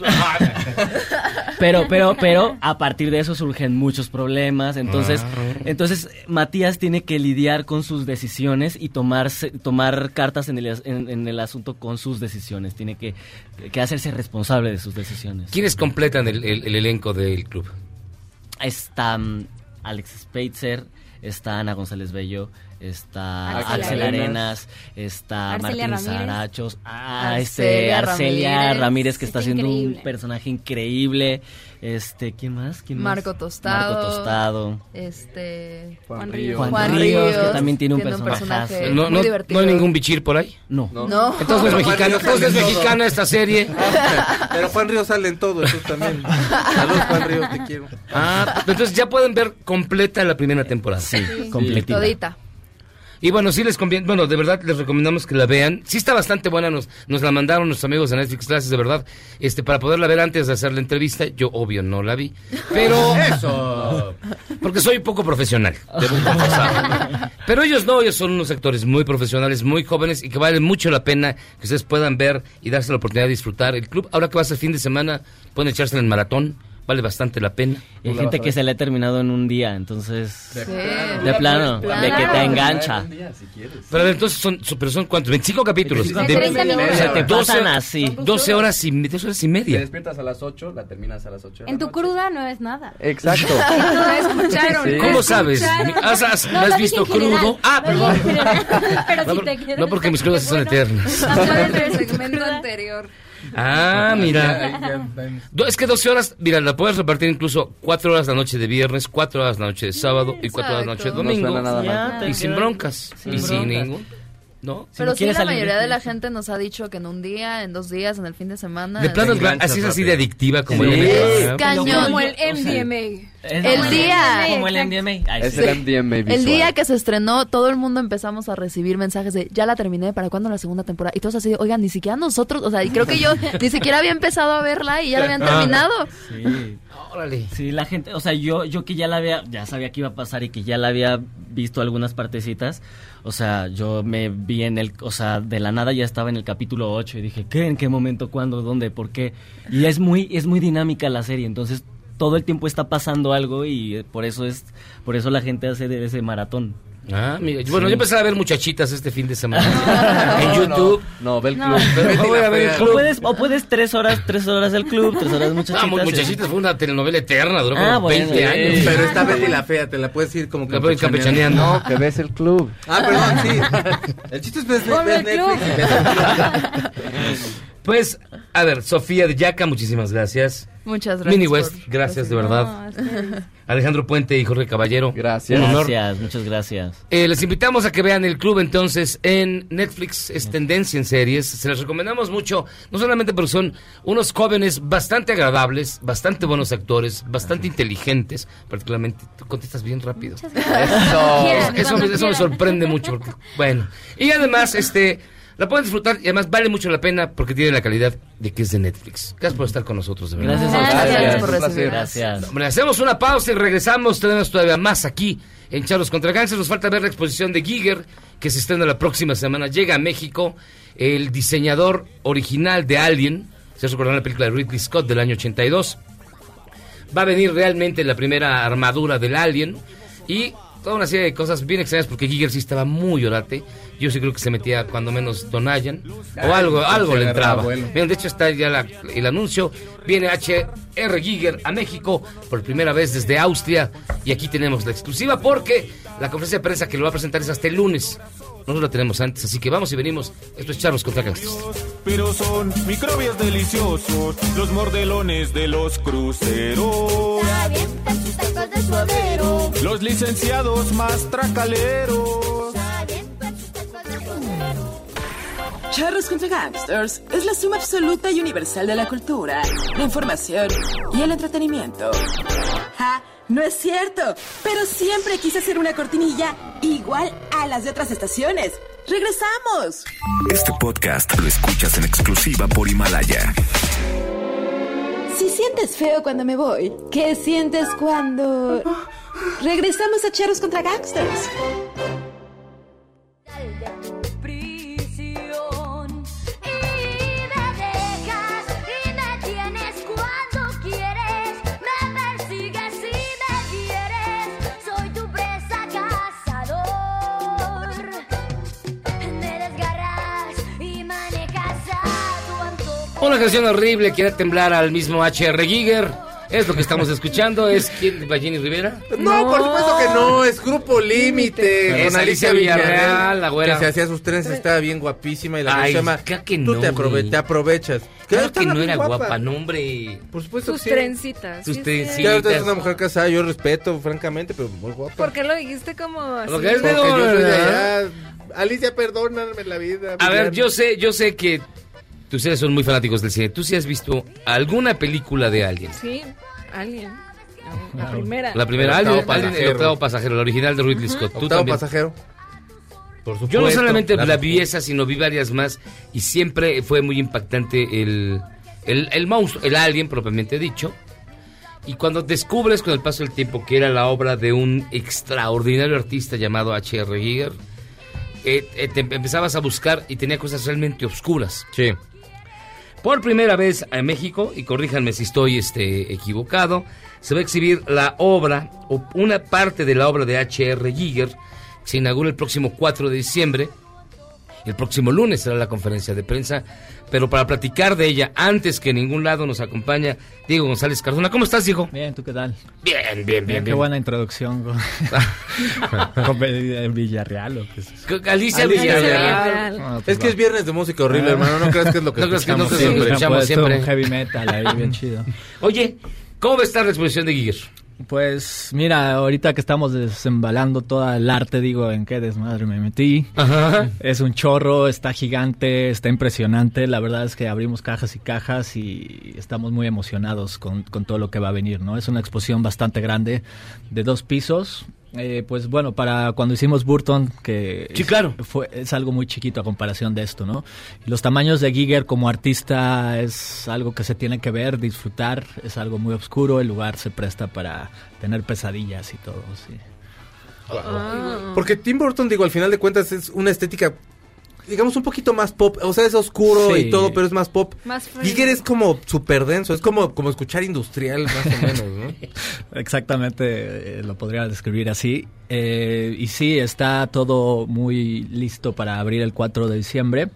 [SPEAKER 24] Pero, pero, pero, a partir de eso surgen muchos problemas. Entonces, entonces Matías tiene que lidiar con sus decisiones y tomarse, tomar cartas en el, as- en, en el asunto con sus decisiones. Tiene que, que hacerse responsable de sus decisiones.
[SPEAKER 1] ¿Quiénes completan el, el- el elenco del club?
[SPEAKER 24] Está mm, Alex Speitzer, está Ana González Bello, está
[SPEAKER 1] Axel
[SPEAKER 24] Axel,
[SPEAKER 1] Arenas,
[SPEAKER 24] Arenas, está
[SPEAKER 1] Arcelia
[SPEAKER 24] Martín
[SPEAKER 1] Ramírez.
[SPEAKER 24] Sarachos, ah, este
[SPEAKER 1] Arcelia
[SPEAKER 24] Arcelia
[SPEAKER 1] Ramírez.
[SPEAKER 24] Ramírez, que está, haciendo un personaje increíble. Este, ¿quién más? ¿Quién más?
[SPEAKER 23] Marco Tostado.
[SPEAKER 24] Marco Tostado.
[SPEAKER 23] Este.
[SPEAKER 24] Juan Ríos. Juan Ríos, que también tiene un personajazo.
[SPEAKER 1] No,
[SPEAKER 23] muy
[SPEAKER 1] no,
[SPEAKER 23] divertido.
[SPEAKER 1] ¿no hay ningún bichir por ahí?
[SPEAKER 24] No.
[SPEAKER 23] No.
[SPEAKER 1] Entonces es mexicano, entonces es mexicana esta serie.
[SPEAKER 7] Pero Juan Río sale en todo, eso también. Saludos, Juan Río, te quiero.
[SPEAKER 1] Ah, entonces ya pueden ver completa la primera temporada. Sí, completita.
[SPEAKER 23] Todita.
[SPEAKER 1] Y bueno, sí les conviene, bueno, de verdad les recomendamos que la vean. Sí está bastante buena, nos, nos la mandaron nuestros amigos de Netflix Clases, de verdad. Este, para poderla ver antes de hacer la entrevista, yo obvio no la vi. Pero.
[SPEAKER 7] Eso.
[SPEAKER 1] Porque soy poco profesional, debo confesar. Pero ellos no, ellos son unos actores muy profesionales, muy jóvenes y que vale mucho la pena que ustedes puedan ver y darse la oportunidad de disfrutar. El club, ahora que va a ser fin de semana, pueden echarse en el maratón, vale bastante la pena.
[SPEAKER 24] Y hay gente que se le ha terminado en un día, entonces.
[SPEAKER 1] De
[SPEAKER 24] De, plano,
[SPEAKER 1] plano. Claro.
[SPEAKER 24] de que te engancha.
[SPEAKER 1] Pero a ver, entonces son, son- pero son cuántos, 25 capítulos.
[SPEAKER 24] 25 De 30 minutos. Se te pasan así.
[SPEAKER 1] 12 horas y, me- 12 horas y
[SPEAKER 21] Te
[SPEAKER 1] media.
[SPEAKER 21] despiertas a las 8, la terminas a las 8.
[SPEAKER 22] En tu cruda no es nada.
[SPEAKER 21] Exacto.
[SPEAKER 22] La escucharon.
[SPEAKER 21] Sí.
[SPEAKER 1] ¿Cómo sabes? ¿Has, has-
[SPEAKER 22] No,
[SPEAKER 1] has
[SPEAKER 22] lo dije
[SPEAKER 1] visto
[SPEAKER 22] en general.
[SPEAKER 1] crudo? Ah,
[SPEAKER 22] Lo
[SPEAKER 1] perdón.
[SPEAKER 22] dije en general. Pero
[SPEAKER 1] No,
[SPEAKER 22] si
[SPEAKER 1] por-
[SPEAKER 22] te quedas-
[SPEAKER 1] no porque mis crudas son eternas.
[SPEAKER 8] Habló en el segmento anterior.
[SPEAKER 1] Ah, mira. Do- es que 12 horas, mira, la puedes repartir incluso 4 horas la noche de viernes, 4 horas la noche de sábado y 4 horas la noche de
[SPEAKER 21] Exacto.
[SPEAKER 1] domingo.
[SPEAKER 21] No suena nada Ya, mal. te
[SPEAKER 1] y sin
[SPEAKER 21] quedan-
[SPEAKER 1] broncas.
[SPEAKER 21] sin
[SPEAKER 1] y sin
[SPEAKER 21] broncas.
[SPEAKER 1] ningún. ¿No?
[SPEAKER 23] Pero sí, la mayoría de la gente nos ha dicho que en un día, en dos días, en el fin de semana.
[SPEAKER 1] De
[SPEAKER 23] en-
[SPEAKER 1] plano, así es así de adictiva como
[SPEAKER 21] Sí.
[SPEAKER 1] el
[SPEAKER 23] Es
[SPEAKER 1] MDMA.
[SPEAKER 23] cañón.
[SPEAKER 22] Como
[SPEAKER 1] Pues,
[SPEAKER 22] el
[SPEAKER 23] MDMA.
[SPEAKER 22] Es
[SPEAKER 23] el
[SPEAKER 22] como el
[SPEAKER 23] día.
[SPEAKER 22] MDMA, Como el
[SPEAKER 24] MDMA. Ay,
[SPEAKER 21] Es
[SPEAKER 24] sí.
[SPEAKER 21] el MDMA visual.
[SPEAKER 23] El día que se estrenó, todo el mundo empezamos a recibir mensajes de ya la terminé, ¿para cuándo la segunda temporada? Y todos así, de, oigan, ni siquiera nosotros, o sea, y creo que yo ni siquiera había empezado a verla y ya la habían
[SPEAKER 24] Ah.
[SPEAKER 23] terminado.
[SPEAKER 24] Sí. Sí, la gente, o sea, yo, yo que ya la había, ya sabía que iba a pasar y que ya la había visto algunas partecitas, o sea, yo me vi en el, o sea, de la nada ya estaba en el capítulo 8 y dije, ¿qué? ¿En qué momento? ¿Cuándo? ¿Dónde? ¿Por qué? Y es muy, es muy dinámica la serie, entonces todo el tiempo está pasando algo y eh, por eso es, por eso la gente hace de ese maratón.
[SPEAKER 1] Ah, mira, bueno, yo empecé a ver muchachitas este fin de semana.
[SPEAKER 24] No,
[SPEAKER 1] en
[SPEAKER 24] no,
[SPEAKER 1] YouTube.
[SPEAKER 21] No, ve el
[SPEAKER 24] No.
[SPEAKER 1] club. Pero voy a ver el
[SPEAKER 24] O
[SPEAKER 1] club.
[SPEAKER 24] puedes, o puedes tres horas, tres horas del club, tres horas muchachitas. ¿eh?
[SPEAKER 1] Ah, mu- muchachitas fue una telenovela eterna, duró como
[SPEAKER 24] Ah, bueno,
[SPEAKER 1] 20 años.
[SPEAKER 7] Pero esta Betty la fea, te la puedes ir como
[SPEAKER 1] La puedes ir campechaneando.
[SPEAKER 7] campechaneando.
[SPEAKER 1] No,
[SPEAKER 14] que ves el club.
[SPEAKER 7] Ah, perdón, sí. El chiste pues, este es ver,
[SPEAKER 1] Ponme
[SPEAKER 7] ver
[SPEAKER 1] el club.
[SPEAKER 7] Netflix. y ver el club.
[SPEAKER 1] Pues, a ver, Sofía de Yaca, muchísimas gracias.
[SPEAKER 23] Muchas gracias.
[SPEAKER 1] Mini West,
[SPEAKER 23] por-
[SPEAKER 1] gracias de verdad. Alejandro Puente y Jorge Caballero.
[SPEAKER 21] Gracias.
[SPEAKER 1] Un honor.
[SPEAKER 24] Gracias, muchas gracias.
[SPEAKER 1] Eh, les invitamos a que vean el club entonces en Netflix, es tendencia en series, se les recomendamos mucho, no solamente porque son unos jóvenes bastante agradables, bastante buenos actores, bastante inteligentes, particularmente tú contestas bien rápido.
[SPEAKER 21] Cuando
[SPEAKER 1] Eso,
[SPEAKER 21] quieran,
[SPEAKER 1] eso me,
[SPEAKER 21] cuando
[SPEAKER 1] eso me
[SPEAKER 21] quieran.
[SPEAKER 1] sorprende mucho, porque, bueno, y además este la pueden disfrutar y además vale mucho la pena porque tiene la calidad de que es de Netflix. Gracias por estar con nosotros, de verdad.
[SPEAKER 24] Gracias a ustedes. Gracias por recibirnos. Gracias.
[SPEAKER 1] Hombre, hacemos una pausa y regresamos. Tenemos todavía más aquí en Charlos contra Cáncer. Nos falta ver la exposición de Giger, que se estrena la próxima semana. Llega a México el diseñador original de Alien. Se recordará la película de Ridley Scott del año 82. Va a venir realmente la primera armadura del Alien. Y toda una serie de cosas bien extrañas, porque Giger sí estaba muy orate. Yo sí creo que se metía cuando menos Donayan. O algo,
[SPEAKER 7] Ay,
[SPEAKER 1] algo
[SPEAKER 7] se
[SPEAKER 1] le
[SPEAKER 7] agarraba
[SPEAKER 1] entraba.
[SPEAKER 7] vuelo.
[SPEAKER 1] Miren, de hecho está ya la- el anuncio. Viene HR Giger a México por primera vez desde Austria. Y aquí tenemos la exclusiva porque la conferencia de prensa que lo va a presentar es hasta el lunes. Nosotros la tenemos antes, así que vamos y venimos. Esto es Charlos contra Gangsters.
[SPEAKER 6] pero son microbios deliciosos, los mordelones de los cruceros. Los licenciados más tracaleros.
[SPEAKER 3] Charros contra Gangsters es la suma absoluta y universal de la cultura, la información y el entretenimiento. ¡Ja! No es cierto, pero siempre quise hacer una cortinilla igual a las de otras estaciones.
[SPEAKER 18] ¡Regresamos!
[SPEAKER 12] Este podcast lo escuchas en exclusiva por Himalaya.
[SPEAKER 18] Si sientes feo cuando me voy, ¿qué sientes cuando...
[SPEAKER 3] Ah.
[SPEAKER 18] Regresamos a Charros contra Gangsters?
[SPEAKER 4] prisión y me dejas y me tienes cuando quieres, me persigues y me quieres, soy tu presa cazador, me desgarras y manejas a tu antojo.
[SPEAKER 1] Una canción horrible que hará temblar al mismo H.R. Giger. Es lo que estamos escuchando. ¿Es quién? ¿Jenny Rivera?
[SPEAKER 7] No, por supuesto que no, es Grupo Límite.
[SPEAKER 1] Es
[SPEAKER 7] Con
[SPEAKER 1] Alicia Villarreal, la güera.
[SPEAKER 7] Que se hacía sus trenes, estaba bien guapísima. Y la
[SPEAKER 1] Ay,
[SPEAKER 7] canción se llama
[SPEAKER 1] claro que
[SPEAKER 7] Tú
[SPEAKER 1] no,
[SPEAKER 7] te, aprove-
[SPEAKER 1] güey.
[SPEAKER 7] te aprovechas.
[SPEAKER 1] Claro que
[SPEAKER 7] estaba
[SPEAKER 1] no
[SPEAKER 7] bien
[SPEAKER 1] era guapa, no, hombre.
[SPEAKER 7] Por supuesto
[SPEAKER 8] Sus
[SPEAKER 7] que sí.
[SPEAKER 8] trencitas.
[SPEAKER 1] Sus
[SPEAKER 8] sí es
[SPEAKER 1] trencitas.
[SPEAKER 8] cierto.
[SPEAKER 7] Ya ahorita es una mujer casada, yo respeto, francamente, pero muy guapa.
[SPEAKER 8] ¿Por qué lo dijiste como así?
[SPEAKER 1] Lo que es de
[SPEAKER 7] Porque yo soy de
[SPEAKER 1] ¿verdad?
[SPEAKER 7] allá. Alicia, perdóname la vida.
[SPEAKER 1] A ver,
[SPEAKER 7] Villarreal.
[SPEAKER 1] yo sé, yo sé que ustedes son muy fanáticos del cine. ¿Tú sí has visto alguna película de Alien?
[SPEAKER 8] Sí, alguien. La, primera.
[SPEAKER 1] La primera,
[SPEAKER 7] El
[SPEAKER 1] Alien,
[SPEAKER 7] octavo
[SPEAKER 1] Alien, el
[SPEAKER 7] pasajero.
[SPEAKER 1] octavo pasajero, la original de Ridley Scott. ¿Tú
[SPEAKER 7] Octavo
[SPEAKER 1] también?
[SPEAKER 7] pasajero. Por
[SPEAKER 1] Yo no
[SPEAKER 7] supuesto.
[SPEAKER 1] solamente la,
[SPEAKER 7] La-
[SPEAKER 1] vi esa, sino vi varias más y siempre fue muy impactante el, el, el monstruo, el alien propiamente dicho. Y cuando descubres con el paso del tiempo que era la obra de un extraordinario artista llamado H.R. Giger, eh, eh, te empezabas a buscar y tenía cosas realmente oscuras. Sí. Por primera vez en México, y corríjanme si estoy este, equivocado, se va a exhibir la obra, o una parte de la obra de H.R. Giger, que se inaugura el próximo 4 de diciembre. El próximo lunes será la conferencia de prensa, pero para platicar de ella, antes que en ningún lado nos acompaña Diego González Cardona. ¿Cómo estás, Diego?
[SPEAKER 9] Bien, ¿tú qué tal?
[SPEAKER 1] Bien, bien, bien.
[SPEAKER 9] Qué
[SPEAKER 1] bien.
[SPEAKER 9] buena introducción con, con Villarreal. ¿o pues, qué es eso?
[SPEAKER 1] Con Alicia Alicia Villarreal. Villarreal.
[SPEAKER 9] Ah, pues
[SPEAKER 7] Es que
[SPEAKER 9] va. Ah.
[SPEAKER 7] es viernes de música horrible, hermano. No creas que es lo que
[SPEAKER 1] No creas que no
[SPEAKER 7] escuchamos
[SPEAKER 1] es lo que
[SPEAKER 7] siempre.
[SPEAKER 9] No, pues, esto es un
[SPEAKER 1] siempre.
[SPEAKER 9] heavy metal ahí, bien chido.
[SPEAKER 1] Oye, ¿cómo va a estar la exposición de Giger?
[SPEAKER 9] Pues mira, ahorita que estamos desembalando toda el arte, digo, en qué desmadre me metí.
[SPEAKER 1] Ajá.
[SPEAKER 9] Es un chorro, está gigante, está impresionante. La verdad es que abrimos cajas y cajas y estamos muy emocionados con, con todo lo que va a venir, ¿no? Es una exposición bastante grande, de dos pisos. Eh, pues bueno, para cuando hicimos Burton, que es- fue, es algo muy chiquito a comparación de esto, ¿no? Y Los tamaños de Giger como artista es algo que se tiene que ver, disfrutar, es algo muy oscuro, el lugar se presta para tener pesadillas y todo, sí.
[SPEAKER 7] Ah. Porque Tim Burton, digo, al final de cuentas es una estética, digamos, un poquito más pop. O sea, es oscuro
[SPEAKER 9] Sí.
[SPEAKER 7] y todo, pero es más pop.
[SPEAKER 9] Más
[SPEAKER 7] Giger es como súper denso, es como, como escuchar industrial, más o menos, ¿no?
[SPEAKER 9] Exactamente, eh, lo podría describir así. Eh, y sí, está todo muy listo para abrir el 4 de diciembre.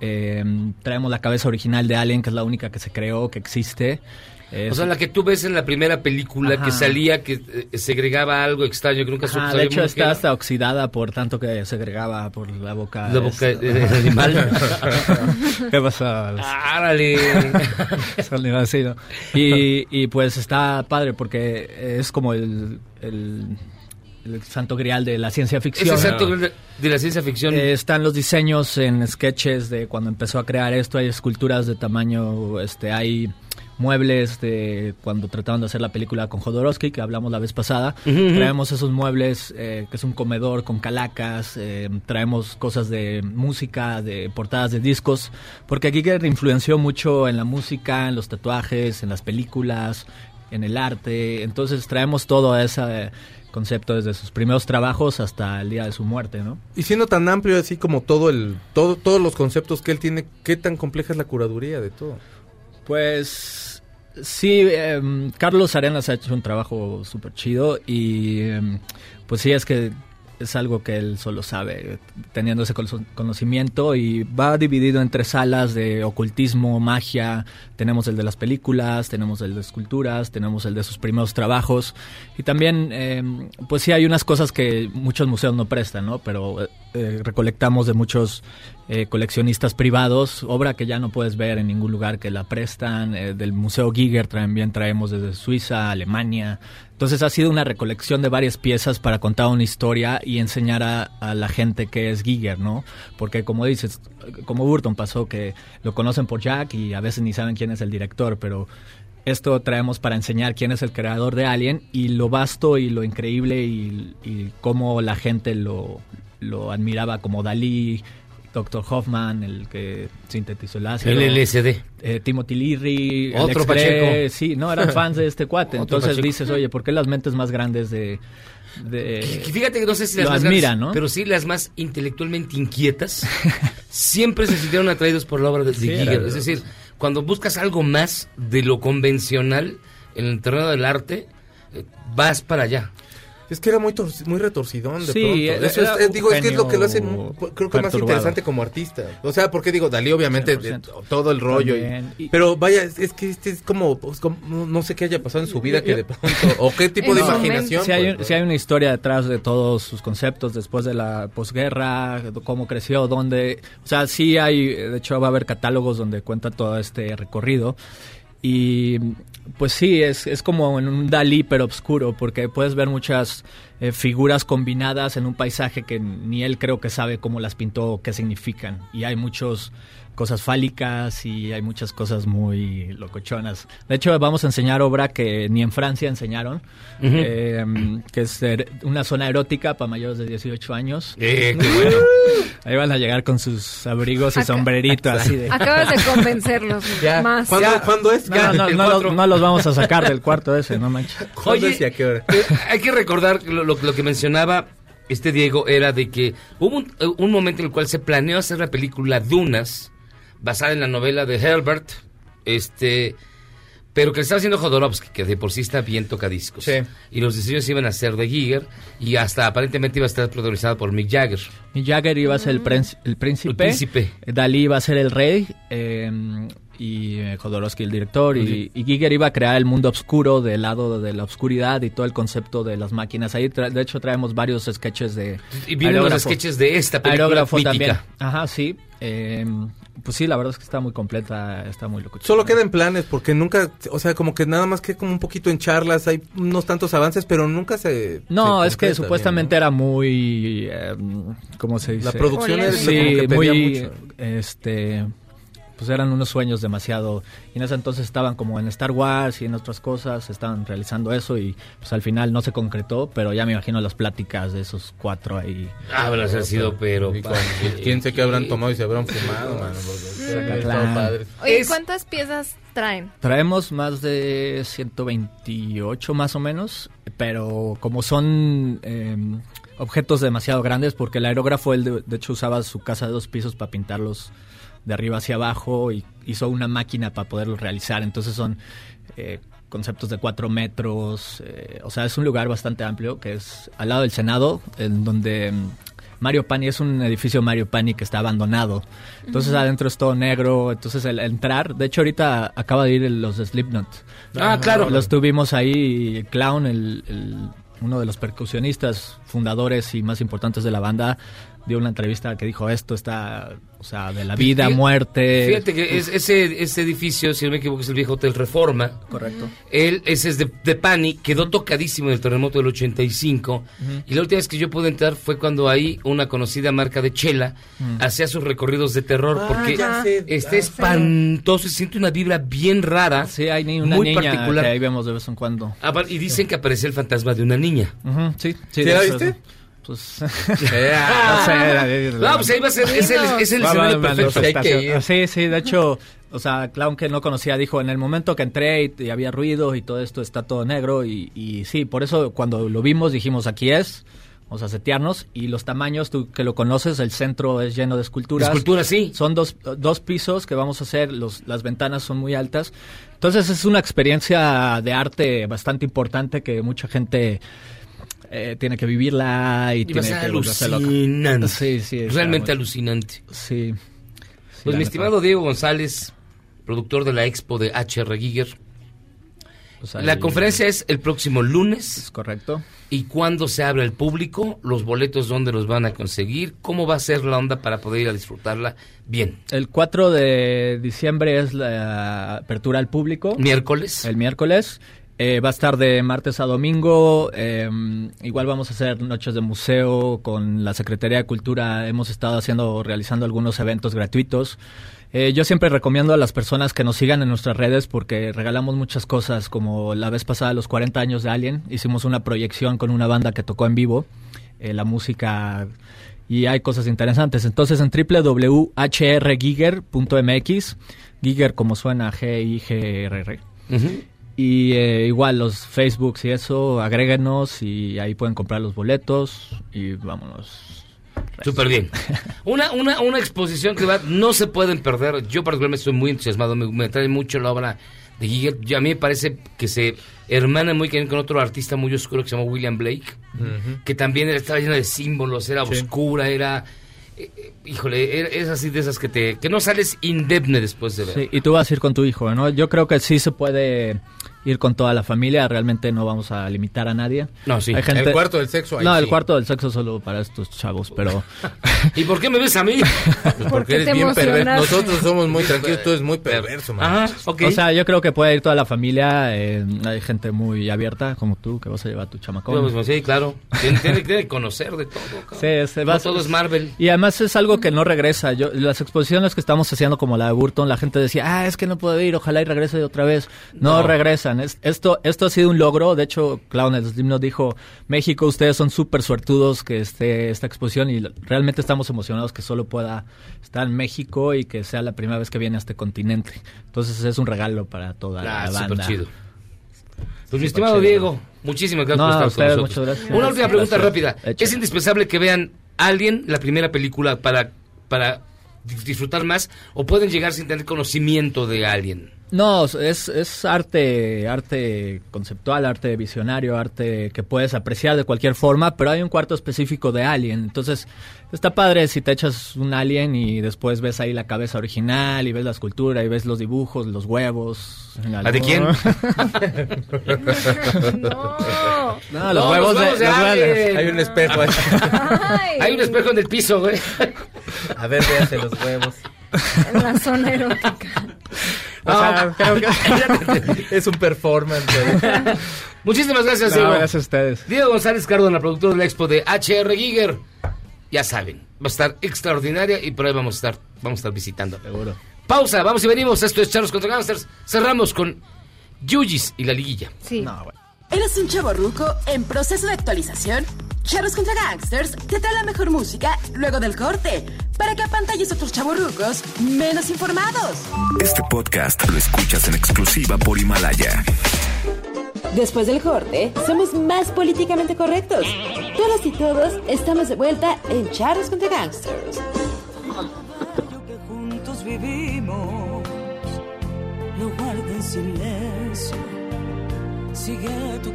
[SPEAKER 9] Eh, traemos la cabeza original de Alien, que es la única que se creó, que existe. Eh,
[SPEAKER 1] O sea, la que tú ves en la primera película
[SPEAKER 9] Ajá.
[SPEAKER 1] que salía, que eh, segregaba algo extraño que nunca
[SPEAKER 9] ajá,
[SPEAKER 1] supo-
[SPEAKER 9] de hecho,
[SPEAKER 1] sabíamos que
[SPEAKER 9] está
[SPEAKER 1] era.
[SPEAKER 9] hasta oxidada por tanto que segregaba por la boca.
[SPEAKER 1] La boca
[SPEAKER 9] esta.
[SPEAKER 1] del animal.
[SPEAKER 9] ¿Qué pasó?
[SPEAKER 1] ¡Árale!
[SPEAKER 9] Son de vacío. y, y pues está padre porque es como el, el, el santo grial de la ciencia ficción.
[SPEAKER 1] Ese santo grial de- de la ciencia ficción.
[SPEAKER 9] Eh, están los diseños en sketches de cuando empezó a crear esto. Hay esculturas de tamaño, este, hay muebles de cuando trataban de hacer la película con Jodorowsky, que hablamos la vez pasada.
[SPEAKER 25] Ujú, ujú.
[SPEAKER 9] Traemos esos muebles, eh, que es un comedor con calacas, eh, traemos cosas de música, de portadas de discos, porque Giger influenció mucho en la música, en los tatuajes, en las películas, en el arte. Entonces traemos todo ese eh, concepto desde sus primeros trabajos hasta el día de su muerte, ¿no?
[SPEAKER 7] Y siendo tan amplio así como todo el, todo, todos los conceptos que él tiene, ¿qué tan compleja es la curaduría de todo?
[SPEAKER 9] Pues sí, em, Carlos Arenas ha hecho un trabajo súper chido y em, pues sí, es que es algo que él solo sabe, teniendo ese cono- conocimiento y va dividido en tres salas de ocultismo, magia, tenemos el de las películas, tenemos el de esculturas, tenemos el de sus primeros trabajos y también em, pues sí hay unas cosas que muchos museos no prestan, ¿no? Pero eh, eh, recolectamos de muchos eh, coleccionistas privados, obra que ya no puedes ver en ningún lugar que la prestan, eh, del Museo Giger también traemos desde Suiza, Alemania. Entonces ha sido una recolección de varias piezas para contar una historia y enseñar a, a la gente qué es Giger, ¿no? Porque como dices, como Burton pasó que lo conocen por Jack y a veces ni saben quién es el director, pero esto traemos para enseñar quién es el creador de Alien y lo vasto y lo increíble y, y cómo la gente lo, lo admiraba como Dalí, Dr. Hoffman, el que sintetizó el ácido.
[SPEAKER 1] El LSD.
[SPEAKER 9] eh, Timothy Leary,
[SPEAKER 1] Otro
[SPEAKER 9] Alex Gray,
[SPEAKER 1] Pacheco.
[SPEAKER 9] sí, no, eran fans de este cuate.
[SPEAKER 1] Otro
[SPEAKER 9] Entonces
[SPEAKER 1] Pacheco.
[SPEAKER 9] dices, oye, ¿por qué las mentes más grandes de... de-
[SPEAKER 1] Que Fíjate que no sé si las
[SPEAKER 9] lo
[SPEAKER 1] más
[SPEAKER 9] admiran,
[SPEAKER 1] grandes,
[SPEAKER 9] ¿no?
[SPEAKER 1] pero sí las más intelectualmente inquietas siempre se sintieron atraídos por la obra de, de
[SPEAKER 9] Sí,
[SPEAKER 1] Giger.
[SPEAKER 9] claro.
[SPEAKER 1] Es decir, cuando buscas algo más de lo convencional en el terreno del arte, eh, vas para allá.
[SPEAKER 7] Es que era muy, torci- muy retorcidón de
[SPEAKER 1] Sí,
[SPEAKER 7] pronto.
[SPEAKER 1] era-
[SPEAKER 7] Eso es,
[SPEAKER 1] era
[SPEAKER 7] eh,
[SPEAKER 1] un
[SPEAKER 7] digo, es que es lo que lo hace,
[SPEAKER 9] e-, genio
[SPEAKER 7] mu- creo que más
[SPEAKER 9] perturbado.
[SPEAKER 7] interesante como artista. O sea, porque digo, Dalí obviamente de-
[SPEAKER 9] 100%.
[SPEAKER 7] todo el rollo. y-
[SPEAKER 9] También. Y-
[SPEAKER 7] pero vaya, es, es que este es como, pues, como- no- no sé qué haya pasado en su vida que de pronto, o qué tipo de
[SPEAKER 9] No,
[SPEAKER 7] imaginación.
[SPEAKER 9] Si hay,
[SPEAKER 7] pues,
[SPEAKER 9] si hay una historia detrás de todos sus conceptos después de la posguerra, cómo creció, dónde. O sea, sí hay. De hecho, va a haber catálogos donde cuenta todo este recorrido. Y pues sí, es, es como en un Dalí pero oscuro, porque puedes ver muchas eh, figuras combinadas en un paisaje que ni él creo que sabe cómo las pintó o qué significan. Y hay muchas cosas fálicas y hay muchas cosas muy locochonas. De hecho, vamos a enseñar obra que ni en Francia enseñaron,
[SPEAKER 1] Ujú.
[SPEAKER 9] eh, que es er- una zona erótica para mayores de 18 años.
[SPEAKER 1] Eh, qué bueno.
[SPEAKER 9] Ahí van a llegar con sus abrigos y
[SPEAKER 8] Acá-
[SPEAKER 9] sombreritos así de...
[SPEAKER 8] Acabas de convencerlos
[SPEAKER 7] Ya.
[SPEAKER 8] más.
[SPEAKER 7] ¿Cuándo, cuándo es?
[SPEAKER 9] No, no,
[SPEAKER 7] El
[SPEAKER 9] no los,
[SPEAKER 7] cuatro.
[SPEAKER 9] no los vamos a sacar del cuarto ese, no manches.
[SPEAKER 7] ¿Cuándo es y a qué hora?
[SPEAKER 1] Eh, hay que recordar que lo, lo- lo que mencionaba este Diego era de que hubo un, eh, un momento en el cual se planeó hacer la película Dunas, basada en la novela de Herbert, este, pero que estaba haciendo Jodorowsky, que de por sí está bien tocadiscos. Y los diseños iban a ser de Giger y hasta aparentemente iba a estar protagonizado por Mick Jagger.
[SPEAKER 9] Mick Jagger iba a ser el, prenc- el príncipe. Eh,
[SPEAKER 1] El príncipe.
[SPEAKER 9] Dalí iba a ser el rey. eh, y eh, Jodorowsky el director. Y, y Giger iba a crear el mundo oscuro del lado de la oscuridad y todo el concepto de las máquinas. Ahí, tra- de hecho, traemos varios sketches de.
[SPEAKER 1] Y vienen los
[SPEAKER 9] aerógrafo.
[SPEAKER 1] sketches de esta película
[SPEAKER 9] Aerógrafo
[SPEAKER 1] mítica.
[SPEAKER 9] también. Ajá, sí. eh, pues sí, la verdad es que está muy completa, está muy loco.
[SPEAKER 7] Solo queda en planes, porque nunca, o sea, como que nada más que como un poquito en charlas, hay unos tantos avances, pero nunca se...
[SPEAKER 9] No,
[SPEAKER 7] se
[SPEAKER 9] es que
[SPEAKER 7] concreta
[SPEAKER 9] supuestamente era muy, eh, ¿cómo se dice?
[SPEAKER 7] La producción era
[SPEAKER 9] sí,
[SPEAKER 7] como que pedía
[SPEAKER 9] muy,
[SPEAKER 7] mucho.
[SPEAKER 9] este, pues eran unos sueños demasiado. Y en ese entonces estaban como en Star Wars y en otras cosas, estaban realizando eso y pues al final no se concretó, pero ya me imagino las pláticas de esos cuatro ahí.
[SPEAKER 1] Ah, habrá sido, pero...
[SPEAKER 7] bien, ¿no? Y con- ¿Quién sé qué habrán tomado y se habrán fumado, mano? Porque
[SPEAKER 9] Sacatlán.
[SPEAKER 7] estaban padres.
[SPEAKER 8] Oye,
[SPEAKER 1] Es-
[SPEAKER 8] ¿cuántas piezas traen?
[SPEAKER 9] Traemos más de 128 más o menos, pero como son eh, objetos demasiado grandes, porque el aerógrafo, él de, de hecho usaba su casa de dos pisos para pintarlos de arriba hacia abajo y hizo una máquina para poderlo realizar. Entonces son eh, conceptos de cuatro metros, eh, o sea, es un lugar bastante amplio que es al lado del Senado, en donde... mm, Mario Pani es un edificio Mario Pani que está abandonado. Entonces
[SPEAKER 1] Ujú.
[SPEAKER 9] adentro es todo negro. Entonces el entrar, de hecho ahorita acaba de ir el- los de Slipknot.
[SPEAKER 1] Ah, claro.
[SPEAKER 9] Los tuvimos ahí. y Clown, el- el- uno de los percusionistas fundadores y más importantes de la banda, dio una entrevista que dijo esto está, o sea, de la vida,
[SPEAKER 1] Fíjate-
[SPEAKER 9] muerte. Pues,
[SPEAKER 1] Fíjate que es- ese, ese edificio, si no me equivoco, es el viejo Hotel Reforma.
[SPEAKER 9] Correcto.
[SPEAKER 1] Él, ese es de, de Pani, quedó tocadísimo en el terremoto del 85.
[SPEAKER 9] Ujú.
[SPEAKER 1] Y la última vez que yo pude entrar fue cuando ahí una conocida marca de chela
[SPEAKER 9] Mm.
[SPEAKER 1] hacía sus recorridos de terror.
[SPEAKER 9] Ah,
[SPEAKER 1] porque
[SPEAKER 9] ya sé,
[SPEAKER 1] está
[SPEAKER 9] ya sé.
[SPEAKER 1] espantoso, se siente una vibra bien rara.
[SPEAKER 9] Sí, hay ni una
[SPEAKER 1] muy
[SPEAKER 9] niña
[SPEAKER 1] particular.
[SPEAKER 9] que ahí vemos de vez en cuando.
[SPEAKER 1] Ah, va- Y dicen que aparece el fantasma de una niña.
[SPEAKER 9] Ujú, sí, sí.
[SPEAKER 1] ¿Sí
[SPEAKER 9] de
[SPEAKER 1] la
[SPEAKER 9] eso-
[SPEAKER 1] viste?
[SPEAKER 9] Pues.
[SPEAKER 1] Ah. No, pues ahí va a ser- es el- es el escenario perfecto.
[SPEAKER 9] hay que ir.
[SPEAKER 1] Ah,
[SPEAKER 9] Sí, sí, de hecho, o sea, Clown que no conocía dijo, en el momento que entré y, y había ruido y todo esto está todo negro y, y sí, por eso cuando lo vimos dijimos, aquí es. Vamos a setearnos y los tamaños, tú que lo conoces, el centro es lleno de esculturas.
[SPEAKER 1] Esculturas, sí.
[SPEAKER 9] Son dos, dos pisos que vamos a hacer, los, las ventanas son muy altas. Entonces es una experiencia de arte bastante importante que mucha gente eh, tiene que vivirla y,
[SPEAKER 1] Y va
[SPEAKER 9] tiene
[SPEAKER 1] a ser
[SPEAKER 9] que volverse loca.
[SPEAKER 1] alucinante.
[SPEAKER 9] Sí, sí. está
[SPEAKER 1] Realmente
[SPEAKER 9] muy-
[SPEAKER 1] alucinante.
[SPEAKER 9] Sí.
[SPEAKER 1] Pues
[SPEAKER 9] la
[SPEAKER 1] mi
[SPEAKER 9] neta.
[SPEAKER 1] estimado Diego González, productor de la expo de HR Giger.
[SPEAKER 9] sea,
[SPEAKER 1] la
[SPEAKER 9] el-
[SPEAKER 1] conferencia es el próximo lunes.
[SPEAKER 9] correcto.
[SPEAKER 1] ¿Y cuándo se abre al público? ¿Los boletos dónde los van a conseguir? ¿Cómo va a ser la onda para poder ir a disfrutarla bien?
[SPEAKER 9] El 4 de Eh, diciembre es la apertura al público.
[SPEAKER 1] Miércoles.
[SPEAKER 9] El miércoles. Eh, va a estar de martes a domingo. eh, igual vamos a hacer noches de museo con la Secretaría de Cultura. Hemos estado haciendo, realizando algunos eventos gratuitos. Eh, yo siempre recomiendo a las personas que nos sigan en nuestras redes porque regalamos muchas cosas, como la vez pasada los 40 años de Alien, hicimos una proyección con una banda que tocó en vivo, eh, la música y hay cosas interesantes. Entonces en www.hrgiger.mx, Giger como suena G-I-G-R-R.
[SPEAKER 1] Ujú.
[SPEAKER 9] Y eh, igual los Facebooks y eso, agréganos y ahí pueden comprar los boletos y vámonos.
[SPEAKER 1] Súper bien. Pues, Una, una, una exposición que de verdad no se pueden perder. Yo particularmente estoy muy entusiasmado, me, me trae mucho la obra de Giger. Yo- a mí me parece que se hermana muy bien con otro artista muy oscuro que se llama William Blake, que también era- estaba lleno de símbolos, era oscura, era... eh, eh, híjole, era- es así de esas que te que no sales indemne después de ver.
[SPEAKER 9] Sí, y tú vas a ir con tu hijo, ¿no? Yo creo que sí se puede ir con toda la familia, realmente no vamos a limitar a nadie.
[SPEAKER 1] No, sí.
[SPEAKER 9] Hay gente-
[SPEAKER 1] El cuarto del sexo, ahí
[SPEAKER 9] No, el
[SPEAKER 1] sí.
[SPEAKER 9] cuarto del sexo solo para estos chavos, pero...
[SPEAKER 1] ¿Y por qué me ves a mí?
[SPEAKER 7] Pues porque eres bien perverso. Nosotros somos muy tranquilos, tú eres muy perverso, man.
[SPEAKER 1] Ajá, Ah, ok.
[SPEAKER 9] O sea, yo creo que puede ir toda la familia, eh, hay gente muy abierta como tú que vas a llevar a tu chamacón.
[SPEAKER 1] Yo, pues, sí, claro. Tiene, tiene que conocer de todo. cabrón.
[SPEAKER 9] Sí, se va-
[SPEAKER 1] No todo es Marvel.
[SPEAKER 9] Y además es algo que no regresa. Yo, las exposiciones que estamos haciendo, como la de Burton, la gente decía, ah, es que no puedo ir, ojalá y regrese otra vez. No,
[SPEAKER 1] No.
[SPEAKER 9] regresan. Es- esto, esto ha sido un logro. De hecho, Clown el Slim nos dijo, México, ustedes son súper suertudos que esté esta exposición y realmente estamos emocionados que solo pueda estar en México y que sea la primera vez que viene a este continente. Entonces es un regalo para toda
[SPEAKER 1] Ah,
[SPEAKER 9] la
[SPEAKER 1] súper
[SPEAKER 9] banda.
[SPEAKER 1] chido. Pues mi
[SPEAKER 9] Súper
[SPEAKER 1] estimado
[SPEAKER 9] chido.
[SPEAKER 1] Diego, muchísimas gracias
[SPEAKER 9] No,
[SPEAKER 1] por estar
[SPEAKER 9] a ustedes,
[SPEAKER 1] con nosotros.
[SPEAKER 9] muchas gracias.
[SPEAKER 1] Una última pregunta
[SPEAKER 9] Gracias.
[SPEAKER 1] rápida.
[SPEAKER 9] Échale.
[SPEAKER 1] ¿Es indispensable que vean Alien, la primera película, para, para dis- disfrutar más? ¿O pueden llegar sin tener conocimiento de Alien?
[SPEAKER 9] No, es, es arte, arte conceptual, arte visionario, arte que puedes apreciar de cualquier forma, pero hay un cuarto específico de Alien. Entonces, está padre si te echas un Alien y después ves ahí la cabeza original y ves la escultura y ves los dibujos, los huevos. ¿La
[SPEAKER 1] de quién?
[SPEAKER 9] no. los
[SPEAKER 1] No,
[SPEAKER 9] huevos de, los
[SPEAKER 1] Alien.
[SPEAKER 9] huevos.
[SPEAKER 7] Hay un espejo ahí.
[SPEAKER 1] Hay un espejo en el piso, güey.
[SPEAKER 7] A ver, véase los huevos.
[SPEAKER 22] En la zona erótica.
[SPEAKER 7] O sea, creo que es un performance. güey.
[SPEAKER 1] Muchísimas gracias,
[SPEAKER 7] No,
[SPEAKER 1] Diego.
[SPEAKER 7] gracias
[SPEAKER 9] a ustedes.
[SPEAKER 1] Diego González Cardona, productor de la expo de HR Giger. Ya saben, va a estar extraordinaria y por ahí vamos a estar, vamos a estar visitando.
[SPEAKER 9] Seguro.
[SPEAKER 1] Pausa, vamos y venimos. Esto es Charlos contra Gangsters. Cerramos con Yugis y la liguilla.
[SPEAKER 3] Sí. ¿Eres un chavo en proceso de actualización? Charros contra Gangsters te trae la mejor música luego del corte para que apantalles a tus chavorrucos menos informados.
[SPEAKER 12] Este podcast lo escuchas en exclusiva por Himalaya.
[SPEAKER 18] Después del corte, somos más políticamente correctos. Todas y todos estamos de vuelta en Charles contra Gangsters.
[SPEAKER 17] juntos vivimos, lo guarda en silencio, sigue tu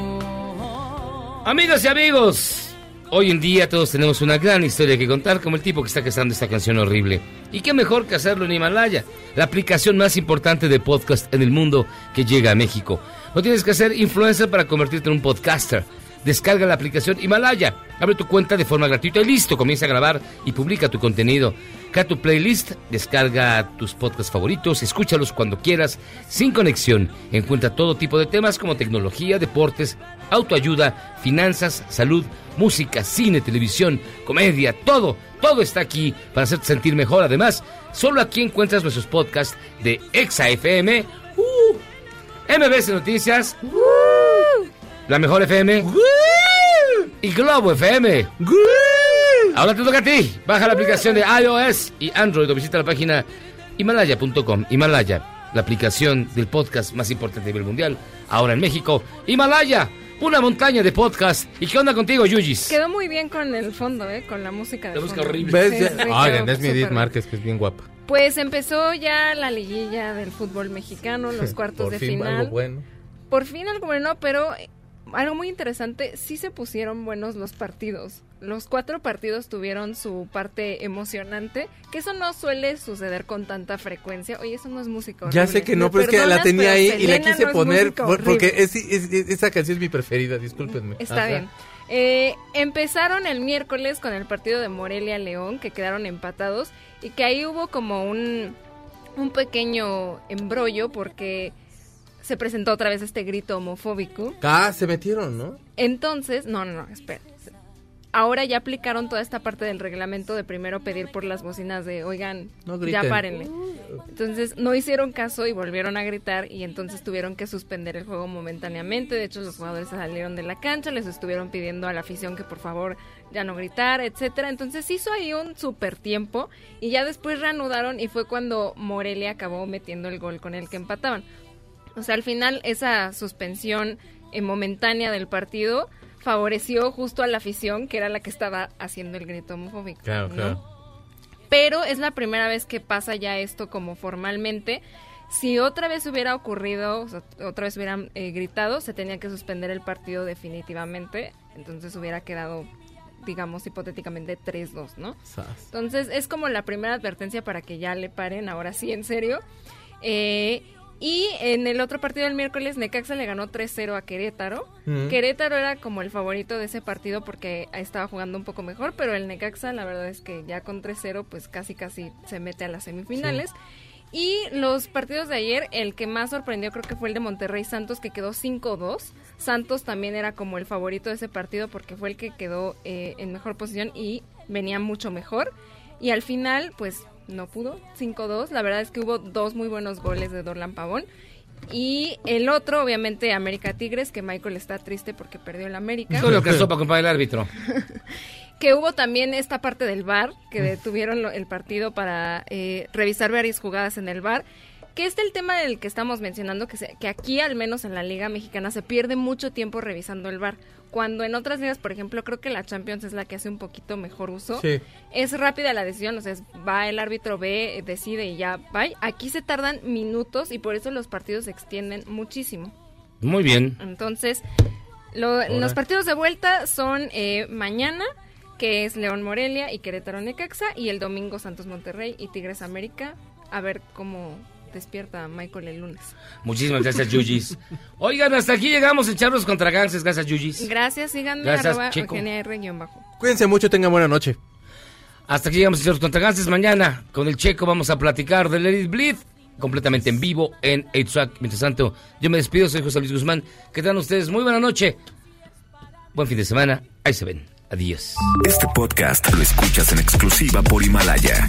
[SPEAKER 17] camino.
[SPEAKER 1] Amigas y amigos, hoy en día todos tenemos una gran historia que contar, como el tipo que está cantando esta canción horrible. Y qué mejor que hacerlo en Himalaya, la aplicación más importante de podcast en el mundo que llega a México. No tienes que ser influencer para convertirte en un podcaster. Descarga la aplicación Himalaya, abre tu cuenta de forma gratuita y listo, comienza a grabar y publica tu contenido. Crea tu playlist, descarga tus podcasts favoritos, escúchalos cuando quieras, sin conexión. Encuentra todo tipo de temas como tecnología, deportes, autoayuda, finanzas, salud, música, cine, televisión, comedia, todo, todo está aquí para hacerte sentir mejor. Además, solo aquí encuentras nuestros podcasts de Exa FM, uh, MBS Noticias, La Mejor FM y Globo FM. Ahora te toca a ti. Baja la aplicación de iOS y Android o visita la página himalaya.com. Himalaya, la aplicación del podcast más importante a nivel mundial, ahora en México. Himalaya, una montaña de podcast. ¿Y qué onda contigo, Yugis?
[SPEAKER 8] Quedó muy bien con el fondo, ¿eh? Con la música. De fondo.
[SPEAKER 7] ¿Ves?
[SPEAKER 8] Sí,
[SPEAKER 7] Ya-
[SPEAKER 8] sí, quedó
[SPEAKER 7] Oigan, es mi
[SPEAKER 8] súper
[SPEAKER 7] Edith
[SPEAKER 8] bien.
[SPEAKER 7] Márquez, que es bien guapa.
[SPEAKER 8] Pues empezó ya la liguilla del fútbol mexicano, los cuartos
[SPEAKER 7] Por
[SPEAKER 8] de
[SPEAKER 7] fin,
[SPEAKER 8] final.
[SPEAKER 7] algo bueno.
[SPEAKER 8] Por fin algo bueno, pero eh, algo muy interesante, sí se pusieron buenos los partidos. Los cuatro partidos tuvieron su parte emocionante, que eso no suele suceder con tanta frecuencia. Oye, eso no es música.
[SPEAKER 7] Ya
[SPEAKER 8] horrible.
[SPEAKER 7] sé que
[SPEAKER 8] Me
[SPEAKER 7] no, pero es que la
[SPEAKER 8] perdonas,
[SPEAKER 7] tenía
[SPEAKER 8] pero
[SPEAKER 7] ahí y la
[SPEAKER 8] Selena
[SPEAKER 7] quise
[SPEAKER 8] no es
[SPEAKER 7] poner
[SPEAKER 8] música
[SPEAKER 7] por- porque
[SPEAKER 8] horrible.
[SPEAKER 7] es- es- es- esa canción es mi preferida, discúlpenme.
[SPEAKER 8] Está
[SPEAKER 7] Ajá.
[SPEAKER 8] bien. Eh, empezaron el miércoles con el partido de Morelia León, que quedaron empatados y que ahí hubo como un, un pequeño embrollo porque se presentó otra vez este grito homofóbico.
[SPEAKER 7] Ah, se metieron, ¿no?
[SPEAKER 8] Entonces, no, no, no, espera. ahora ya aplicaron toda esta parte del reglamento de primero pedir por las bocinas de, oigan,
[SPEAKER 7] No
[SPEAKER 8] ya
[SPEAKER 7] griten.
[SPEAKER 8] párenle. Entonces no hicieron caso y volvieron a gritar y entonces tuvieron que suspender el juego momentáneamente. De hecho, los jugadores salieron de la cancha, les estuvieron pidiendo a la afición que por favor ya no gritar, etcétera. Entonces hizo ahí un super tiempo y ya después reanudaron y fue cuando Morelia acabó metiendo el gol con el que empataban. O sea, al final esa suspensión eh, momentánea del partido favoreció justo a la afición que era la que estaba haciendo el grito homofóbico.
[SPEAKER 7] Claro,
[SPEAKER 8] ¿no?
[SPEAKER 7] claro.
[SPEAKER 8] Pero es la primera vez que pasa ya esto como formalmente. Si otra vez hubiera ocurrido, o sea, otra vez hubieran eh, gritado, se tenía que suspender el partido definitivamente. Entonces hubiera quedado, digamos, hipotéticamente 3-2, ¿no?
[SPEAKER 7] Sas.
[SPEAKER 8] Entonces es como la primera advertencia para que ya le paren, ahora sí, en serio. Eh, y en el otro partido del miércoles, Necaxa le ganó 3-0 a Querétaro.
[SPEAKER 22] Mm.
[SPEAKER 8] Querétaro era como el favorito de ese partido porque estaba jugando un poco mejor, pero el Necaxa la verdad es que ya con 3-0 pues casi casi se mete a las semifinales. Y los partidos de ayer, el que más sorprendió creo que fue el de Monterrey Santos, que quedó 5-2. Santos también era como el favorito de ese partido porque fue el que quedó eh, en mejor posición y venía mucho mejor. Y al final, pues no pudo, 5-2. La verdad es que hubo dos muy buenos goles de Dorlan Pavón. Y el otro, obviamente, América Tigres, que Michael está triste porque perdió el América.
[SPEAKER 1] Todo lo que sopa, compadre, el árbitro.
[SPEAKER 8] Que hubo también esta parte del VAR, que detuvieron lo- el partido para eh, revisar varias jugadas en el VAR. Que este el tema del que estamos mencionando, que, se- que aquí, al menos en la Liga Mexicana, se pierde mucho tiempo revisando el VAR. Cuando en otras ligas, por ejemplo, creo que la Champions es la que hace un poquito mejor uso.
[SPEAKER 7] Sí.
[SPEAKER 8] Es rápida la decisión, o sea, es- va el árbitro, ve, decide y ya, bye. Aquí se tardan minutos y por eso los partidos se extienden muchísimo.
[SPEAKER 1] Muy bien.
[SPEAKER 8] Entonces, lo-
[SPEAKER 1] Ahora.
[SPEAKER 8] los partidos de vuelta son eh, mañana, que es León Morelia y Querétaro Necaxa, y el domingo Santos Monterrey y Tigres América. A ver cómo despierta Michael el lunes.
[SPEAKER 1] Muchísimas gracias, Yuyis. Oigan, hasta aquí llegamos en Charlos contra Ganses. Gracias, Yuyis.
[SPEAKER 8] Gracias, síganme,
[SPEAKER 1] Gracias,
[SPEAKER 8] arroba
[SPEAKER 1] Checo.
[SPEAKER 8] Eugenia R guión bajo.
[SPEAKER 7] Cuídense mucho, tengan buena noche.
[SPEAKER 1] Hasta aquí llegamos en Charlos contra Ganses. Mañana con el Checo vamos a platicar del Edith Bleed completamente en vivo en 8 Mientras tanto, yo me despido. Soy José Luis Guzmán. Que tengan ustedes muy buena noche. Buen fin de semana. Ahí se ven. Adiós.
[SPEAKER 12] Este podcast lo escuchas en exclusiva por Himalaya.